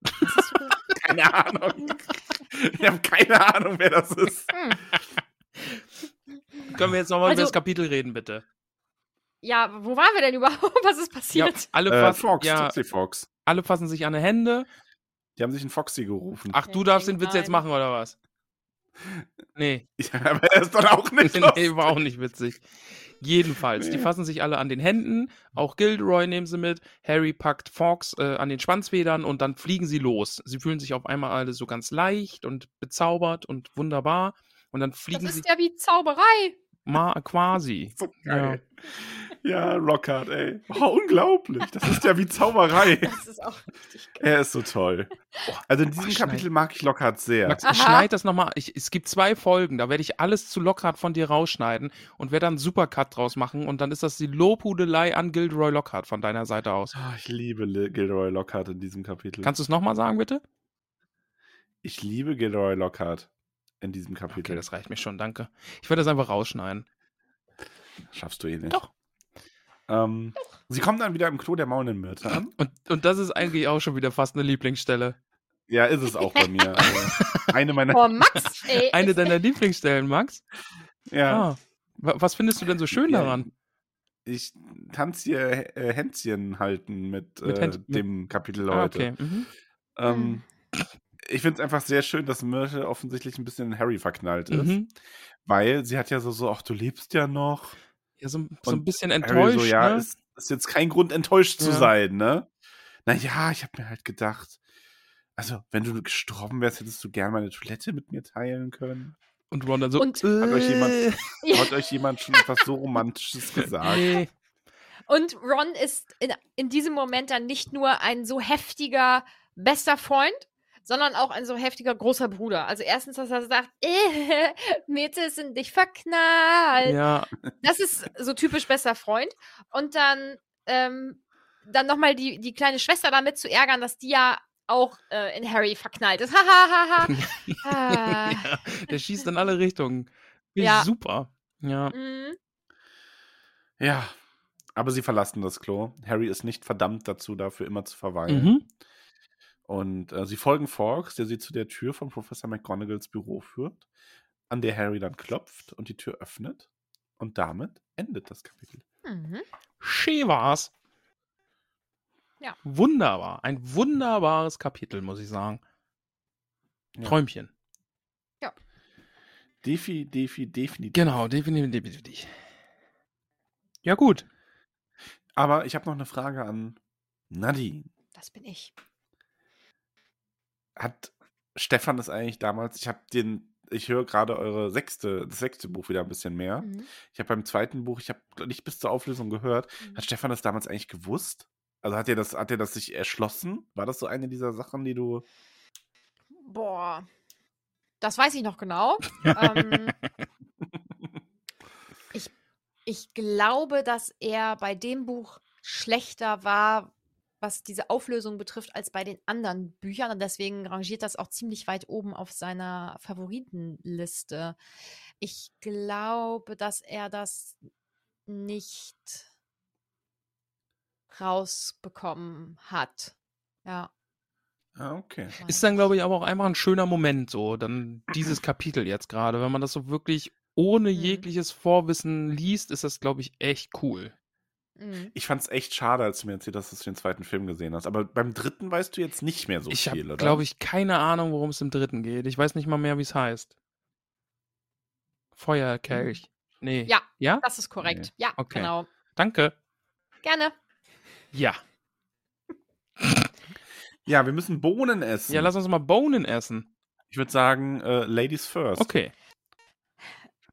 S3: *laughs* Keine Ahnung. Ich habe keine Ahnung, wer das ist.
S2: Hm.
S1: Können wir jetzt nochmal
S2: Also-
S1: über das Kapitel reden, bitte?
S2: Ja, wo waren wir denn überhaupt? Was ist passiert?
S1: alle,
S3: Äh,
S1: fassen,
S3: Fox,
S1: ja,
S3: Tootsie Fox.
S1: alle fassen sich an die Hände.
S3: Die haben sich einen Foxy gerufen.
S1: Ach, du
S2: Ja,
S1: darfst
S2: klingt
S1: den Witz jetzt
S2: rein.
S1: machen, oder was? Nee,
S3: *laughs* Ja, aber er ist dann auch nicht los.
S1: *laughs* nee war auch nicht witzig. Jedenfalls, die
S3: Nee.
S1: fassen sich alle an den Händen. Auch Gilderoy nehmen sie mit. Harry packt Fox äh, an den Schwanzfedern und dann fliegen sie los. Sie fühlen sich auf einmal alle so ganz leicht und bezaubert und wunderbar. Und dann
S2: Das
S1: fliegen sie
S2: ist ja wie
S1: *laughs*
S2: Zauberei.
S1: mal quasi.
S3: So geil. Ja, Lockhart, ey. Oh, unglaublich. Das ist ja wie Zauberei.
S1: *laughs*
S2: Das ist auch richtig geil.
S3: Er ist so toll. Also in diesem
S1: Ach,
S3: Kapitel mag ich Lockhart sehr.
S1: Max,
S2: Aha.
S1: schneid das nochmal. Ich, es gibt zwei Folgen, da werde ich alles zu Lockhart von dir rausschneiden und werde dann einen Supercut draus machen und dann ist das die Lobhudelei an Gilderoy Lockhart von deiner Seite aus.
S3: Ah, ich liebe Le- Gilderoy Lockhart in diesem Kapitel.
S1: Kannst du es nochmal sagen, bitte?
S3: Ich liebe Gilderoy Lockhart in diesem
S1: Okay,
S3: Kapitel.
S1: das reicht mir schon, danke. Ich werde das einfach rausschneiden.
S3: Schaffst du eh nicht.
S1: Doch.
S3: Ähm, sie kommen dann wieder im Klo der maulenden ne? Myrte an.
S1: Und, und das ist eigentlich auch schon wieder fast eine Lieblingsstelle. *laughs*
S3: Ja, ist es auch bei mir. aber Also, Eine meiner.
S1: ne.
S2: Oh, Max, ey.
S1: Eine deiner Lieblingsstellen, Max?
S3: Ja.
S1: Ah, wa- was findest du denn so schön
S3: Ja,
S1: daran?
S3: Ich tanze hier äh, Händchen halten mit,
S1: Mit
S3: äh,
S1: Händ- mit-
S3: dem Kapitel heute.
S1: Ah, okay. Mhm.
S3: Ähm, ich finde es einfach sehr schön, dass Myrtle offensichtlich ein bisschen in Harry verknallt ist,
S1: Mhm.
S3: weil sie hat ja so, so, ach, du lebst ja noch.
S1: Ja, so, so ein
S3: Und
S1: bisschen
S3: Harry
S1: enttäuscht.
S3: so, ja,
S1: ne?
S3: ist, ist jetzt kein Grund, enttäuscht zu
S1: Ja.
S3: sein, ne? Naja, ich habe mir halt gedacht, also, wenn du gestorben wärst, hättest du gerne meine Toilette mit mir teilen können.
S1: und Ron dann so.
S2: Und-
S1: äh,
S3: Hat euch jemand-
S2: Ja.
S3: Hat euch jemand schon etwas so Romantisches
S1: *laughs*
S3: gesagt?
S1: Nee.
S2: Und Ron ist in, in diesem Moment dann nicht nur ein so heftiger bester Freund, sondern auch ein so heftiger großer Bruder. Also erstens, dass er sagt, *laughs* äh, Mete sind dich verknallt.
S1: Ja,
S2: Das ist so typisch bester Freund. Und dann, ähm, dann nochmal die, die kleine Schwester damit zu ärgern, dass die ja auch äh, in Harry verknallt ist. Ha, ha, ha, ha. Ah.
S1: ja, *laughs* der schießt in alle Richtungen. Finde ich
S2: Ja.
S1: Super. Ja.
S2: Mhm.
S3: Ja. Aber sie verlassen das Klo. Harry ist nicht verdammt dazu, dafür immer zu verweilen.
S1: Mhm.
S3: Und äh, sie folgen Forks, der sie zu der Tür von Professor McGonagalls Büro führt, an der Harry dann klopft und die Tür öffnet. Und damit endet das Kapitel.
S2: Mhm.
S1: Schön war's.
S2: Ja.
S1: Wunderbar. Ein wunderbares Kapitel, muss ich sagen.
S3: Ja.
S1: Träumchen.
S3: Defi, defi, definitiv.
S1: Genau, definitiv, definitiv. Ja, gut.
S3: Aber ich habe noch eine Frage an Nadine.
S2: Das bin ich.
S3: Hat Stefan es eigentlich damals, ich habe den, ich höre gerade eure sechste, das sechste Buch wieder ein bisschen mehr.
S2: Mhm.
S3: Ich habe beim zweiten Buch, ich habe nicht bis zur Auflösung gehört.
S2: Mhm.
S3: Hat Stefan das damals eigentlich gewusst? Also hat er das, hat er das sich erschlossen? War das so eine dieser Sachen, die du.
S2: Boah. Das weiß ich noch genau. ähm,
S1: *laughs*
S2: ich, ich glaube, dass er bei dem Buch schlechter war, was diese Auflösung betrifft, als bei den anderen Büchern. Und deswegen rangiert das auch ziemlich weit oben auf seiner Favoritenliste. Ich glaube, dass er das nicht rausbekommen hat. Ja.
S3: Ah, okay.
S1: Ist dann, glaube ich, aber auch einfach ein schöner Moment, so, dann dieses Kapitel jetzt gerade. Wenn man das so wirklich ohne
S2: Mhm.
S1: jegliches Vorwissen liest, ist das, glaube ich, echt cool.
S2: Mhm.
S3: Ich fand's echt schade, als du mir erzählt hast, dass du den zweiten Film gesehen hast. Aber beim dritten weißt du jetzt nicht mehr so
S1: ich
S3: viel,
S1: habe,
S3: oder?
S1: glaube ich, keine Ahnung, worum es im dritten geht. Ich weiß nicht mal mehr, wie es heißt. Feuerkelch. Nee.
S2: Ja.
S1: Ja?
S2: Das ist korrekt. Ja,
S1: Okay.
S2: genau.
S1: Danke.
S2: Gerne.
S1: Ja.
S3: Ja, wir müssen Bohnen essen.
S1: Ja, lass uns mal Bohnen essen.
S3: ich würde sagen, äh, Ladies first.
S1: Okay.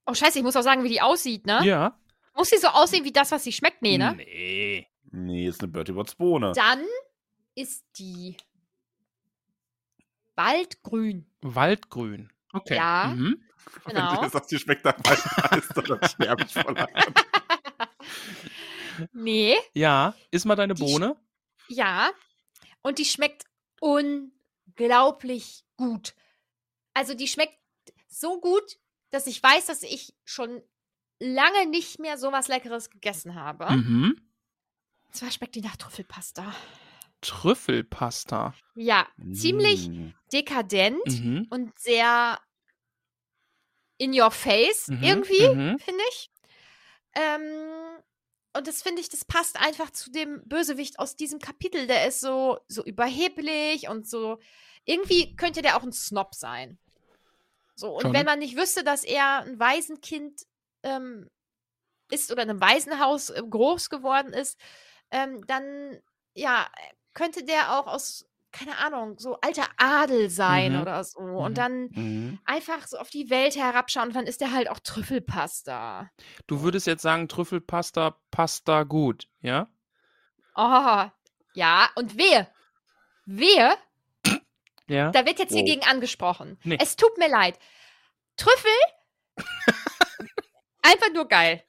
S2: Oh, scheiße, ich muss auch sagen, wie die aussieht, ne?
S1: Ja.
S2: Muss sie so aussehen wie das, was sie schmeckt? Nee, ne?
S1: Nee.
S3: Nee, ist eine Bertie Watts Bohne.
S2: Dann ist die Waldgrün.
S1: Waldgrün. Okay.
S2: Ja.
S1: Mhm.
S3: Wenn du
S2: Genau.
S3: jetzt sagst, die schmeckt nach Waldmeister, dann sterbe ich voll an.
S2: Nee,
S1: Ja. Ist mal deine
S2: Die
S1: Bohne.
S2: ja. Und die schmeckt unglaublich gut. Also die schmeckt so gut, dass ich weiß, dass ich schon lange nicht mehr so was Leckeres gegessen habe.
S1: Mhm.
S2: Und zwar schmeckt die nach Trüffelpasta.
S1: Trüffelpasta.
S2: Ja, *laughs* ziemlich
S3: Mm.
S2: dekadent.
S1: Mhm.
S2: und sehr in your face
S1: Mhm.
S2: irgendwie,
S1: Mhm.
S2: finde ich. Ähm, und das finde ich, das passt einfach zu dem Bösewicht aus diesem Kapitel. Der ist so, so überheblich und so. Irgendwie könnte der auch ein Snob sein. So, und
S1: Schon.
S2: wenn man nicht wüsste, dass er ein Waisenkind ähm, ist oder in einem Waisenhaus äh, groß geworden ist, ähm, dann ja, könnte der auch aus, keine Ahnung, so alter Adel sein
S1: Mhm.
S2: oder so.
S1: Mhm.
S2: Und dann
S3: Mhm.
S2: einfach so auf die Welt herabschauen und dann ist der halt auch Trüffelpasta.
S1: Du würdest jetzt sagen, Trüffelpasta, Pasta gut. Ja?
S2: Oh, ja, und wehe. Wehe,
S1: Ja.
S2: da wird jetzt hier
S3: Wow.
S2: gegen angesprochen.
S1: Nee.
S2: Es tut mir leid. Trüffel? einfach
S1: *laughs*
S2: nur geil.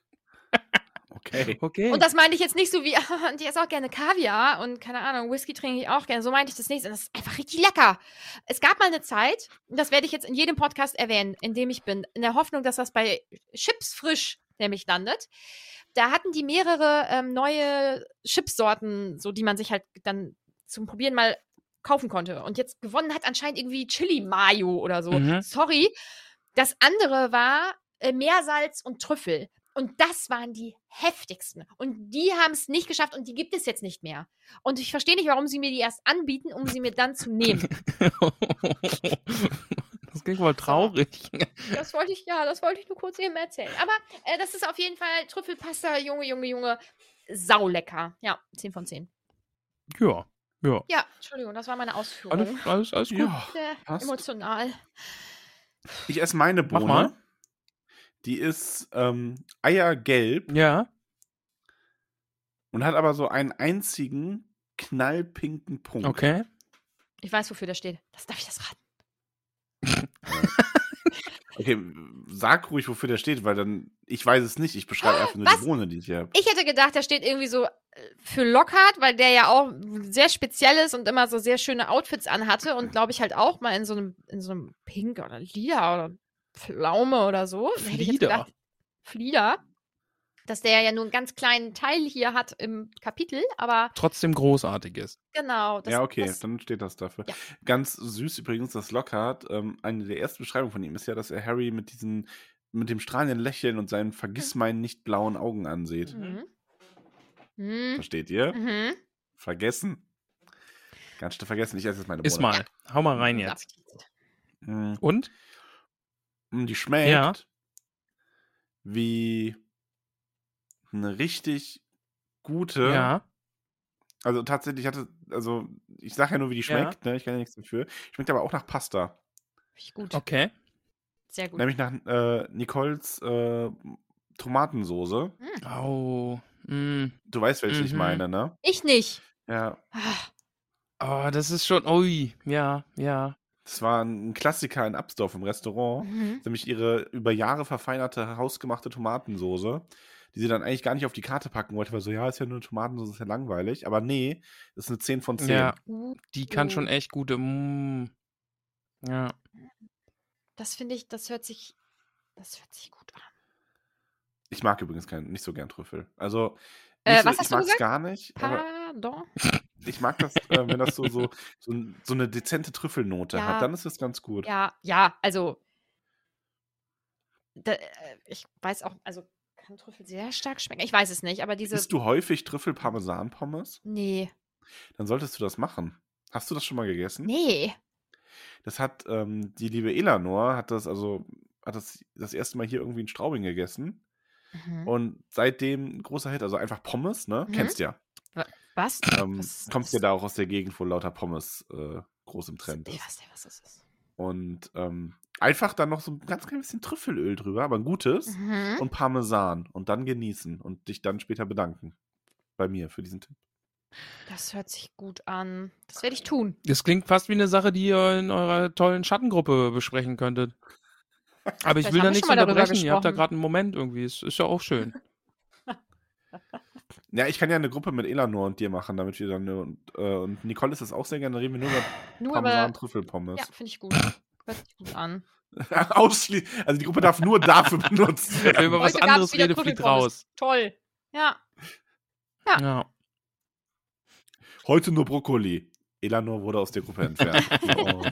S3: Okay.
S1: Okay.
S2: Und das meinte ich jetzt nicht so wie, *laughs* und ich esse auch gerne Kaviar und keine Ahnung, Whisky trinke ich auch gerne. So meinte ich das nicht. Und das ist einfach richtig lecker. Es gab mal eine Zeit, und das werde ich jetzt in jedem Podcast erwähnen, in dem ich bin, in der Hoffnung, dass das bei Chips frisch nämlich landet. Da hatten die mehrere ähm, neue Chipsorten, so die man sich halt dann zum Probieren mal kaufen konnte. Und jetzt gewonnen hat anscheinend irgendwie Chili Mayo oder so.
S1: Mhm.
S2: Sorry. Das andere war äh, Meersalz und Trüffel. Und das waren die heftigsten. Und die haben es nicht geschafft und die gibt es jetzt nicht mehr. Und ich verstehe nicht, warum sie mir die erst anbieten, um sie mir dann zu nehmen.
S1: *laughs* Das klingt wohl traurig.
S2: Das wollte ich, ja, das wollte ich nur kurz eben erzählen. Aber äh, das ist auf jeden Fall Trüffelpasta, Junge, Junge, Junge. Saulecker. Ja, 10 von 10.
S1: *laughs* Ja, ja.
S2: Ja, Entschuldigung, das war meine
S1: Alles,
S2: Ausführung.
S1: alles, alles gut.
S3: Ja.
S2: Sehr
S1: passt.
S2: emotional.
S3: Ich esse meine
S1: Mach
S3: Bohne.
S1: mal.
S3: Die ist ähm, eiergelb
S1: Ja.
S3: und hat aber so einen einzigen knallpinken Punkt.
S1: Okay.
S2: Ich weiß, wofür das steht. Das darf ich das raten.
S3: Okay, sag ruhig, wofür der steht, weil dann, ich weiß es nicht. Ich beschreibe einfach nur
S2: Was?
S3: die Bohne, die ich hier habe.
S2: Ich hätte gedacht, da steht irgendwie so äh, für Lockhart, weil der ja auch sehr speziell ist und immer so sehr schöne Outfits anhatte und glaube ich halt auch mal in so einem, in so einem Pink oder Lila oder Pflaume oder so. Da hätte ich jetzt
S1: Flieder.
S2: gedacht, Flieder. Dass der ja nur einen ganz kleinen Teil hier hat im Kapitel, aber
S1: Trotzdem großartiges.
S2: genau. Das,
S3: ja, okay,
S2: Das,
S3: dann steht das dafür.
S2: Ja.
S3: Ganz süß übrigens, dass Lockhart, ähm, eine der ersten Beschreibungen von ihm ist ja, dass er Harry mit diesen, mit dem strahlenden Lächeln und seinen
S2: Hm.
S3: vergissmein nicht blauen Augen ansieht.
S2: mhm. Mhm.
S3: Versteht ihr?
S2: Mhm.
S3: Vergessen. Ganz schnell vergessen. Ich esse jetzt meine
S1: Iss
S3: Bohne.
S1: mal. Hau mal rein jetzt.
S3: Mm,
S1: Und?
S3: mm, Die schmeckt
S1: Ja.
S3: wie eine richtig gute.
S1: Ja.
S3: Also tatsächlich hatte, also ich sage ja nur, wie die
S1: Ja.
S3: schmeckt, ne? Ich kann ja nichts dafür. Schmeckt aber auch nach Pasta.
S2: Richtig gut.
S1: Okay.
S2: Sehr gut.
S3: Nämlich nach äh, Nicoles äh, Tomatensoße.
S2: Hm.
S1: Au. Mm.
S3: Du weißt, welche ich
S1: Mhm.
S3: meine, ne?
S2: Ich nicht.
S3: Ja.
S2: Ah,
S1: Oh, das ist schon. Ui. Ja, ja.
S3: Das war ein Klassiker in Absdorf im Restaurant.
S2: Mhm.
S3: Nämlich ihre über Jahre verfeinerte, hausgemachte Tomatensoße, die sie dann eigentlich gar nicht auf die Karte packen wollte, weil so, ja, ist ja nur eine Tomatensoße, ist ja langweilig. Aber nee, das ist eine 10 von 10.
S1: Ja.
S2: Uh,
S1: Die kann schon echt gute. Mm. Ja.
S2: Das finde ich, das hört sich, das hört sich gut an.
S3: Ich mag übrigens kein, nicht so gern Trüffel. Also,
S2: Äh,
S3: nicht
S2: was
S3: so,
S2: hast
S3: ich
S2: du
S3: mag es
S2: gesagt?
S3: gar nicht. Aber
S2: Pardon.
S3: ich mag das, äh, wenn das so, so, so, ein- so eine dezente Trüffelnote
S2: Ja.
S3: hat, dann ist das ganz gut.
S2: Ja, ja, also. Da, äh, ich weiß auch, also kann Trüffel sehr stark schmecken. Ich weiß es nicht, aber diese.
S3: Isst du häufig Trüffel-Parmesan-Pommes?
S2: Nee,
S3: Dann solltest du das machen. Hast du das schon mal gegessen?
S2: nee.
S3: Das hat ähm, die liebe Elanor, hat das also, hat das das erste Mal hier irgendwie in Straubing gegessen.
S2: Mhm.
S3: Und seitdem ein großer Hit, also einfach Pommes, ne?
S2: Mhm.
S3: Kennst ja.
S2: Was?
S3: Ähm,
S2: Was-
S3: kommst ja
S2: was-
S3: da auch aus der Gegend, wo lauter Pommes äh, groß im Trend
S2: Ich
S3: ist.
S2: weiß nicht, was das ist.
S3: Und ähm, einfach dann noch so ein ganz klein bisschen Trüffelöl drüber, aber ein gutes.
S2: Mhm.
S3: Und Parmesan. Und dann genießen und dich dann später bedanken. Bei mir für diesen Tipp.
S2: Das hört sich gut an. Das werde ich tun.
S1: Das klingt fast wie eine Sache, die ihr in eurer tollen Schattengruppe besprechen könntet. Aber ich will
S2: Vielleicht haben
S1: da
S2: wir
S1: nichts
S2: schon mal darüber
S1: unterbrechen. Ihr habt da
S2: gesprochen.
S1: gerade einen Moment irgendwie. Es ist ja auch schön.
S3: Ja, ich kann ja eine Gruppe mit Elanor und dir machen, damit wir dann. Und, äh, und Nicole ist das auch sehr gerne. Reden wir nur über
S2: Nur aber.
S3: Parmesan-Trüffelpommes.
S2: Ja, finde ich gut. Hört sich gut
S3: *laughs*
S2: an.
S3: Ausschließlich. Also die Gruppe darf nur dafür benutzt
S1: Wenn ihr
S3: werden.
S1: über was
S2: Heute gab's
S1: anderes
S2: wieder
S1: redet, fliegt
S2: Trüffelpommes.
S1: raus.
S2: Toll. Ja. *laughs* Ja.
S1: Ja.
S3: Heute nur Brokkoli. Elanor wurde aus der Gruppe entfernt. Oh.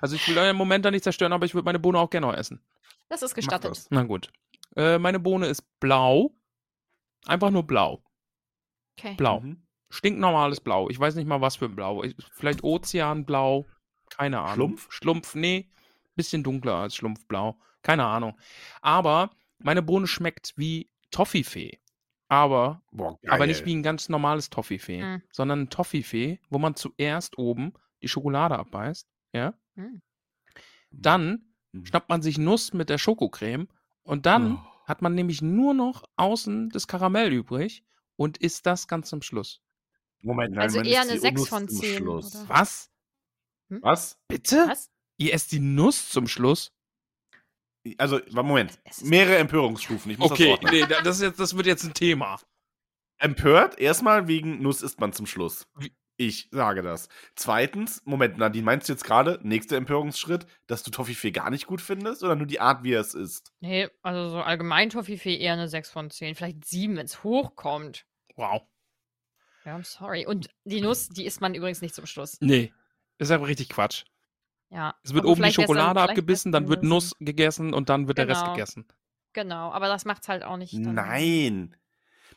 S1: Also ich will euren Moment da nicht zerstören, aber ich würde meine Bohne auch gerne noch essen.
S2: Das ist gestattet.
S3: das.
S1: Na gut. Äh, meine Bohne ist blau. Einfach nur blau.
S2: Okay.
S1: Blau.
S3: Mhm.
S1: Stinknormales Blau. Ich weiß nicht mal, was für ein Blau. Ich, vielleicht Ozeanblau. Keine Ahnung.
S3: Schlumpf?
S1: Schlumpf, nee. Bisschen dunkler als Schlumpfblau. Keine Ahnung. Aber meine Bohne schmeckt wie Toffifee. Aber,
S3: Boah, geil.
S1: aber nicht wie ein ganz normales Toffifee,
S2: Mhm.
S1: sondern ein Toffifee, wo man zuerst oben die Schokolade abbeißt. Ja.
S2: Mhm.
S1: Dann
S3: Mhm.
S1: schnappt man sich Nuss mit der Schokocreme und dann
S3: Oh.
S1: hat man nämlich nur noch außen das Karamell übrig und isst das ganz zum Schluss.
S3: Oh. Moment, nein,
S2: Also
S3: man
S2: eher
S3: isst
S2: eine
S3: die
S2: 6
S3: Nuss
S2: von
S3: zum
S2: 10,
S3: Schluss.
S2: oder?
S1: Was?
S3: Was?
S1: Bitte?
S2: Was?
S1: Ihr esst die Nuss zum Schluss?
S3: Also, wa- Moment.
S2: Es ist-
S3: Mehrere Empörungsstufen. Ich muss das ordnen.
S1: da- das, ist jetzt, das wird jetzt ein Thema.
S3: Empört, erstmal wegen Nuss isst man zum Schluss.
S1: Wie-
S3: Ich sage das. Zweitens, Moment, Nadine, meinst du jetzt gerade, nächster Empörungsschritt, dass du Toffifee gar nicht gut findest oder nur die Art, wie er es ist?
S2: Nee, also so allgemein Toffifee eher eine 6 von 10. Vielleicht 7, wenn es hochkommt.
S1: Wow.
S2: Ja, I'm sorry. Und die Nuss, die isst man übrigens nicht zum Schluss.
S1: Nee. Ist aber richtig Quatsch.
S2: Ja.
S1: Es wird
S2: Aber
S1: oben die
S2: vielleicht wär's
S1: Schokolade
S2: vielleicht
S1: abgebissen,
S2: wär's
S1: dann wird
S2: gewesen.
S1: Nuss gegessen und dann wird der Rest
S2: Genau.
S1: gegessen.
S2: Genau, aber das macht's halt auch nicht. dann-
S3: Nein.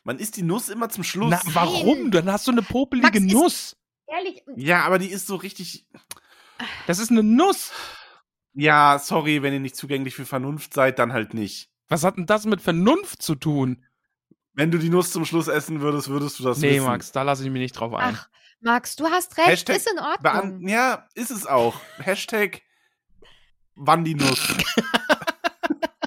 S3: Man isst die Nuss immer zum Schluss.
S1: Na, warum? Dann hast du eine
S2: Max,
S1: popelige
S2: ist-
S1: Nuss.
S2: Ehrlich,
S3: ja, aber die ist so richtig.
S1: Das ist eine Nuss.
S3: Ja, sorry, wenn ihr nicht zugänglich für Vernunft seid, dann halt nicht.
S1: Was hat denn das mit Vernunft zu tun?
S3: Wenn du die Nuss zum Schluss essen würdest, würdest du das
S1: nee,
S3: wissen.
S1: Max, da lasse ich mich nicht drauf ein.
S2: ach, Max, du hast recht,
S3: Hashtag
S2: ist in Ordnung.
S3: Bean ja, ist es auch. Hashtag wann die
S2: *laughs*
S3: Nuss.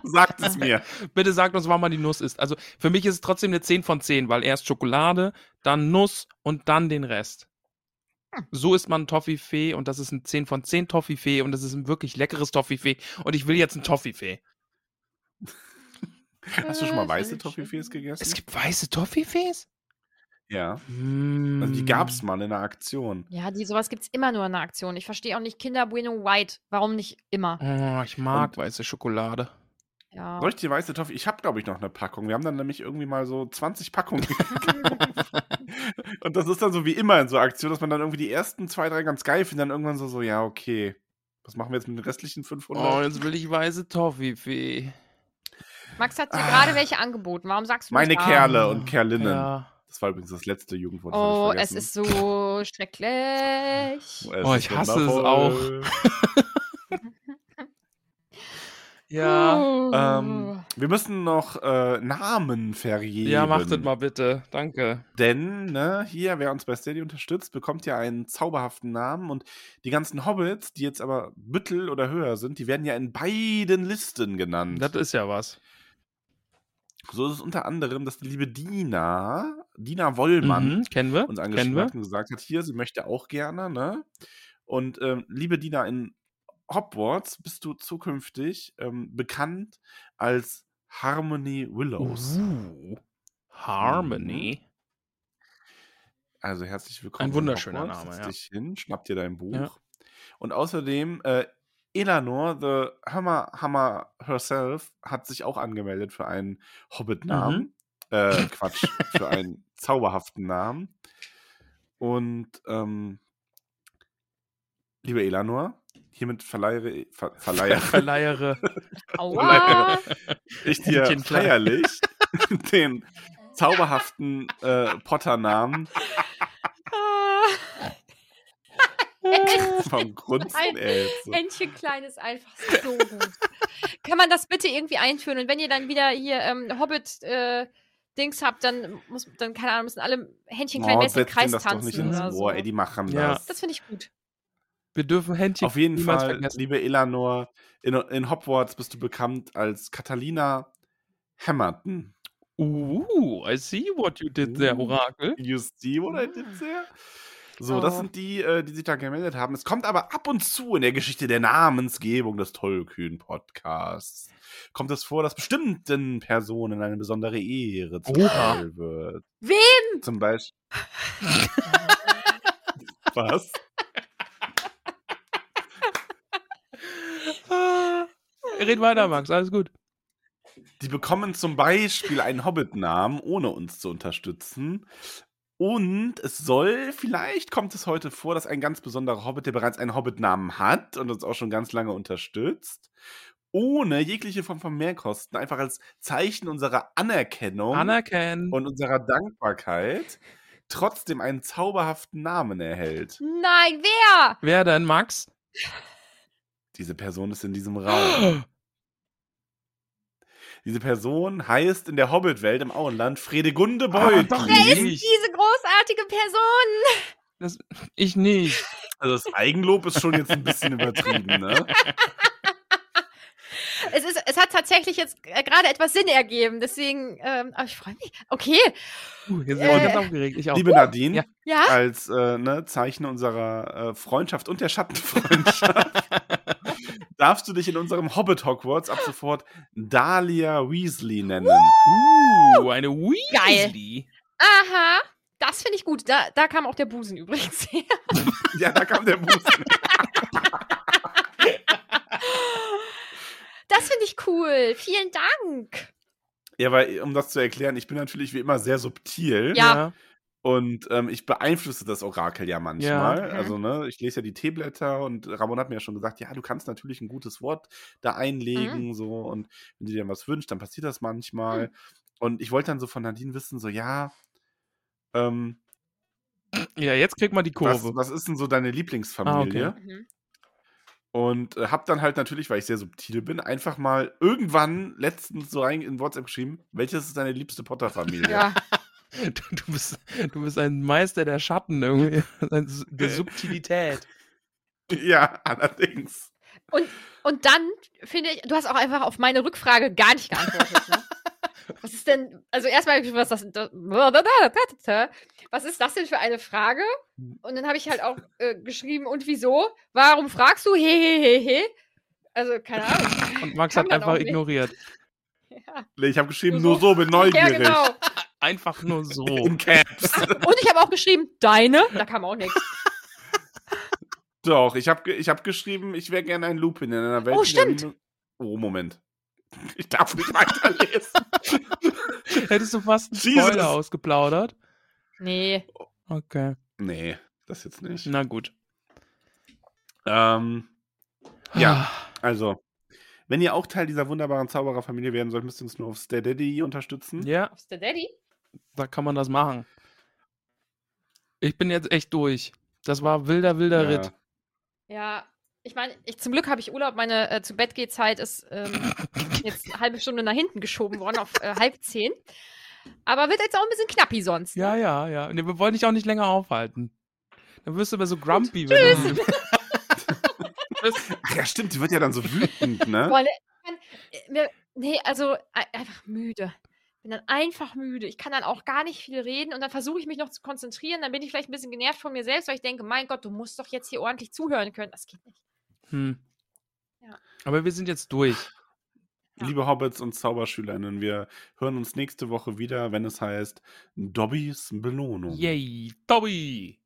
S3: Sagt es mir.
S1: Bitte sagt uns, wann man die Nuss isst. Also für mich ist es trotzdem eine 10 von 10, weil erst Schokolade, dann Nuss und dann den Rest. So isst man Toffifee und das ist ein 10 von 10 Toffifee und das ist ein wirklich leckeres Toffifee und ich will jetzt ein Toffifee.
S3: Hast du schon mal
S2: Äh,
S3: weiße
S2: schön.
S3: Toffifees gegessen?
S1: Es gibt weiße Toffifees?
S3: ja.
S1: Mm.
S3: Also die gab's mal in einer Aktion.
S2: Ja, die, sowas gibt's immer nur in der Aktion. Ich verstehe auch nicht Kinder Bueno White. Warum nicht immer?
S1: Oh, ich mag
S3: Und-
S1: weiße Schokolade.
S2: Ja.
S3: Soll ich die weiße Toffee? Ich habe, glaube ich, noch eine Packung. Wir haben dann nämlich irgendwie mal so 20 Packungen gekauft.
S2: *laughs*
S3: Und das ist dann so wie immer in so Aktionen, dass man dann irgendwie die ersten zwei, drei ganz geil findet, dann irgendwann so, so, ja, okay. Was machen wir jetzt mit den restlichen 500?
S1: Oh, jetzt will ich weiße Toffifee.
S2: Max hat dir
S3: Ah.
S2: gerade welche angeboten. Warum sagst du
S3: Meine
S2: nicht, ah,
S3: Kerle und Kerlinnen.
S1: Ja.
S3: Das war übrigens das letzte Jugendwort. das
S2: Oh,
S3: hab ich
S2: es
S3: vergessen.
S2: ist so schrecklich.
S3: Es
S1: Oh,
S3: ist
S1: ich hasse es
S3: wundervoll.
S1: Ja,
S2: Uh.
S3: Ähm, wir müssen noch äh, Namen vergeben.
S1: ja macht das mal bitte. Danke.
S3: Denn ne, hier, wer uns bei Steady unterstützt, bekommt ja einen zauberhaften Namen. Und die ganzen Hobbits, die jetzt aber Büttel oder höher sind, die werden ja in beiden Listen genannt.
S1: Das ist ja was.
S3: so ist es unter anderem, dass die liebe Dina, Dina Wollmann,
S1: Mhm, kennen wir?
S3: uns
S1: kennen
S3: angeschrieben
S1: wir?
S3: hat und gesagt hat, hier, sie möchte auch gerne, ne? Und ähm, liebe Dina, in Hogwarts bist du zukünftig ähm, bekannt als Harmony Willows.
S1: Uh, Harmony.
S3: Mhm. Also herzlich willkommen.
S1: Ein
S3: in
S1: wunderschöner
S3: Hogwarts.
S1: Name,
S3: Setz
S1: ja.
S3: Dich hin, schnapp dir dein Buch.
S1: Ja.
S3: Und außerdem, äh, Eleanor, the Hammer Hammer herself, hat sich auch angemeldet für einen
S1: Mhm.
S3: Hobbit-Namen.
S1: *laughs*
S3: Äh, Quatsch, für einen zauberhaften Namen. Und ähm, liebe Eleanor, hiermit verleihe, ver, verleihe
S1: *laughs* Verleihre.
S2: Aua.
S3: ich dir
S1: Händchen klein. *laughs*
S3: feierlich den zauberhaften äh, Potter-Namen
S2: Ah.
S3: vom Grunzen.
S2: Nein.
S3: Ey, jetzt so.
S2: Händchen klein ist einfach so gut. Kann man das bitte irgendwie einführen? Und wenn ihr dann wieder hier ähm, Hobbit-Dings habt, dann muss, dann, keine Ahnung, müssen alle Händchen klein
S3: Oh,
S2: mäßig im
S3: setzt denen
S2: Kreis
S3: das doch nicht
S2: tanzen
S3: ins
S2: oder
S3: Ohr,
S2: so.
S3: ey, die machen
S1: Ja.
S3: das.
S2: Das finde ich gut.
S1: Wir dürfen Händchen
S3: Auf jeden
S1: niemals
S3: Fall,
S1: vergessen.
S3: liebe Eleanor, in, in Hogwarts bist du bekannt als Catalina Hammerton.
S1: Uh, I see what you did there,
S3: Uh.
S1: Orakel.
S3: You see what I did there? So,
S2: Oh.
S3: das sind die, äh, die sich da gemeldet haben. Es kommt aber ab und zu in der Geschichte der Namensgebung des Tollkühn-Podcasts, kommt es vor, dass bestimmten Personen eine besondere Ehre zuteil wird. Wem? Zum
S2: *laughs*
S3: Beispiel. Was?
S1: Ah, red weiter, Max, alles gut.
S3: Die bekommen zum Beispiel einen Hobbit-Namen, ohne uns zu unterstützen. Und es soll, vielleicht kommt es heute vor, dass ein ganz besonderer Hobbit, der bereits einen Hobbit-Namen hat und uns auch schon ganz lange unterstützt, ohne jegliche Form von Mehrkosten, einfach als Zeichen unserer Anerkennung
S1: Anerkennen.
S3: und unserer Dankbarkeit, trotzdem einen zauberhaften Namen erhält.
S2: Nein, wer?
S1: Wer denn, Max?
S3: Diese Person ist in diesem Raum. *gasps* Diese Person heißt in der Hobbit-Welt im Auenland Fredegunde Beutlin.
S1: doch nicht.
S2: Diese großartige Person.
S1: Das, ich nicht.
S3: Also das Eigenlob ist schon jetzt ein bisschen übertrieben, ne?
S2: Es, ist, es hat tatsächlich jetzt äh, gerade etwas Sinn ergeben. Deswegen, ähm, aber ich freue mich. Okay.
S1: Uh, jetzt bin ich
S2: Äh.
S1: ganz aufgeregt. Ich auch.
S3: Liebe Nadine,
S1: *laughs* Ja.
S2: Ja.
S3: als äh, ne, Zeichen unserer äh, Freundschaft und der Schattenfreundschaft *laughs* darfst du dich in unserem Hobbit Hogwarts ab sofort Dahlia Weasley nennen.
S1: Uh, eine Weasley.
S2: Aha. Das finde ich gut. Da, da kam auch der Busen übrigens *laughs* her.
S3: Ja, da kam der Busen.
S2: Das finde ich cool. Vielen Dank.
S3: Ja, weil, um das zu erklären, ich bin natürlich wie immer sehr subtil.
S2: Ja.
S3: Und ähm, ich beeinflusse das Orakel ja manchmal.
S1: Ja.
S2: Mhm.
S3: Also, ne, ich lese ja die Teeblätter und Ramon hat mir ja schon gesagt, ja, du kannst natürlich ein gutes Wort da einlegen, so, und wenn du dir was wünschst, dann passiert das manchmal. Und ich wollte dann so von Nadine wissen, so, ja, ähm,
S1: Ja, jetzt kriegt man die
S3: was,
S1: Kurve. *laughs*
S3: was ist denn so deine Lieblingsfamilie?
S1: Ah,
S2: Mhm.
S3: Und äh, hab dann halt natürlich, weil ich sehr subtil bin, einfach mal irgendwann letztens so rein in WhatsApp geschrieben, welches ist deine liebste Potter-Familie?
S2: Ja.
S1: Du, du, bist, du bist ein Meister der Schatten irgendwie, *laughs*
S3: *laughs*
S1: der Subtilität.
S3: *laughs* ja, allerdings.
S2: Und dann finde ich, du hast auch einfach auf meine Rückfrage gar nicht geantwortet. Ne? *laughs* Was ist denn, also erstmal, hab ich, was das, das- was ist das denn für eine Frage? Und dann habe ich halt auch äh, geschrieben, und wieso? Warum fragst du? He, he, he, he. Also, keine Ahnung.
S1: Und Max
S2: Kann
S1: hat
S2: man auch
S1: einfach
S2: nicht.
S1: ignoriert.
S2: Ja,
S3: Nee, Ich habe geschrieben,
S2: Nur
S3: nur so, bin
S2: ja
S3: neugierig.
S2: genau.
S1: Einfach
S3: *laughs*
S1: nur so.
S3: In Caps.
S2: Und ich habe auch geschrieben, deine. Da kam auch *laughs* nichts.
S3: Doch, ich habe ge ich hab geschrieben, ich wäre gerne ein Lupin in einer Welt.
S2: Oh,
S3: in der
S2: stimmt.
S3: Minus- Oh, Moment. *laughs* Ich darf nicht weiterlesen.
S1: Hättest du fast einen
S3: Jesus.
S1: Spoiler ausgeplaudert.
S2: Nee.
S1: Okay,
S3: nee, das jetzt nicht.
S1: na gut.
S3: Ähm,
S1: Ah.
S3: Ja. also, wenn ihr auch Teil dieser wunderbaren Zaubererfamilie werden sollt, müsst ihr uns nur auf Stay Daddy unterstützen.
S1: Ja,
S2: Aufs der Daddy?
S1: da kann man das machen. Ich bin jetzt echt durch. Das war wilder, wilder
S3: Ja.
S1: Ritt.
S2: Ja. Ich meine, ich, zum Glück habe ich Urlaub. Meine äh, zu Bett zeit ist
S1: *laughs*
S2: ähm, jetzt eine halbe Stunde nach hinten geschoben worden auf äh, halb zehn. Aber wird jetzt auch ein bisschen knappi sonst.
S1: Ja,
S2: ne?
S1: ja, ja. Nee, wir wollen dich auch nicht länger aufhalten. Dann wirst du immer so grumpy. Wenn du
S3: *laughs*
S1: bist.
S3: Ach ja, stimmt, die wird ja dann so wütend, ne?
S2: *laughs* Boah, ne, ich kann- äh, mir, nee, also ei- einfach müde. Bin dann einfach müde. Ich kann dann auch gar nicht viel reden und dann versuche ich mich noch zu konzentrieren. Dann bin ich vielleicht ein bisschen genervt von mir selbst, weil ich denke, mein Gott, du musst doch jetzt hier ordentlich zuhören können. Das geht nicht.
S1: Hm.
S2: Ja.
S1: Aber wir sind jetzt durch.
S2: Ja.
S3: Liebe Hobbits und Zauberschülerinnen, wir hören uns nächste Woche wieder, wenn es heißt Dobbys Belohnung.
S1: Yay, Dobby!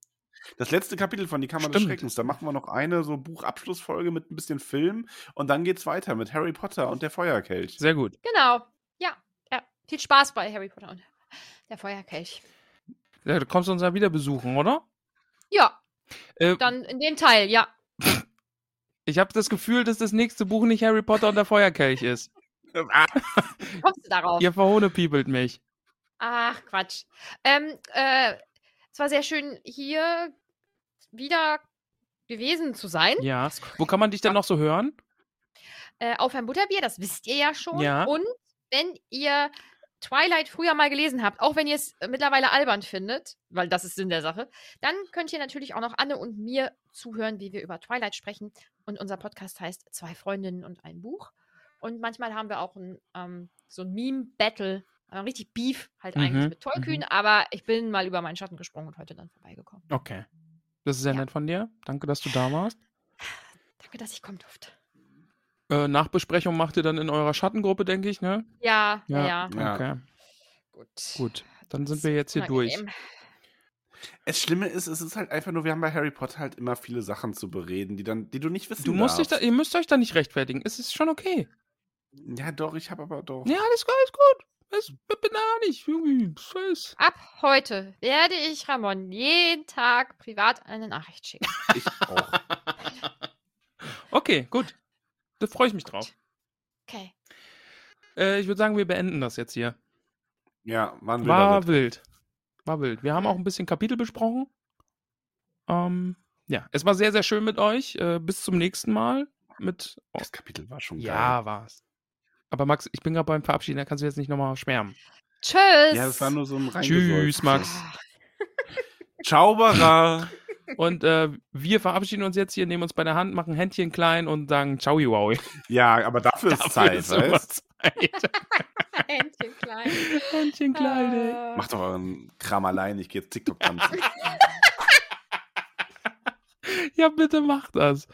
S3: Das letzte Kapitel von Die Kammer des
S1: Stimmt.
S3: Schreckens, da machen wir noch eine so Buchabschlussfolge mit ein bisschen Film und dann geht's weiter mit Harry Potter und der Feuerkelch.
S1: Sehr gut.
S2: Genau. Ja. ja. Viel Spaß bei Harry Potter und der Feuerkelch.
S1: Ja, du kommst uns ja wieder besuchen, oder?
S2: Ja,
S1: Äh,
S2: dann in dem Teil, ja.
S1: ich habe das Gefühl, dass das nächste Buch nicht Harry Potter und der Feuerkelch
S2: *laughs*
S1: ist.
S3: Ah,
S2: Wie Kommst du darauf?
S1: Ihr verhohnepiebelt mich.
S2: Ach, Quatsch. Ähm, äh, es war sehr schön, hier wieder gewesen zu sein.
S1: *laughs* Ja. Wo kann man dich dann noch so hören?
S2: äh, auf ein Butterbier, das wisst ihr ja schon.
S1: Ja.
S2: Und wenn ihr Twilight früher mal gelesen habt, auch wenn ihr es äh, mittlerweile albern findet, weil das ist Sinn der Sache, dann könnt ihr natürlich auch noch Anne und mir zuhören, wie wir über Twilight sprechen. Und unser Podcast heißt Zwei Freundinnen und ein Buch. Und manchmal haben wir auch ein, ähm, so ein Meme-Battle, äh, richtig Beef halt
S1: Mhm,
S2: eigentlich mit Tollkühn, aber ich bin mal über meinen Schatten gesprungen und heute dann vorbeigekommen.
S1: Okay. Das ist sehr
S2: Ja.
S1: nett von dir. Danke, dass du da warst.
S2: Danke, dass ich kommen durfte.
S1: Äh, Nachbesprechung macht ihr dann in eurer Schattengruppe, denke ich, ne?
S2: Ja, ja,
S1: Ja.
S2: ja.
S3: Ja.
S1: Okay,
S2: Gut.
S1: gut. Dann
S2: Das
S1: sind wir
S2: ist
S1: jetzt hier durch.
S2: unangenehm.
S3: Das Schlimme ist, es ist halt einfach nur, wir haben bei Harry Potter halt immer viele Sachen zu bereden, die dann, die du nicht wissen
S1: Du musst dich da,
S3: darfst.
S1: ihr müsst euch da nicht rechtfertigen. Es ist schon okay.
S3: Ja, doch, ich habe aber doch.
S1: Ja, alles, alles gut. Es ich bin da nicht. Irgendwie. Scheiß.
S2: Ab heute werde ich Ramon jeden Tag privat eine Nachricht schicken.
S3: Ich auch.
S1: Okay, gut. Da freue ich mich drauf.
S2: Okay.
S1: Äh, ich würde sagen, wir beenden das jetzt hier.
S3: Ja, Mann,
S1: War
S3: Ritt.
S1: wild. War wild. Wir haben auch ein bisschen Kapitel besprochen. Ähm, ja, es war sehr, sehr schön mit euch. Äh, bis zum nächsten Mal. Mit. Oh,
S3: Das Kapitel war schon geil.
S1: ja, war's. Aber Max, ich bin gerade beim Verabschieden, da kannst du jetzt nicht nochmal schwärmen.
S2: Tschüss.
S3: Ja, das war nur so ein
S1: Tschüss, Max.
S2: Ah,
S1: *laughs*
S3: Zauberer.
S1: Und äh, wir verabschieden uns jetzt hier, nehmen uns bei der Hand, machen Händchen klein und sagen Ciao, wow.
S2: *laughs*
S3: Ja, aber dafür ist Zeit, weißt?
S1: Zeit.
S2: Händchen klein.
S3: *laughs*
S1: Händchen klein, ey.
S2: Ah.
S3: Macht doch euren Kram allein, ich gehe jetzt TikTok tanzen.
S1: Ja, bitte mach das.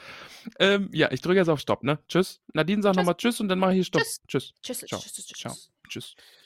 S1: Ähm, ja, ich drücke jetzt auf Stopp, ne? Tschüss. Nadine sagt
S2: Tschüss.
S1: nochmal Tschüss und dann mache ich hier Stopp.
S2: Tschüss.
S1: Tschüss.
S2: Tschüss,
S1: Ciao.
S2: tschüss, tschüss,
S1: Ciao.
S2: tschüss.
S1: Tschüss.